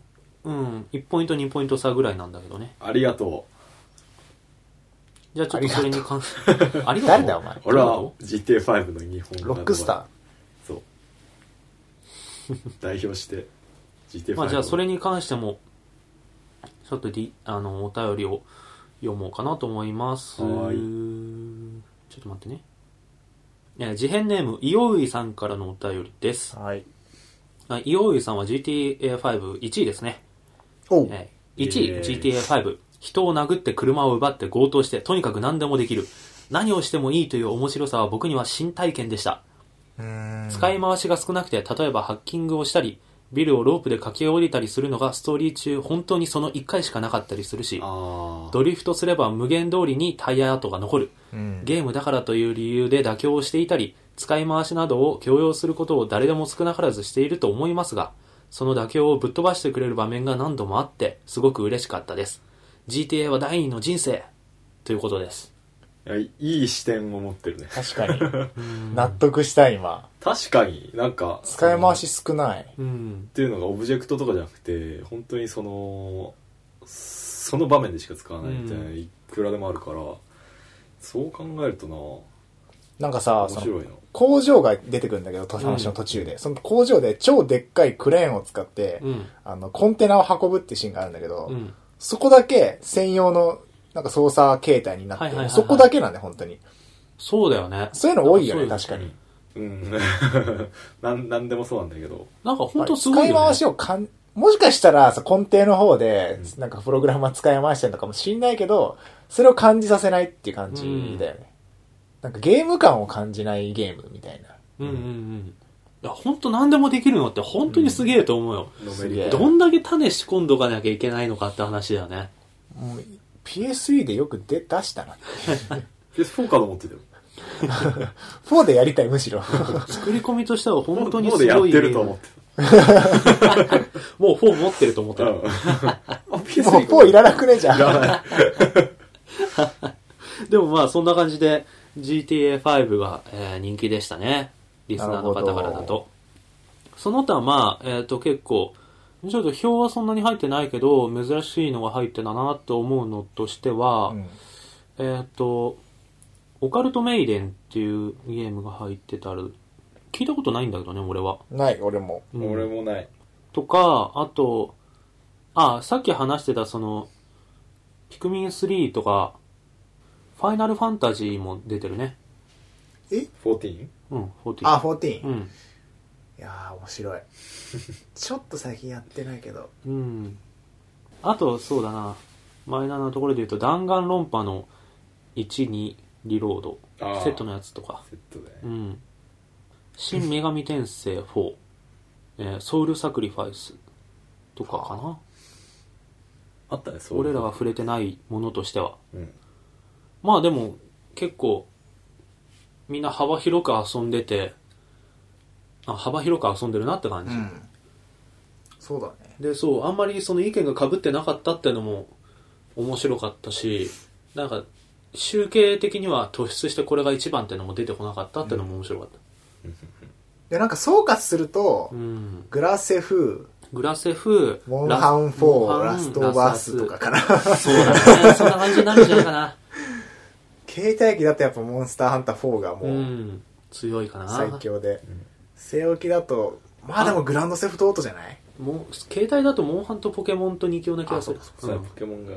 Speaker 1: あ、うん、1ポイント2ポイント差ぐらいなんだけどね。
Speaker 3: ありがと
Speaker 1: じゃあちょっとそれに関しありがとう。
Speaker 2: 誰だよお前
Speaker 3: う。俺は GTA5 の日本
Speaker 2: ロックスタ
Speaker 3: ー。そう。代表して GTA5 の。
Speaker 1: まあじゃあそれに関しても、ちょっとりあの、お便りを読もうかなと思います。
Speaker 3: はー
Speaker 1: ちょっと待ってね。えー、事変ネーム、いおういさんからのお便りです。
Speaker 2: ー。はい。
Speaker 1: あいおういさんは GTA51 位ですね。
Speaker 2: おう。
Speaker 1: えー1
Speaker 3: イエ
Speaker 1: 位、
Speaker 3: ーイ
Speaker 1: GTA5。人を殴って車を奪って強盗して、とにかく何でもできる。何をしてもいいという面白さは僕には新体験でした。
Speaker 2: うーん
Speaker 1: 使い回しが少なくて、例えばハッキングをしたり、ビルをロープで駆け下りたりするのがストーリー中本当にその1回しかなかったりするし、
Speaker 3: あー
Speaker 1: ドリフトすれば無限通りにタイヤ跡が残る。
Speaker 2: うん。
Speaker 1: ゲームだからという理由で妥協をしていたり、使い回しなどを強要することを誰でも少なからずしていると思いますが、その妥協をぶっ飛ばしてくれる場面が何度もあって、すごく嬉しかったです。GTA は第二の人生ということです。
Speaker 3: いやいい視点を持ってるね。
Speaker 2: 確かに。納得した、今。
Speaker 3: 確かになんか、
Speaker 2: 使い回し少ない。
Speaker 1: うん
Speaker 3: っ。ていうのがオブジェクトとかじゃなくて本当にそのその場面でしか使わないみたいな、
Speaker 1: うん
Speaker 3: いくらでもあるからそう考えるとな
Speaker 2: なんかさ、
Speaker 3: 面
Speaker 2: そ
Speaker 3: 白
Speaker 2: の、
Speaker 3: いな
Speaker 2: 工場が出てくるんだけど、話の途中で。その工場で超でっかいクレーンを使って、
Speaker 1: うん。
Speaker 2: あの、コンテナを運ぶってシーンがあるんだけど、
Speaker 1: うん。
Speaker 2: そこだけ専用の、なんか操作形態になって、
Speaker 1: はいはいはいはい
Speaker 2: そこだけなんで、本当に。
Speaker 1: そうだよね。
Speaker 2: そういうの多いよね、
Speaker 1: なんか
Speaker 2: 確かに。
Speaker 3: うん なんなんでもそうなんだけど
Speaker 1: なんか
Speaker 2: ま
Speaker 1: 本
Speaker 2: あ
Speaker 1: 当すごい
Speaker 2: 使い
Speaker 1: よ、ね。
Speaker 2: 回しをかん、もしかしたら、さ根底の方で、なんかプログラマー使い回してるのかもしんないけど、それを感じさせないっていう感じだよね。なんかゲーム感を感じないゲームみたいな。
Speaker 1: うんうんうん。いや、本当何でもできるのって本当にすげえと思うよ。
Speaker 3: の
Speaker 2: す
Speaker 3: め
Speaker 2: げ
Speaker 3: り
Speaker 2: え
Speaker 1: どんだけ種仕込んどかなきゃいけないのかって話だよね。
Speaker 2: もう PSE でよく出、出したな。
Speaker 3: PS4 カード持ってたよ
Speaker 2: 4でやりたい、むしろ。
Speaker 1: 作り込みとしては本当に
Speaker 3: もう
Speaker 1: す
Speaker 3: でやっ
Speaker 1: ごい。
Speaker 3: てると思って
Speaker 1: もう4持ってると思って
Speaker 3: た、う
Speaker 1: る。
Speaker 3: ん、あ
Speaker 2: もう
Speaker 3: PS4
Speaker 2: 4いらなくねじゃん。
Speaker 1: でもまあそんな感じで GTA5 が、えー人気でしたね。リスナーの方から
Speaker 2: な
Speaker 1: だ
Speaker 2: るほど
Speaker 1: と。その他はまあ、えっ、と結構、ちょっと表はそんなに入ってないけど、珍しいのが入ってたなと思うのとしては、
Speaker 2: うん
Speaker 1: えっ、と、オカルトメイデンっていうゲームが入ってたる。聞いたことないんだけどね、俺は。
Speaker 2: ない、俺も。
Speaker 1: うん
Speaker 3: 俺もない
Speaker 1: とか、あと、あ、さっき話してたその、ピクミン3とか、ファイナルファンタジーも出てるね。
Speaker 3: 14?
Speaker 1: うん、40。
Speaker 2: あ、14。
Speaker 1: う
Speaker 2: い
Speaker 1: ん。
Speaker 2: やー、面 白い。ちょっと最近やってないけど。
Speaker 1: うん。あと、そうだな。マイナーなところで言うと、弾丸論破の1、2リロード。
Speaker 3: あー
Speaker 1: セットのやつとか。
Speaker 3: セットで
Speaker 1: うん。新女神転生4。えーソウルサクリファイス。とかかな。
Speaker 3: あったねそう
Speaker 1: 俺らが触れてないものとしては。
Speaker 3: うん
Speaker 1: まあでも結構みんな幅広く遊んでてあ幅広く遊んでるなって感じ、
Speaker 2: うん。そうだね。
Speaker 1: でそうあんまりその意見が被ってなかったってのも面白かったしなんか集計的には突出してこれが一番ってのも出てこなかったってのも面白かっ
Speaker 2: で、なんか総括すると
Speaker 1: た、うん
Speaker 2: グラセフ、
Speaker 1: グラセフ
Speaker 2: モンハ
Speaker 1: モ
Speaker 2: ン4、ラストバースとかかな。
Speaker 1: ラスそうだねそんな感じになるんじゃないかな
Speaker 2: 携帯機だとやっぱモンスターハンター4が
Speaker 1: う
Speaker 2: もうん
Speaker 1: 強いかな
Speaker 2: 最強で。据え置きだと、まあでもグランドセフトオートじゃない
Speaker 1: もう携帯だとモンハンとポケモンと2強な気がする
Speaker 3: そうだ
Speaker 1: うん
Speaker 3: ポケモンが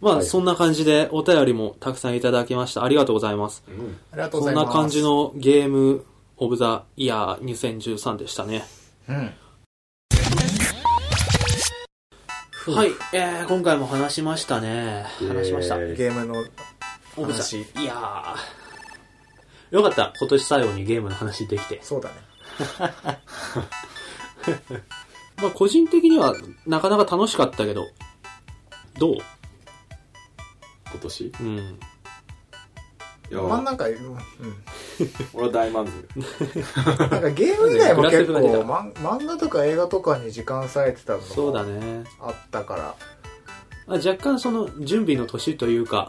Speaker 1: ま
Speaker 3: は
Speaker 1: あ、
Speaker 3: い
Speaker 1: そんな感じでお便りもたくさんいただきました。ありがとうございます。
Speaker 3: うん
Speaker 2: ありがとうご
Speaker 1: そん
Speaker 2: ざいます。
Speaker 1: な感じ。のゲームオブザイヤー2013でしたね。
Speaker 2: うん。
Speaker 1: はい、えー、今回も話しましたね。話しました
Speaker 3: イ。エーイ
Speaker 2: ゲームの、
Speaker 1: オブザ
Speaker 2: 話
Speaker 1: イヤー。よかった。今年最後にゲームの話できて。
Speaker 2: そうだね。
Speaker 1: まあ、個人的にはなかなか楽しかったけど、どう
Speaker 3: 今年い
Speaker 1: うん。
Speaker 3: や
Speaker 2: まあなんか、うん。うん
Speaker 3: 俺は大満足。
Speaker 2: なんかゲーム以外も結
Speaker 1: グラスフ
Speaker 2: 構、
Speaker 1: が
Speaker 2: まん、漫画とか映画とかに時間割いてたの
Speaker 1: そうだ
Speaker 2: も
Speaker 1: ね。
Speaker 2: あったから。
Speaker 1: まあ、若干その準備の年というか、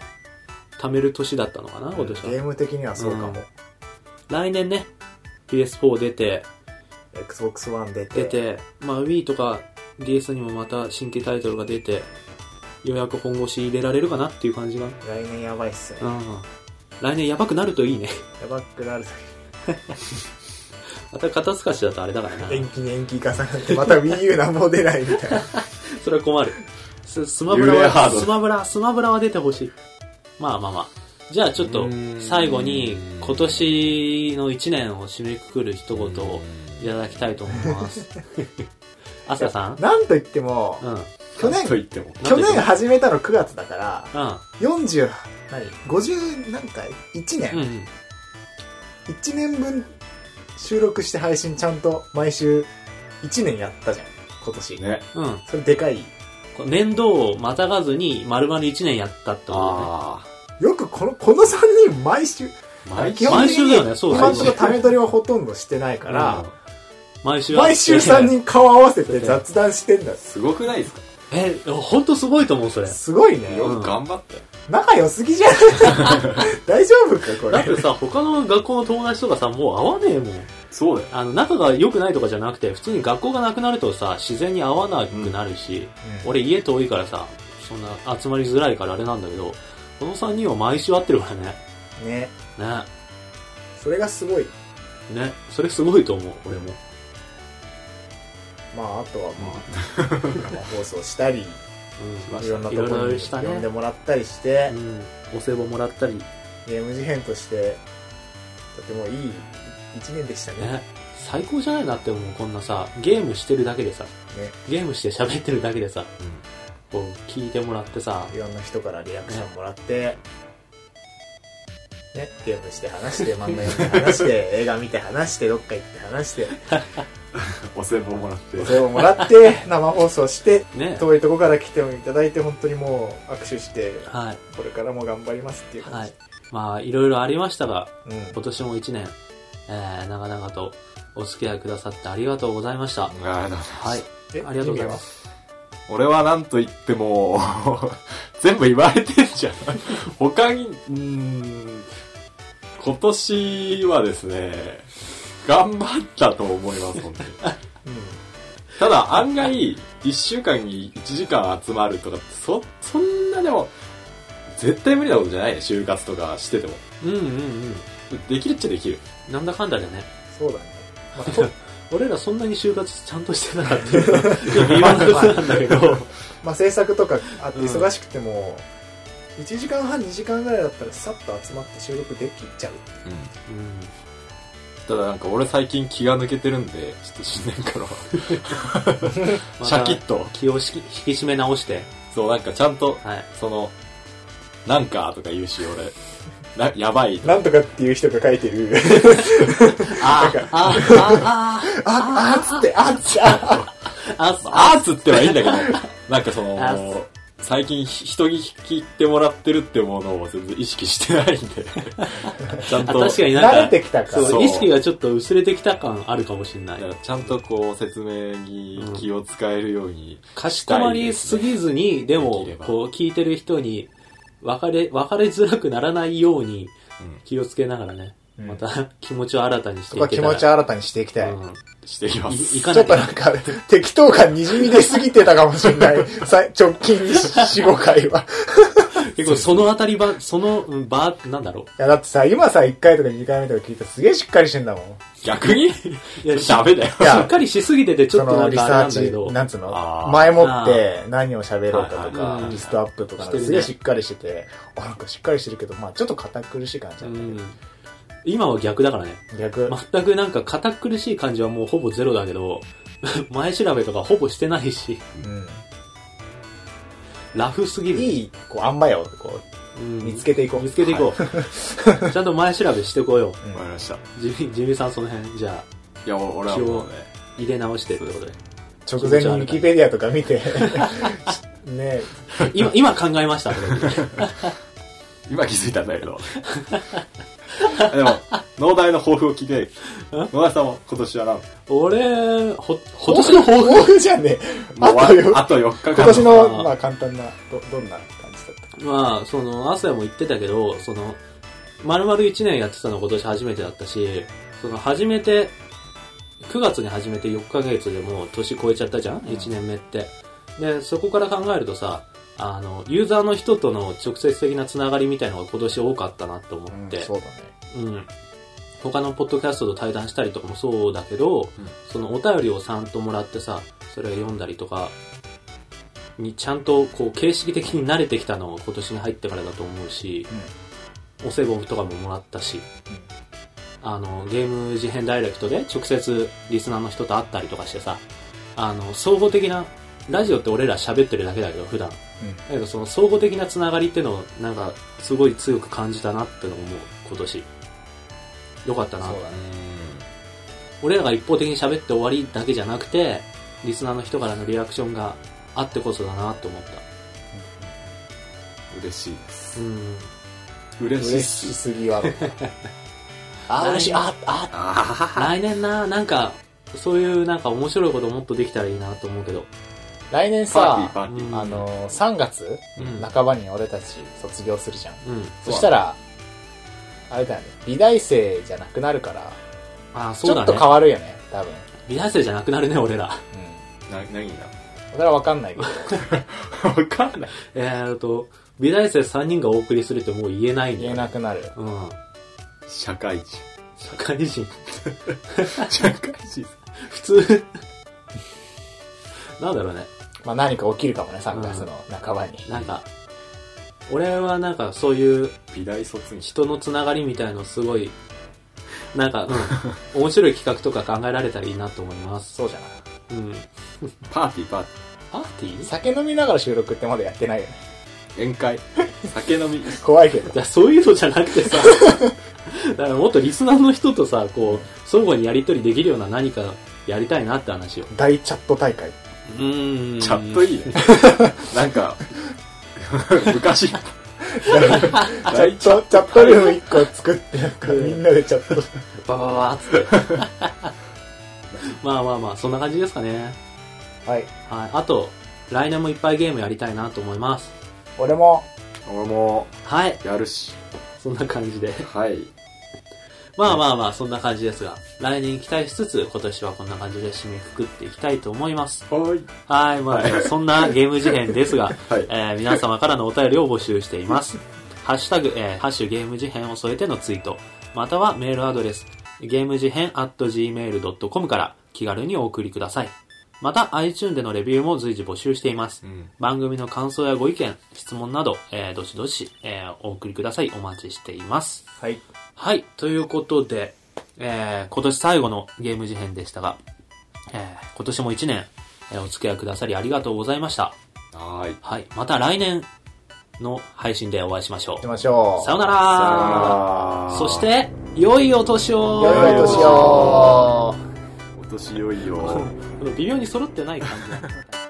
Speaker 1: 貯める年だったのかな、今年
Speaker 2: ゲ
Speaker 1: は。
Speaker 2: ーム的にはそうかも。
Speaker 1: 来年ね、PS4 出て、
Speaker 2: Xbox One 出て。
Speaker 1: 出て、まあ Wii とか DS にもまた新規タイトルが出て、ようやく本腰入れられるかなっていう感じが。
Speaker 2: 来年やばいっすね。
Speaker 1: う
Speaker 2: や
Speaker 1: ん。来年やばくなるといいね。
Speaker 2: ばくなる。
Speaker 1: また肩透かしだとあれだからな。
Speaker 2: 延期に延期重なって、また Wii U なんも出ないみたいな。
Speaker 1: それは困る。ススマブラ
Speaker 3: 揺れハ
Speaker 1: は、
Speaker 3: ード
Speaker 1: スマブラ、スマブラは出てほしい。まあまあまあ。じゃあちょっと最後に今年の1年を締めくくる一言をいただきたいと思い ます。アサさん
Speaker 2: なんといっても、
Speaker 1: うん。うん。
Speaker 2: 去年
Speaker 3: と、言っても。
Speaker 2: 去年始めたの9月だから、40、何 ?50 何回 ?1
Speaker 1: うんう
Speaker 2: 年、
Speaker 1: ん。
Speaker 2: 一 ?1 年分収録して配信ちゃんと毎週1年やったじゃん。今年。
Speaker 3: ね。
Speaker 1: うん。
Speaker 2: それでかい。
Speaker 1: こう年度をまたがずに丸々1年やったってこ
Speaker 3: あ
Speaker 2: よくこの、この3人毎週、
Speaker 3: あ。毎
Speaker 1: と
Speaker 2: 基
Speaker 1: ね。
Speaker 2: 本
Speaker 1: 毎
Speaker 2: 的に
Speaker 1: 週だよね、そう
Speaker 2: 今
Speaker 1: そ
Speaker 2: ん
Speaker 1: うそ
Speaker 2: とこ
Speaker 1: う。
Speaker 2: ため取りはほとんどしてないから、
Speaker 1: 毎週。
Speaker 2: 毎週3。人顔合わせて雑談してんだ。
Speaker 3: すごくないですか
Speaker 1: え、ほんとすごいと思う、それ。
Speaker 2: すごいね。
Speaker 3: よく頑張ったよ。
Speaker 2: 仲良す ぎじゃない大丈夫かこ
Speaker 1: だっ
Speaker 2: れ
Speaker 1: て。さ、他の学校の友達とかさ、もう会わねえもん。
Speaker 3: そうだよ。
Speaker 1: あの、仲が良くないとかじゃなくて、普通に学校がなくなるとさ、自然に会わなくなるし、俺家遠いからさ、そんな集まりづらいからあれなんだけど、この3人は毎週会ってるから
Speaker 2: ね。
Speaker 1: ね。
Speaker 2: それがすごい。
Speaker 1: ね。ね。それすごいと思う、俺も。
Speaker 2: まあ、あとはまあ、生放送したり、
Speaker 1: う
Speaker 2: いろんなところ
Speaker 1: いろいろ
Speaker 2: に
Speaker 1: した
Speaker 2: 呼
Speaker 1: ね
Speaker 2: んでもらったりして
Speaker 1: ん。、うん。お歳暮もらったり、
Speaker 2: ゲーム事変として、とてもいい一年でしたね。
Speaker 1: ね、最高じゃないなって思う、こんなさ、ゲームしてるだけでさ、ゲームして喋ってるだけでさ、こう、聞いてもらってさ、
Speaker 2: いろんな人からリアクションもらって、ね、ゲームして話して、漫画読んで話 して、映画見て話して、どっか行って話して、
Speaker 3: お歳暮もらって。
Speaker 2: それをもらって、生放送して、
Speaker 1: ね。
Speaker 2: 遠いとこから来ていただいて、本当にもう握手して、
Speaker 1: はい。
Speaker 2: これからも頑張りますっていう
Speaker 1: は
Speaker 2: 感じ
Speaker 1: い。。まあ、いろいろありましたが、
Speaker 2: うん。
Speaker 1: 今年も一年、えー、長々とお付き合いくださってありがとうございました。
Speaker 3: ああ、だ
Speaker 1: はい。
Speaker 2: え
Speaker 1: ありがとうございます。
Speaker 3: 俺はなんと言っても、 全部言われてん じゃん。他に、うーん、今年はですね、頑張ったと思います、本当に。
Speaker 2: 意味は。
Speaker 3: ただ案外、1週間に1時間集まるとかって、そ、そんなでも、絶対無理なことじゃないね、就活とかしてても。
Speaker 1: うんうんうん。
Speaker 3: できるっちゃできる。
Speaker 1: なんだかんだでね、
Speaker 2: うん。そうだね。まあと
Speaker 1: 俺らそんなに就活ちゃんとしてなかったよ く言わなことなんだけど、
Speaker 2: まあ、制作とかあって
Speaker 1: うん
Speaker 2: 忙しくても、1時間半2時間ぐらいだったらさっと集まって収録できちゃう
Speaker 1: う
Speaker 3: ただなんか俺最近気が抜けてるんで、ちょっと新年からは、
Speaker 1: ん。
Speaker 3: シャキッと。
Speaker 1: 気を引き引き締め直して、
Speaker 3: そう、なんかちゃんと、
Speaker 1: はい。
Speaker 3: その、なんかとか言うし、俺、なや ばいとか
Speaker 2: なんとかっていう人が書いてる
Speaker 1: あー、あー、あー、
Speaker 2: ああっつってあっつってあ
Speaker 1: あー、あ
Speaker 3: アーツってはいいんだけど、なんかそ
Speaker 1: アー
Speaker 3: の、最近ひ人に聞いてもらってるってものを全然意識してないん で、ちゃん
Speaker 1: ー、あ
Speaker 3: と、
Speaker 1: 確かに
Speaker 2: 慣
Speaker 1: なん
Speaker 2: れ
Speaker 1: か
Speaker 2: て、きたか
Speaker 1: そ
Speaker 2: ら
Speaker 1: う
Speaker 3: そう
Speaker 1: 意識がちょっと薄れてきた感あるかもしれな
Speaker 3: だ
Speaker 1: い
Speaker 3: か。らちゃんとこう説明に気を使えるように、
Speaker 1: かしこまりすぎずに、でも
Speaker 3: できれ、ば
Speaker 1: こう、聞いてる人に、分かれ、分かれづらくならないように
Speaker 3: うん
Speaker 1: 気をつけながらね、
Speaker 2: うん
Speaker 1: また 気持ちを新たにして
Speaker 2: そ
Speaker 1: い
Speaker 2: こは
Speaker 1: け
Speaker 2: 気
Speaker 1: たら。
Speaker 2: 持ちを新たにしていきたい、
Speaker 1: うん
Speaker 3: していきま
Speaker 1: いい
Speaker 3: す。
Speaker 1: か
Speaker 2: ち
Speaker 1: な
Speaker 2: ょっとなん
Speaker 1: り。
Speaker 2: か、適当感にじみ出すぎてたかもしれない。さ直近4、5回は。
Speaker 1: 結構そのあたりば、その、うんば、なんだろ
Speaker 2: いや、だってさ、今さ、1回とか2回目とか聞いたらすげえしっかりしてんだもん。
Speaker 3: 逆
Speaker 1: う。
Speaker 3: に
Speaker 1: いや、し
Speaker 3: ダメだよ。
Speaker 2: いや
Speaker 1: っかりしすぎててちょ
Speaker 2: そ
Speaker 1: っとな
Speaker 2: の
Speaker 1: ん
Speaker 2: リ
Speaker 1: かあれ
Speaker 2: サ
Speaker 1: なんだけど
Speaker 2: ーチ、、なんつうの
Speaker 3: あー
Speaker 2: 前もって何を喋ろうかと
Speaker 1: はいはいは
Speaker 2: か
Speaker 1: い、
Speaker 2: リストアップとかな
Speaker 1: し
Speaker 2: んか
Speaker 1: てるね
Speaker 2: すげえしっかりしてて、あ、なんかしっかりしてるけど、まあちょっと堅苦しい感じ
Speaker 1: う
Speaker 2: だった
Speaker 1: ん。今は逆だからね。
Speaker 2: 逆。
Speaker 1: 全くなんか堅苦しい感じはもうほぼゼロだけど、 前調べとかほぼしてないし、
Speaker 2: う
Speaker 1: ラフすぎ
Speaker 2: ん。
Speaker 1: る。
Speaker 2: いい、こう、あんまよ、こ
Speaker 1: うん
Speaker 2: う、見つけていこう。
Speaker 1: 見つけていこう。ちゃんと前調べしてこよう。
Speaker 2: うん
Speaker 3: わかりました。い
Speaker 1: ジミジミさんその辺、じゃあ、
Speaker 3: や、お俺はもうね、
Speaker 1: 入れ直してってことで。
Speaker 2: 直前にウィキペディアとか 見て、ね
Speaker 1: 今、今考えましたってことで。
Speaker 3: 今気づいたんだけど。 でも、農大の抱負を聞いて、野田さんは今年はなん
Speaker 1: 俺、ほ、今年の抱負
Speaker 2: 抱負じゃねえ。あ
Speaker 3: もう
Speaker 2: とよ
Speaker 3: あと4日間。
Speaker 2: 今年
Speaker 1: あ
Speaker 2: の、
Speaker 1: ー
Speaker 2: まあ簡単な、ど、どんな感じだったか。
Speaker 1: まあ、その、朝も言ってたけど、その、丸々1年やってたの今年初めてだったし、その、初めて、9月に始めて4ヶ月でもう年超えちゃったじゃん、?1 年目って。で、そこから考えるとさ、あの、ユーザーの人との直接的なつながりみたいなのが今年多かったなと思
Speaker 2: う
Speaker 1: っ
Speaker 2: ん
Speaker 1: て、、
Speaker 2: そうだね。
Speaker 1: うん、他のポッドキャストと対談したりとかもそうだけど、
Speaker 3: うん
Speaker 1: そのお便りをちゃんともらってさそれを読んだりとかにちゃんとこう形式的に慣れてきたのは今年に入ってからだと思うし、お歳暮とかももらったし、あのゲーム事変ダイレクトで直接リスナーの人と会ったりとかしてさあの総合的なラジオって俺ら喋ってるだけだけど普段だけどその総合的なつながりってのをなんかすごい強く感じたなってのを思う今年よかったな
Speaker 2: そ
Speaker 1: と
Speaker 2: うだね
Speaker 1: 俺らが一方的に喋って終わりだけじゃなくてリスナーの人からのリアクションがあってこそだなと思っ
Speaker 3: 嬉しいです
Speaker 1: た。うん
Speaker 3: 嬉
Speaker 2: 嬉
Speaker 3: しいっ
Speaker 2: し
Speaker 3: す。
Speaker 2: すぎは。あ
Speaker 1: 嬉しい ああ
Speaker 3: あ
Speaker 1: 来年ななんかそういうなんか面白いこともっとできたらいいなと思うけど
Speaker 2: 来年
Speaker 3: ーパーティー、パ
Speaker 2: さ、
Speaker 3: ーティー。
Speaker 1: うん
Speaker 2: あの、3月
Speaker 1: うん
Speaker 2: 半ばに俺たち卒業するじゃん。
Speaker 1: うん
Speaker 2: そしたら、あれだよね、美大生じゃなくなるから、
Speaker 1: ああ
Speaker 2: ち
Speaker 1: そう
Speaker 2: ょ
Speaker 1: だ
Speaker 2: っと
Speaker 1: ね
Speaker 2: 変わるよね、多分。うん。
Speaker 1: 美大生じゃなくなるね俺ら
Speaker 3: な、何だ
Speaker 2: それはわかんないけど。
Speaker 3: わかんない。
Speaker 1: えーっと美大生3人がお送りするってもう言えないんだ
Speaker 2: 言え
Speaker 1: よ
Speaker 2: なくなる。
Speaker 1: うん
Speaker 3: 社会人。
Speaker 1: 社会人
Speaker 3: 社会人。
Speaker 1: 普通なんだろうね
Speaker 2: まあ何か起きるかもね、3月の半ばに。
Speaker 1: なんか俺はなんかそういう
Speaker 3: 美大卒にし
Speaker 1: 人のつながりみたいのすごいなんか、うん、面白い企画とか考えられたらいいなと思います、
Speaker 2: そうじゃない。
Speaker 1: うん、
Speaker 3: パーティー、パーテ
Speaker 1: パーティー
Speaker 2: 酒飲みながら収録ってまだやってないよね。
Speaker 3: ィー。宴会。酒飲み。
Speaker 2: 怖いけど。
Speaker 1: いやそういうのじゃなくてさ だからもっとリスナーの人とさこう相互にやり取りできるような何かやりたいなって話を
Speaker 2: 大チャット大会。
Speaker 1: うん
Speaker 3: チャットいいね。なんか、 昔、大
Speaker 2: チャチャットルーム1個作って、なんかみんなでチャット。
Speaker 1: ババババーっつってまあまあまあそんな感じですかね
Speaker 2: はい。
Speaker 1: はいあと来年もいっぱいゲームやりたいなと思います
Speaker 2: 俺も、
Speaker 3: 俺も
Speaker 1: はい
Speaker 3: やるし。
Speaker 1: そんな感じで
Speaker 3: はい。
Speaker 1: まあまあまあ、そんな感じですが、来年期待しつつ、今年はこんな感じで締めくくっていきたいと思います。
Speaker 3: はい。
Speaker 1: はい、まあ、そんなゲーム事変ですが、
Speaker 3: はい
Speaker 1: えー皆様からのお便りを募集しています。ハッシュタグ、えーハッシュゲーム事変を添えてのツイート、またはメールアドレス、ゲーム事変 at gmail.com から気軽にお送りください。また、iTune でのレビューも随時募集しています。
Speaker 3: うん
Speaker 1: 番組の感想やご意見、質問など、えーどしどし、えーお送りください。お待ちしています。
Speaker 2: はい。
Speaker 1: はい、ということで、えー今年最後のゲーム事変でしたが、えー今年も1年、えーお付き合いくださりありがとうございました。
Speaker 3: はーい。
Speaker 1: はい、また来年の配信でお会いしましょ
Speaker 2: 行き
Speaker 1: う。
Speaker 2: ましょう。
Speaker 1: さよなら
Speaker 3: さよなら
Speaker 1: そし、て、良いお年を
Speaker 2: 良いお 年を
Speaker 3: お年よいよ。
Speaker 1: 微妙に揃ってない感じだった